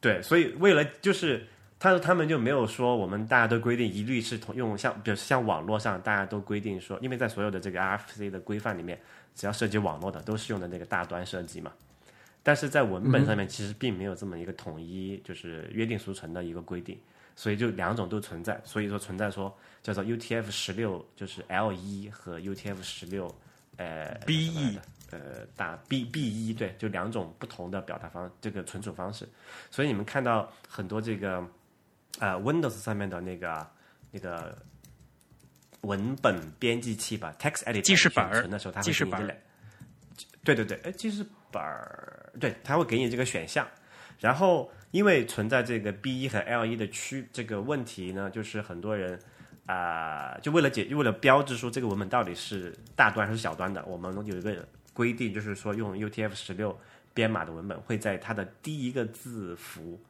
C: 对，所以为了就是他他们就没有说我们大家都规定一律是同用像，比如像网络上大家都规定说，因为在所有的这个 RFC 的规范里面，只要涉及网络的都是用的那个大端设计嘛。但是在文本上面其实并没有这么一个统一就是约定俗成的一个规定，所以就两种都存在，所以说存在说叫做 UTF 十六就是 L 一和 UTF 十六呃
B: B E，
C: 叫什么来着呃打 B B 一对，就两种不同的表达方这个存储方式，所以你们看到很多这个呃 Windows 上面的那个那个文本编辑器吧，text editor
B: 记事本儿
C: 选存的时候，它会
B: 记事
C: 给你
B: 本儿
C: 这两对对对，哎，记事本儿，对，它会给你这个选项。然后因为存在这个 B 一和 L 一的区这个问题呢，就是很多人啊、就为了解为了标志出这个文本到底是大端还是小端的，我们有一个规定，就是说用 UTF 十六编码的文本会在它的第一个字符。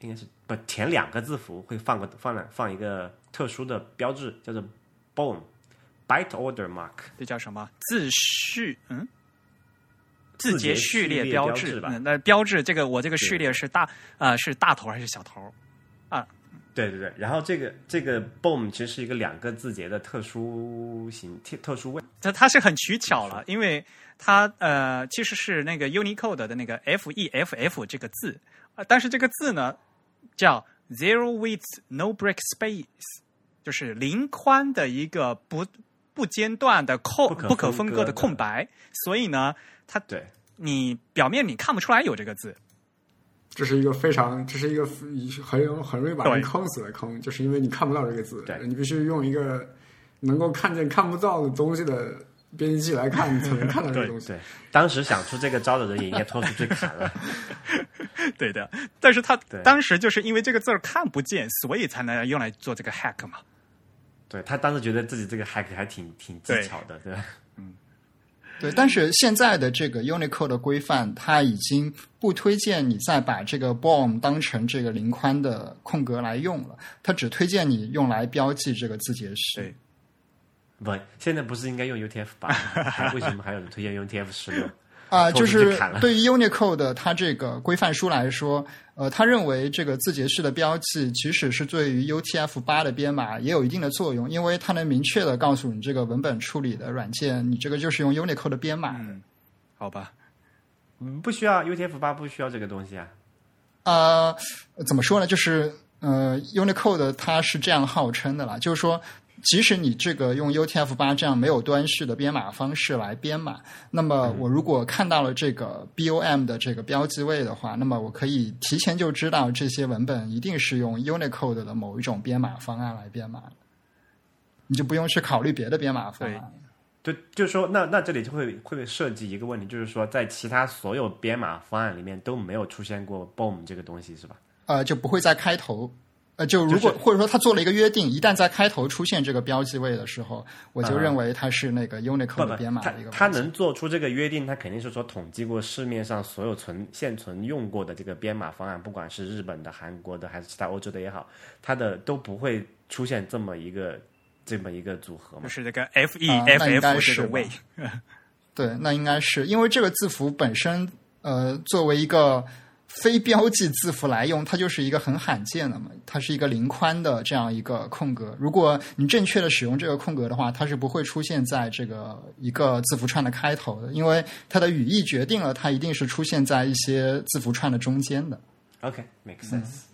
C: 应该是不前两个字符会放个放了放一个特殊的标志，叫做 bone byte order mark
B: 这叫什么？自序，嗯，
C: 字
B: 节
C: 节
B: 序
C: 序
B: 列
C: 列
B: 标
C: 标
B: 志
C: 志吧
B: 嗯那标志这个我这个序
C: 对
B: 列是大呃是大头还是小头？
C: 对对对，然后这个这个 bom 其实是一个两个字节的特殊形特特殊位，
B: 它它是很取巧了，因为它呃其实是那个 Unicode 的那个 F E F F 这个字，呃但是这个字呢叫 zero width no break space，就是零宽的一个不不间断的空
C: 不可
B: 不可
C: 分
B: 分
C: 割
B: 割的
C: 的
B: 空白，所以呢，它
C: 对
B: 你表面你看不出来有这个字，
A: 这是一个非常，这是一个很有很容易把
B: 对
A: 人坑死的坑，就是因为你看不到这个字
C: 对，
A: 你必须用一个能够看见看不到的东西的编辑器来看，你才能看到这个东西。
C: (laughs) 对，当时想出这个招的人也应该拖出去砍了，
B: 对的。但是它
C: 对
B: 当时就是因为这个字儿看不见，所以才能用来做这个 hack 嘛。
C: 对他当时觉得自己这个 hack 还挺挺技巧的，对吧？
D: 对，但是现在的这个 Unicode 的规范，它已经不推荐你再把这个 bom 当成这个零宽的空格来用了，它只推荐你用来标记这个字节
B: 对
D: 式。
C: 不，现在不是应该用 UTF 八，还为什么还有人推荐 UTF 十六？
D: 啊、
C: 拖
D: 就
C: 出去
D: 是
C: 砍了
D: 对于 Unicode 它这个规范书来说，呃，他认为这个字节式的标记，即使是对于 UTF 八的编码也有一定的作用，因为它能明确的告诉你这个文本处理的软件，你这个就是用 Unicode 的编码的。
B: 嗯，好吧。
C: 嗯 (laughs) 不需要 UTF 八不需要这个东西啊，
D: 呃，怎么说呢？就是呃，Unicode 它是这样号称的啦，就是说，即使你这个用 UTF 八这样没有端式的编码方式来编码，那么我如果看到了这个 BOM 的这个标记位的话，那么我可以提前就知道这些文本一定是用 Unicode 的某一种编码方案来编码的你就不用去考虑别的编码方
B: 对
D: 案。
C: 对，就是说，那那这里就会会涉及一个问题，就是说，在其他所有编码方案里面都没有出现过 BOM 这个东西，是吧？
D: 呃，就不会在开头。呃，就如
C: 就
D: 果、
C: 是
D: 或者说他做了一个约定，一旦在开头出现这个标记位的时候，我就认为它是那个 Unicode
C: 啊不不
D: 的，编码
C: 他
D: 的一个
C: 他
D: 文件
C: 能做出这个约定，他肯定是说统计过市面上所有存现存用过的这个编码方案，不管是日本的、韩国的，还是其他欧洲的也好，它的都不会出现这么一个这么一个组合嘛
B: 就。是这个 F E
D: 啊
B: F
D: 那应
B: F
D: 该
B: 这
D: 是
B: 个
D: 吧
B: way，
D: 对，那应该是因为这个字符本身，呃，作为一个非标记字符来用，它就是一个很罕见的嘛，它是一个零宽的这样一个空格。如果你正确的使用这个空格的话，它是不会出现在这个一个字符串的开头的，因为它的语义决定了它一定是出现在一些字符串的中间的。
C: OK，make、sense、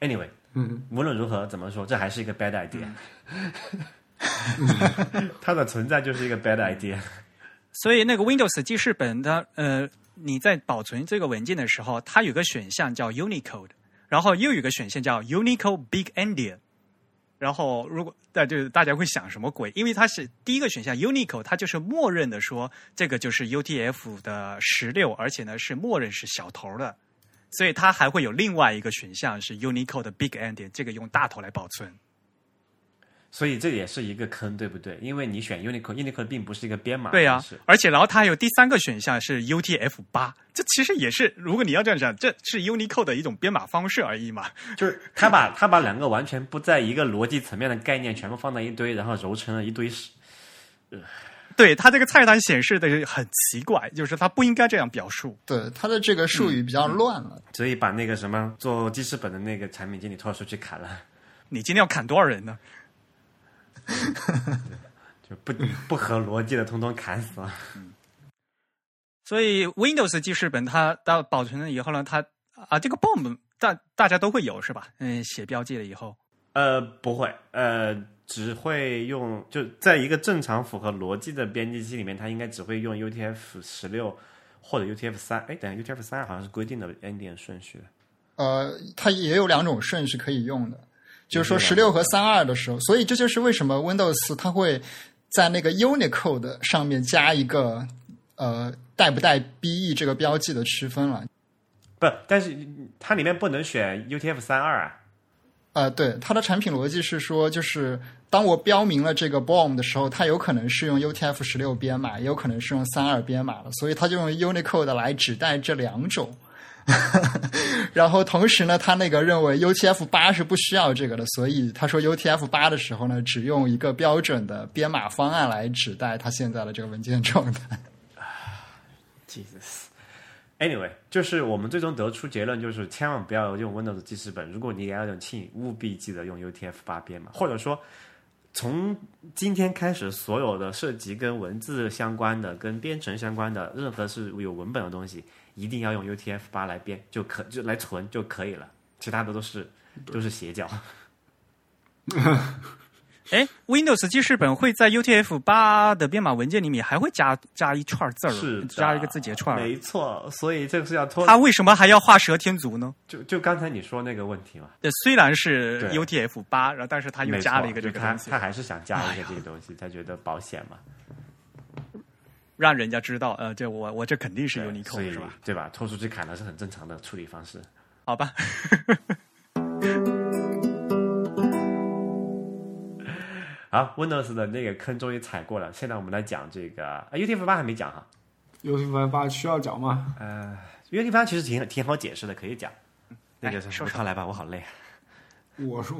C: Anyway，
A: 嗯，
C: 无论如何怎么说，这还是一个 bad idea。它 (laughs)
D: 嗯
C: 的存在就是一个 bad idea。
B: 所以那个 Windows 记事本的呃，你在保存这个文件的时候，它有个选项叫 Unicode，然后又有个选项叫 Unicode Big Endian。然后，如果那就是大家会想什么鬼？因为它是第一个选项 Unicode，它就是默认的说这个就是 UTF 的十六，而且呢是默认是小头的，所以它还会有另外一个选项是 Unicode 的 Big Endian，这个用大头来保存。
C: 所以这也是一个坑，对不对？因为你选 Unicode，Unicode 并不啊是一个编码
B: 对呀、
C: 呀、式
B: 而且然后它还有第三个选项是 UTF 八，这其实也是，如果你要这样讲，这是 Unicode 的一种编码方式而已嘛。 (laughs)
C: 就是他把他把两个完全不在一个逻辑层面的概念全部放在一堆，然后揉成了一堆屎。
B: 对它这个菜单显示的是很奇怪，就是它不应该这样表述。
D: 对，它的这个术语比较乱了。
C: 所以把那个什么做记事本的那个产品经理拖出去砍了，
B: 你今天要砍多少人呢？
C: 就不不合逻辑的通通砍死了。
B: 所以 Windows 记事本它到保存了以后呢，它啊这个 BOM 大大家都会有是吧？嗯，写标记了以后，
C: 呃，不会，呃，只会用就在一个正常符合逻辑的编辑器里面，它应该只会用 UTF 十六或者 UTF 三。哎，等下 UTF 三好像是规定的 ending 顺序的。
D: 呃，它也有两种顺是可以用的，就是说
C: 也
D: 十
C: 有两
D: 六和三二的时候，所以这就是为什么 Windows 它会在那个 Unicode 上 E 面加一个呃带不带 BE 这个标记的区分了。
C: 不，不，但是它里面不能选 UTF 三二啊。
D: 呃，对，它的产品逻辑是说，就是当我标明了这个 BOM 的时候，它有可能是用 UTF 十六编码，也有可能是用三二编码的，所以它就用 Unicode 来指代这两种。 (laughs) 然后同时呢，他那个认为 UTF 八是不需要这个的，所以他说 UTF 八的时候呢，只用一个标准的编码方案来指代他现在的这个文件状态。
C: Jesus。Anyway，就是我们最终得出结论就是千万不要用 Windows 记事本。如果你也要用 Chin，务必记得用 UTF 八编码，或者说从今天开始，所有的涉及跟文字相关的、跟编程相关的任何是有文本的东西，一定要用 UTF 八来编就可就来存就可以了，其他的都是都是斜
B: (laughs)
C: 角。
B: 哎，Windows 记事本会在 UTF 八的编码文件里面还会加加一串字
C: 是
B: 儿，
C: 的
B: 加一个字节串儿。
C: 没错，所以这个是要拖。
B: 它为什么还要画蛇添足呢？
C: 就就刚才你说那个问题嘛，
B: 呃，虽然是
C: 对
B: UTF 八，然后但是它又
C: 没
B: 加
C: 错
B: 了一个
C: 就
B: 这个
C: 他
B: 东西哎
C: 他，还是想加一个这个东西，他觉得保险嘛。
B: 让人家知道，呃，这我我这肯定是
C: 对
B: Unicode 是吧？？
C: 所以对吧？拖出去砍了是很正常的处理方式。
B: 好吧。
C: 好，Windows 的那个坑终于踩过了，现在我们来讲这个啊，UTF 八还没讲哈。
A: UTF 八需要讲吗？
C: 呃，UTF 八其实挺挺好解释的，可以讲。那个
B: 哎说
C: 他来吧，我好累啊。
A: 我说，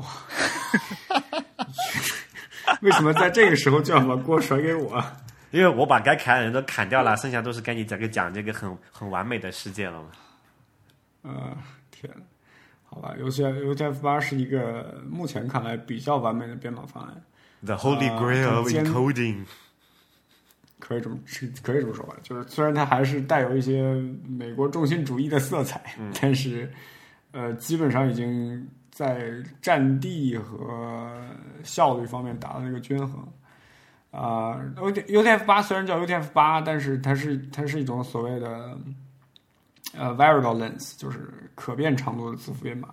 A: (laughs) 为什么在这个时候就要把锅甩给我？ (laughs)
C: 因为我把该砍的人都砍掉了，剩下都是该你讲个讲这个很很完美的世界了嘛。
A: 呃，天，好吧，UTF UTF 八是一个目前看来比较完美的编码方案，
C: The Holy
A: 啊
C: Grail
A: 中
C: of
A: 间
C: Encoding。
A: 可以这么是可以这么说吧，就是虽然它还是带有一些美国中心主义的色彩，但是呃，基本上已经在占地和效率方面达到了一个均衡。啊、u t UTF 八虽然叫 UTF 八，但是它是它是一种所谓的呃 variable length，就是可变长度的字符编码。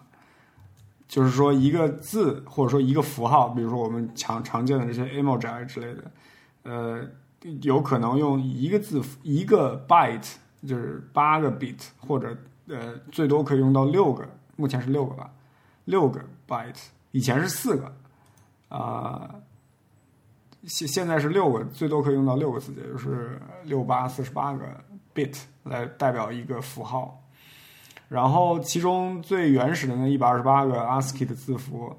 A: 就是说一个字或者说一个符号，比如说我们常常见的这些 emoji 之类的，呃，有可能用一个字符一个 byte，就是八个 bit，或者呃最多可以用到六个，目前是六个吧，六个 byte，以前是四个，啊、现现在是六个，最多可以用到六个字节，就是六八四十八个 bit 来代表一个符号。然后其中最原始的那一百二十八个 ASCII 的字符，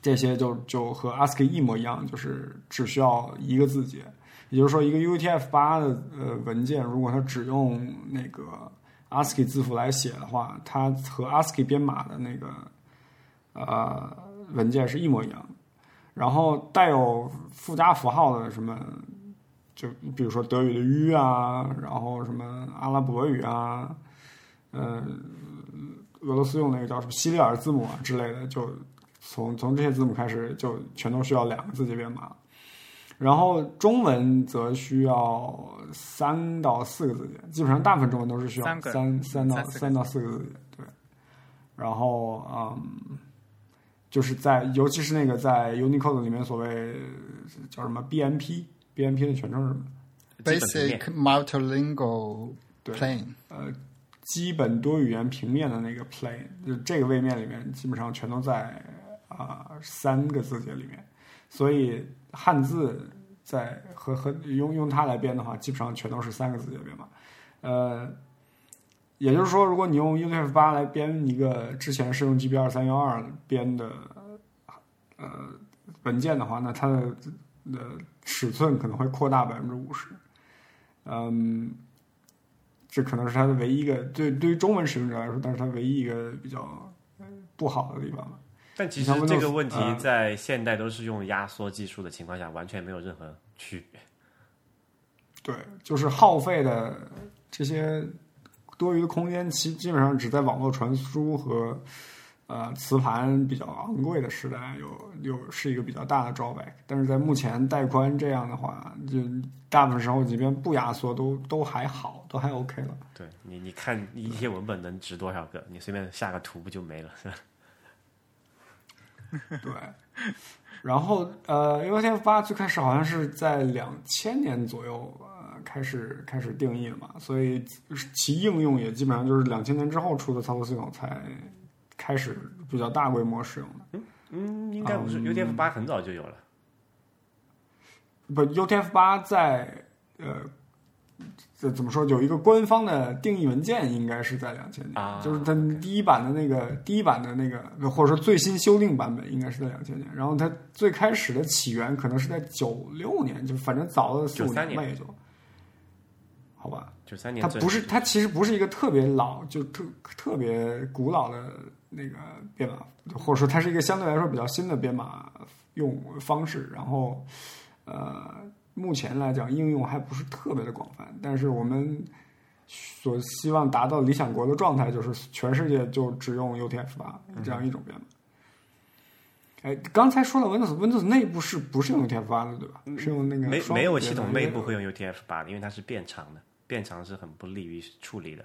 A: 这些就就和 ASCII 一模一样，就是只需要一个字节。也就是说，一个 UTF 八的呃文件，如果它只用那个 ASCII 字符来写的话，它和 ASCII 编码的那个呃文件是一模一样的。然后带有附加符号的什么，就比如说德语的 “ü” 啊，然后什么阿拉伯语啊，呃，俄罗斯用那个叫什么西里尔字母啊之类的，就从从这些字母开始，就全都需要两个字节编码。然后中文则需要三到四个字节，基本上大部分中文都是需要
B: 三个
A: 三三到
B: 三四个
A: 三到四个字节，对。然后嗯，就是在尤其是那个在 Unicode 里面所谓叫什么 BMP，BMP 的全称是什么？
C: 基本层面
D: Basic multilingual plane，
A: 基本多语言平面的那个 plane，就是这个位面里面基本上全都在啊、三个字节里面，所以汉字在和和用用它来编的话，基本上全都是三个字节编码。呃，也就是说，如果你用 UTF 八来编一个之前是用 GB 二三幺二编的呃文件的话，那它的呃尺寸可能会扩大百分之五十。嗯，这可能是它的唯一一个对对于中文使用者来说，但是它唯一一个比较呃不好的地方吧。
C: 但其
A: 你
C: 实
A: 像 Windows，
C: 这个问题
A: 呃
C: 在现代都是用压缩技术的情况下，完全没有任何区别。
A: 对，就是耗费的这些多余的空间，其基本上只在网络传输和呃磁盘比较昂贵的时代有有是一个比较大的 drawback。但是在目前带宽这样的话，就大部分时候即便不压缩都都还好，都还 OK 了。
C: 对你，你看一些文本能值多少个？你随便下个图不就没了？ (laughs) 是吧？
A: 对。然后呃，UTF 八最开始好像是在两千年左右呃开始开始定义的嘛，所以其应用也基本上就是两千年之后出的操作系统才开始比较大规模使用的。
C: 嗯，应该不是 UTF 八很早就有了。
A: 不，UTF 八在呃，这怎么说？有一个官方的定义文件，应该是在两千年，
C: 啊
A: 就是它第一版的那个第一版的那个，或者说最新修订版本，应该是在两千年。然后它最开始的起源可能是在九六年，就反正早了四五
C: 93
A: 年
C: 年
A: 吧，也就。好吧，
C: 九三年
A: 它
C: 正式，
A: 不是，它其实不是一个特别老，就特特别古老的那个编码，或者说它是一个相对来说比较新的编码用方式。然后，呃，目前来讲应用还不是特别的广泛，但是我们所希望达到理想国的状态，就是全世界就只用 UTF 八
C: 嗯
A: 这样一种编码。哎，刚才说了 Windows Windows 内部是不是用 UTF 八的，对吧？是用那个
C: 嗯没
A: 双
C: 没有
A: 编
C: 系
A: 码
C: 统
A: 那
C: 内
A: 个
C: 部会用 UTF 八的，因为它是变长的，变长是很不利于处理的。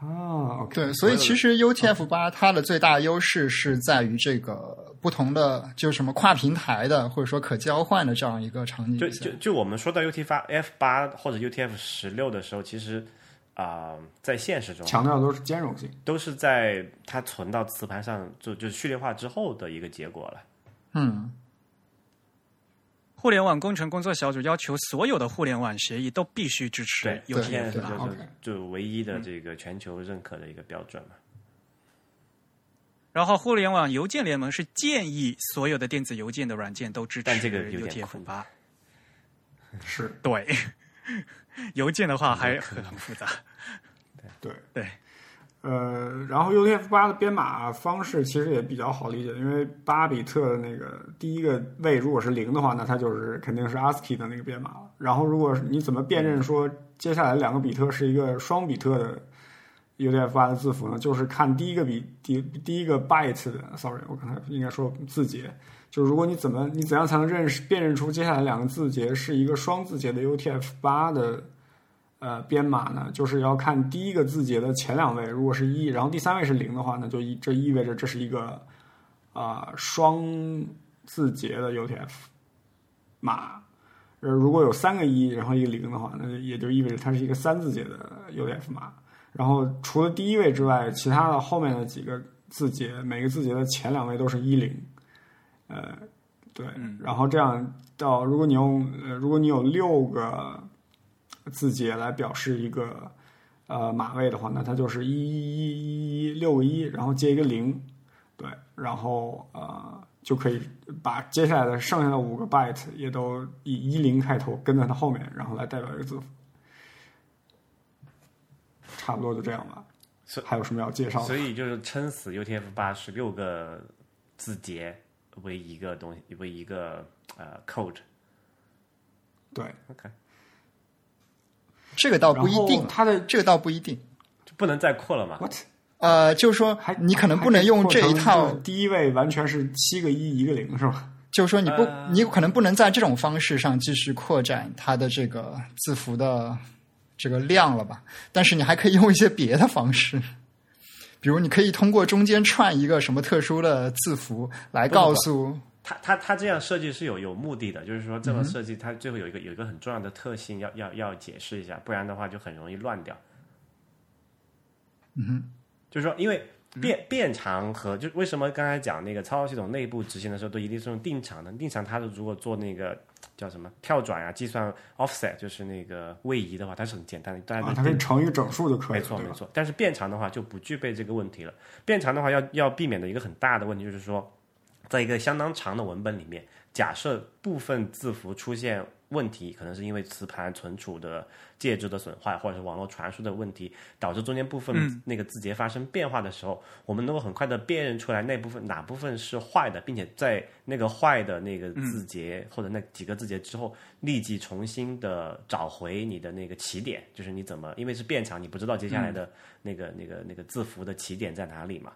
A: 啊，OK，
D: 对，所以其实 UTF 八它的最大优势是在于这个不同的，就是什么跨平台的，或者说可交换的这样一个场
A: 嗯
D: 景
C: 就
D: 下
C: 就就我们说到 UTF F 八或者 UTF 十六的时候，其实啊、在现实中
A: 强调的都是兼容性。
C: 都是在它存到磁盘上，就就是序列化之后的一个结果了。
D: 嗯，
B: 互联网工程工作小组要求所有的互联网协议都必须支持
C: 对
B: UTF。
C: UTF
A: 对
C: 就
D: 对
C: 是
A: OK
C: 就唯一的这个全球认可的一个标准嘛。
B: 然后，互联网邮件联盟是建议所有的电子邮件的软件都支持
C: 但这个有点
B: UTF
C: 困
B: 八。
A: 是
B: 对， (laughs) 邮件的话还很复杂。
A: 对
B: 对，
A: 呃，然后 UTF 八的编码方式其实也比较好理解，因为八比特的那个第一个位如果是零的话，那它就是肯定是 ASCII 的那个编码了。然后如果是你怎么辨认说接下来两个比特是一个双比特的 UTF 八的字符呢？就是看第一个比第第一个 byte 的，sorry，我刚才应该说字节。就如果你怎么你怎样才能认识辨认出接下来两个字节是一个双字节的 UTF 八的呃编码呢，就是要看第一个字节的前两位，如果是一，然后第三位是零的话呢，就一这意味着这是一个啊、呃双字节的 UTF 码。呃，如果有三个一，然后一个零的话，那也就意味着它是一个三字节的 UTF 码。然后除了第一位之外，其他的后面的几个字节，每个字节的前两位都是一零。呃，对，
C: 嗯
A: 然后这样到，如果你用呃，如果你有六个字节来表示一个呃码位的话，那它就是一一一一六个一，然后接一个零，对，然后呃就可以把接下来的剩下的五个 byte 也都以一零开头跟在它后面，然后来代表一个字符，差不多就这样吧
C: 所。
A: 还有什么要介绍的
C: 所？以就是撑死 UTF 八十六个字节为一个东西，为一个呃 code。
A: 对，
C: OK，
D: 这个倒不一
A: 然
D: 定
A: 后，它的
D: 这个倒不一定。
C: 就不能再扩了嘛？
A: what
D: 呃，就是说
A: 还
D: 你可能不能用这一
A: 还可以扩
D: 套
A: 成就是，第一位完全是七个一一个零是吧？
D: 就是说你不
C: 呃，
D: 你可能不能在这种方式上继续扩展它的这个字符的这个量了吧？但是你还可以用一些别的方式，比如你可以通过中间串一个什么特殊的字符来
C: 不不不
D: 告诉，
C: 它它它这样设计是有有目的的，就是说这
A: 嗯
C: 么设计，它最后有一个有一个很重要的特性要要要解释一下，不然的话就很容易乱掉。嗯
A: 嗯
C: 哼，就是说，因为变变长和就为什么刚才讲那个操作系统内部执行的时候都一定是用定长的，定长它如果做那个叫什么跳转啊，计算 offset 就是那个位移的话，它是很简单的，大家
A: 啊，
C: 都
A: 它可以乘一个整数就可以了，
C: 哎没错
A: 对吧
C: 没错，但是变长的话就不具备这个问题了。变长的话要要避免的一个很大的问题就是说，在一个相当长的文本里面，假设部分字符出现问题，可能是因为磁盘存储的介质的损坏，或者是网络传输的问题，导致中间部分
A: 嗯
C: 那个字节发生变化的时候，我们能够很快的辨认出来那部分哪部分是坏的，并且在那个坏的那个字节、或者那几个字节之后，立即重新的找回你的那个起点，就是你怎么，因为是变长，你不知道接下来的那个、那个那个字符的起点在哪里嘛。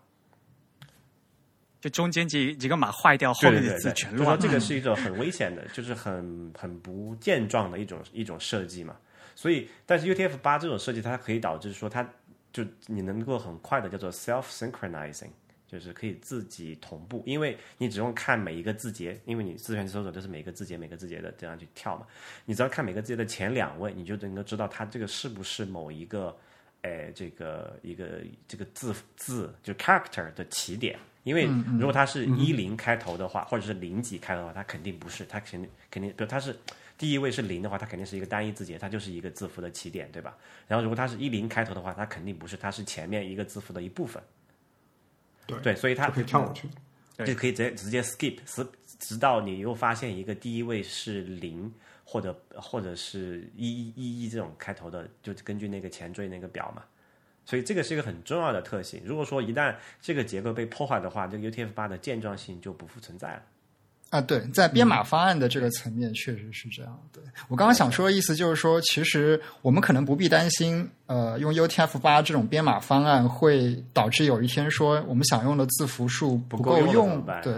B: 就中间几几个码坏掉，后
C: 对
B: 面
C: 对
B: 的
C: 对
B: 字
C: 对，
B: 全
C: 就
B: 乱
C: 说
B: 了。
C: 这个是一种很危险的，就是很很不健壮的一种一种设计嘛。所以，但是 UTF 八这种设计，它可以导致说它就你能够很快的叫做 self synchronizing，就是可以自己同步，因为你只用看每一个字节，因为你自选搜索都是每个字节每个字节的这样去跳嘛，你只要看每个字节的前两位，你就能够知道它这个是不是某一个，哎，这个一个这个字字就 character 的起点。因为如果它
A: 嗯
C: 是一零开头的话，或者是零几开头的话，它肯定不是，它肯定肯定，比如它是第一位是零的话，它肯定是一个单一字节，它就是一个字符的起点，对吧？然后如果它是一零开头的话，它肯定不是，它是前面一个字符的一部分。
A: 对
C: 对，所以它
A: 就可以跳过去。
C: 嗯就可以直接直接 skip，直直到你又发现一个第一位是零或者或者是一一一这种开头的，就根据那个前缀那个表嘛。所以这个是一个很重要的特性。如果说一旦这个结构被破坏的话，这个 UTF 八的健壮性就不复存在了。
D: 啊，对，在编
C: 嗯
D: 码方案的这个层面确实是这样。对我刚刚想说的意思就是说，其实我们可能不必担心，呃，用 UTF 八这种编码方案会导致有一天说我们想用的字符数不
C: 不够用了怎
D: 用
C: 么办。啊
D: 对，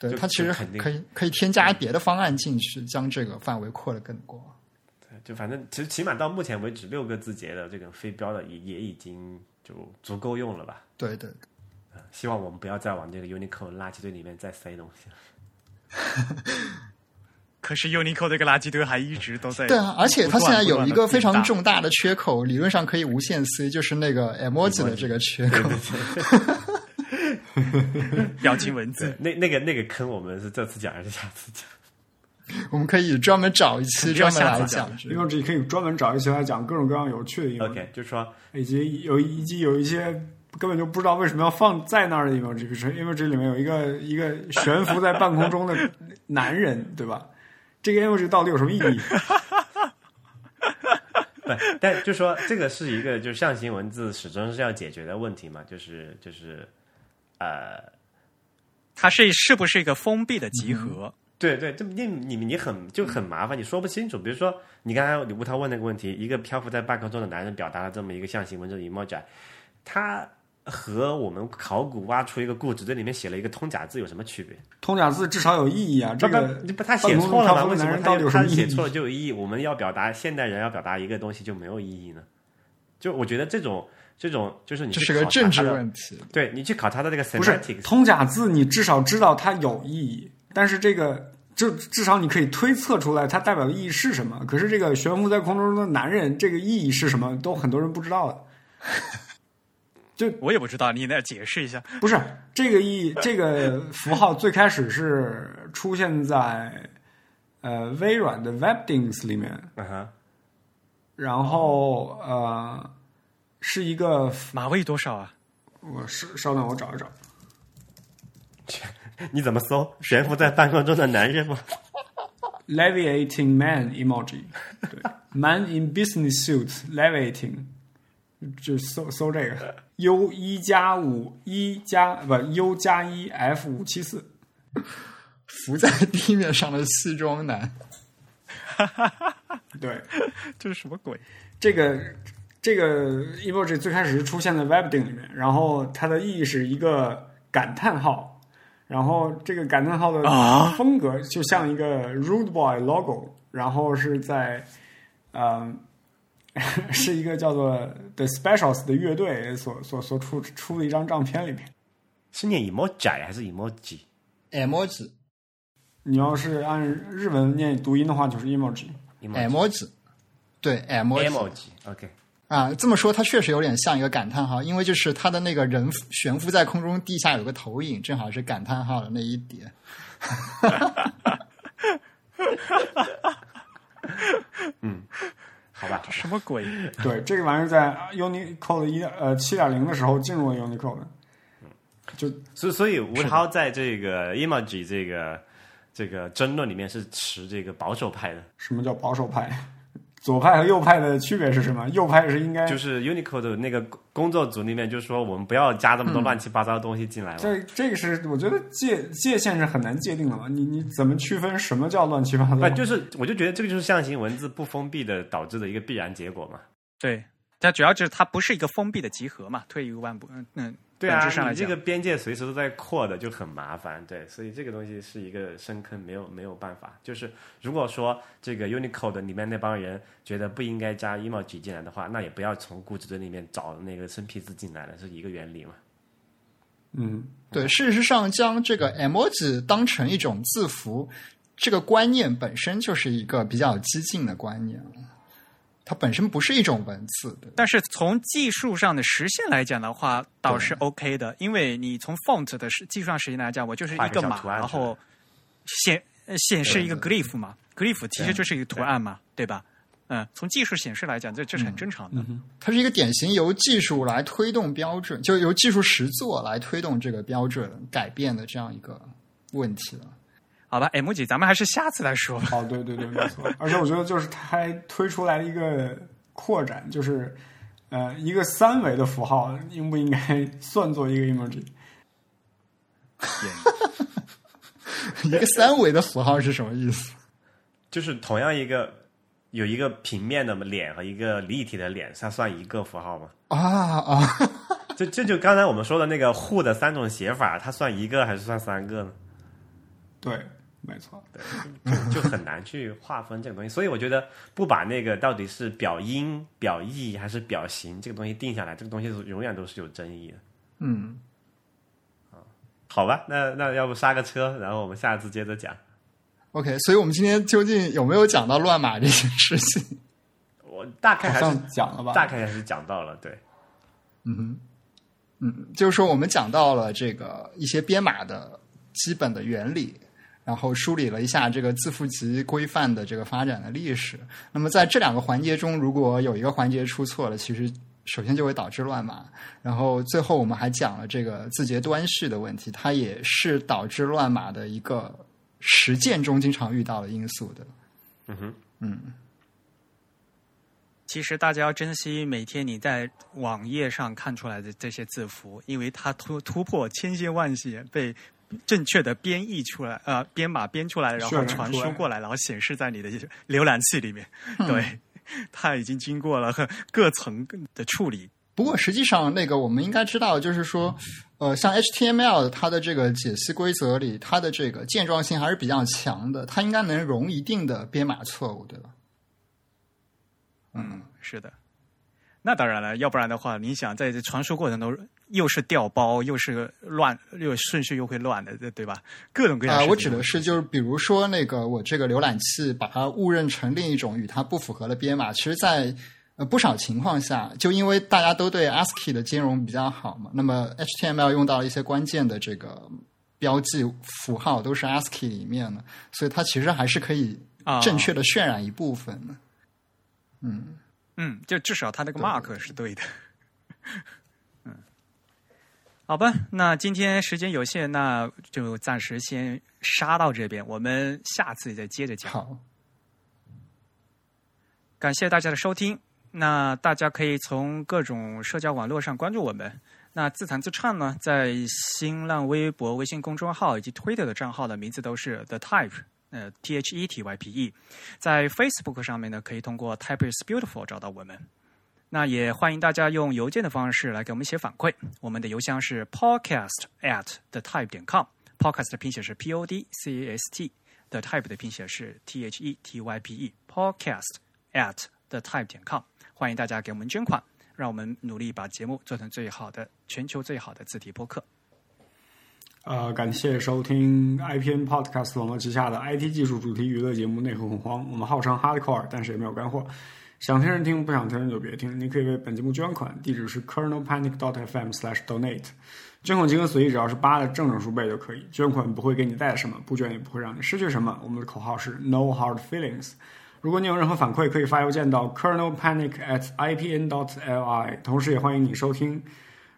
D: 对，
C: 就
D: 它其实
C: 就肯定
D: 可以可以添加别的方案进去，将这个范围扩得更广。
C: 对就反正其实起码到目前为止，六个字节的这种非标的也也已经就足够用了吧。
D: 对对，
C: 希望我们不要再往这个 Unicode 垃圾堆里面再塞东西了。
B: 可是 Unicode 这个垃圾堆还一直都在。
D: 对啊，而且它现在有一个非常
B: 重。
D: 重大的缺口，理论上可以无限 C，就是那个 emoji 的这个缺口。
B: 表情文字。
C: 那那个那个坑，我们是这次讲还是下次讲？
D: 我们可以专门找一期专门来讲这个。
A: 因为这可以专门找一期来讲各种各样有趣的应用
C: OK，就是说
A: 以及有以及有一些根本就不知道为什么要放在那儿的 emoji，比如说 emoji 里面有一个一个悬浮在半空中的男人，对吧？这个 emoji 到底有什么意义？
C: 不，但就说这个是一个就是象形文字始终是要解决的问题嘛，就是就是呃，
B: 它是是不是一个封闭的集合？
C: 对对，这你你你很就很麻烦，你说不清楚。比如说你刚才你吴涛问那个问题，一个漂浮在半空中的男人表达了这么一个象形文字的 emoji，他和我们考古挖出一个故纸堆里面写了一个通假字有什么区别？
A: 通假字至少有意义啊！这
C: 不
A: 个
C: 不你不他写错了吗？
A: 办公
C: 为
A: 室男
C: 什么
A: 人
C: 他
A: 到底有
C: 就
A: 什么
C: 他
A: 意义
C: 写错了就有意义？我们要表达现代人要表达一个东西就没有意义呢？就我觉得这种这种就是你
D: 这
C: 去
D: 是个
C: 考察
D: 政
C: 他
D: 治
C: 的
D: 问题，
C: 对你去考察它的这个
A: 不是
C: semantics，
A: 通假字，你至少知道它有意义，但是这个至至少你可以推测出来它代表的意义是什么。可是这个悬浮在空中的男人，这个意义是什么，都很多人不知道的。
B: 我也不知道，你那解释一下。
A: 不是这个意义，这个符号最开始是出现在呃微软的 WebDings 里面，
C: 嗯哼，
A: 然后呃是一个
B: 马位多少啊？
A: 我稍稍等我找一找，
C: 你怎么搜？悬浮在半空中的男人吗？ (laughs)
A: leviating man emoji，对，man in business suit leviating，就搜搜这个 U 一加五一加不 U 加一 F 五七四，
D: 浮在 (laughs) 地面上的西装男。
A: 对，
B: 这是什么鬼？
A: 这个这个 emoji 最开始是出现在 WebDing 里面，然后它的意义是一个感叹号，然后这个感叹号的
B: 啊
A: 风格就像一个 Rude Boy logo，然后是在嗯。 (laughs) 是一个叫做 The Specials 的乐队所所所出出的一张照片里面，
C: 是念 emoji 还是 emoji？
D: emoji
A: 你要是按日文念读音的话，就是哎 emoji。
D: emoji 对 emoji
C: emoji，OK，
D: 啊，这么说它确实有点像一个感叹号，因为就是它的那个人悬浮在空中，地下有个投影，正好是感叹号的那一叠。
C: 好吧，
B: 什么鬼？
A: 对，这个玩意儿在 Unicode 一呃七点零的时候进入了 Unicode，就
C: 所以所以吴涛在这个 emoji 这个这个争论里面是持这个保守派的，
A: 什么叫保守派？左派和右派的区别是什么？右派是应该
C: 就是 Unicode 的那个工工作组里面就说我们不要加这么多乱七八糟的东西进来嘛。
A: 这这个是我觉得界界限是很难界定的嘛。你你怎么区分什么叫乱七八糟
C: 不？哎就是，我就觉得这个就是象形文字不封闭的导致的一个必然结果嘛。
B: (laughs) 对，它主要就是它不是一个封闭的集合嘛。退一万步，嗯嗯，
C: 对啊
B: 本质上，来
C: 你
B: 讲
C: 这个边界随时都在扩的，就很麻烦。对，所以这个东西是一个深坑，没有没有办法。就是如果说这个 Unicode 里面那帮人觉得不应该加 emoji 进来 (laughs) 的话，那也不要从固执堆里面找那个生僻字进来了，是一个原理嘛。
A: 嗯，
D: 对，事实上，将这个 emoji 当成一种字符，这个观念本身就是一个比较激进的观念了它本身不是一种文字的。
B: 但是从技术上的实现来讲的话，倒是 OK 的，因为你从 font 的实技术上实现来讲，我就是一个
C: 画个小
B: 码，
C: 图案
B: 然后显呃显示一个 glyph 嘛，glyph 其实就是一个图案嘛，对嗯吧？嗯，从技术显示来讲，这这是很正常的。
D: 它是一个典型由技术来推动标准，就由技术实作来推动这个标准改变的这样一个问题了。 (laughs)
B: 好吧，M 姐，咱们还是下次来说吧。
A: 哦，对对对，没错。而且我觉得就是它还推出来了一个扩展，就是呃，一个三维的符号应不应该算作一个 emoji？
D: 一个三维的符号是什么意思？
C: 就是同样一个有一个平面的脸和一个立体的脸，它算一个符号吗？
D: 啊啊！
C: 这这就刚才我们说的那个 who 的三种写法，它算一个还是算三个呢？
A: 对，没错。 (laughs)
C: 就很难去划分这个东西。所以我觉得不把那个到底是表音、表意还是表形这个东西定下来，这个东西永远都是有争议的。啊
D: 嗯，
C: 好吧，那那要不刹个车，然后我们下次接着讲。
D: OK，所以我们今天究竟有没有讲到乱码这件事情？
C: 我大概还
A: 好
C: 是
A: 像讲了吧
C: 大概还是讲到了，对，
D: 嗯，就是说我们讲到了这个一些编码的基本的原理，然后梳理了一下这个字符集规范的这个发展的历史。那么在这两个环节中，如果有一个环节出错了，其实首先就会导致乱码。然后最后我们还讲了这个字节端序的问题，它也是导致乱码的一个实践中经常遇到的因素的。
C: 嗯哼，
B: 其实大家要珍惜每天你在网页上看出来的这些字符，因为它突突破千辛万险被正确的编译出来，呃，编码编出来，然
A: 渲
B: 后
A: 染
B: 传
A: 出
B: 输
A: 来
B: 过来，然后显示在你的浏览器里面。
D: 嗯
B: 对， (laughs) 它已经经过了各层的处理。
D: 不过实际上，那个我们应该知道，就是说，呃，像 HTML 它的这个解析规则里，它的这个健壮性还是比较强的，它应该能容一定的编码错误，对吧？
B: 嗯，是的。那当然了，要不然的话，你想在这传输过程中又是掉包，又是乱，又顺序又会乱的，对吧？各种各样
D: 啊、
B: 的事情。
D: 我指的是就是比如说那个我这个浏览器把它误认成另一种与它不符合的编码，其实在，呃不少情况下，就因为大家都对 ASCII 的兼容比较好嘛，那么 HTML 用到了一些关键的这个标记符号都是 ASCII 里面的，所以它其实还是可以
B: 啊
D: 正确的渲染一部分的。
B: 嗯，就至少它那个 mark 是对的。 (laughs) 嗯，好吧，那今天时间有限，那就暂时先杀到这边，我们下次再接着讲。
D: 好，
B: 感谢大家的收听。那大家可以从各种社交网络上关注我们。那自弹自唱呢，在新浪微博、微信公众号以及 Twitter 的账号的名字都是 The Type，呃，T H E T Y P E。在 Facebook 上面呢，可以通过 Type is Beautiful 找到我们。那也欢迎大家用邮件的方式来给我们写反馈。我们的邮箱是 podcast at the type 点 com，podcast 的拼写是 p o d c a s t，the type 的拼写是 t h e t y p e，podcast at the type 点 com。欢迎大家给我们捐款，让我们努力把节目做成最好的全球最好的字体播客。
A: 呃，感谢收听 IPN Podcast 网络旗下的 IT 技术主题娱乐节目《内核恐慌》。我们号称 Hardcore，但是也没有干货。想听人听，不想听人就别听。你可以为本节目捐款，地址是 kernelpanic.fm/donate。捐款金额随意，只要是八的正整数倍就可以。捐款不会给你带来什么，不捐也不会让你失去什么。我们的口号是 No Hard Feelings。如果你有任何反馈，可以发邮件到 kernelpanic at ipn.li。同时，也欢迎你收听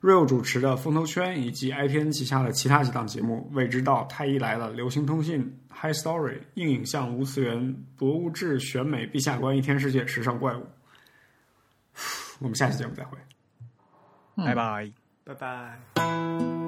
A: Real 主持的《风投圈》以及 IPN 旗下的其他几档节目：《未知道》、《太医来了》、《流行通信》、《High Story》、硬影像、无次元、《博物志》、《选美》、《陛下观》、《一天世界》、《时尚怪物》。 (sighs) 我们下期节目再会。
B: 拜拜。
C: 拜拜。
D: 拜拜。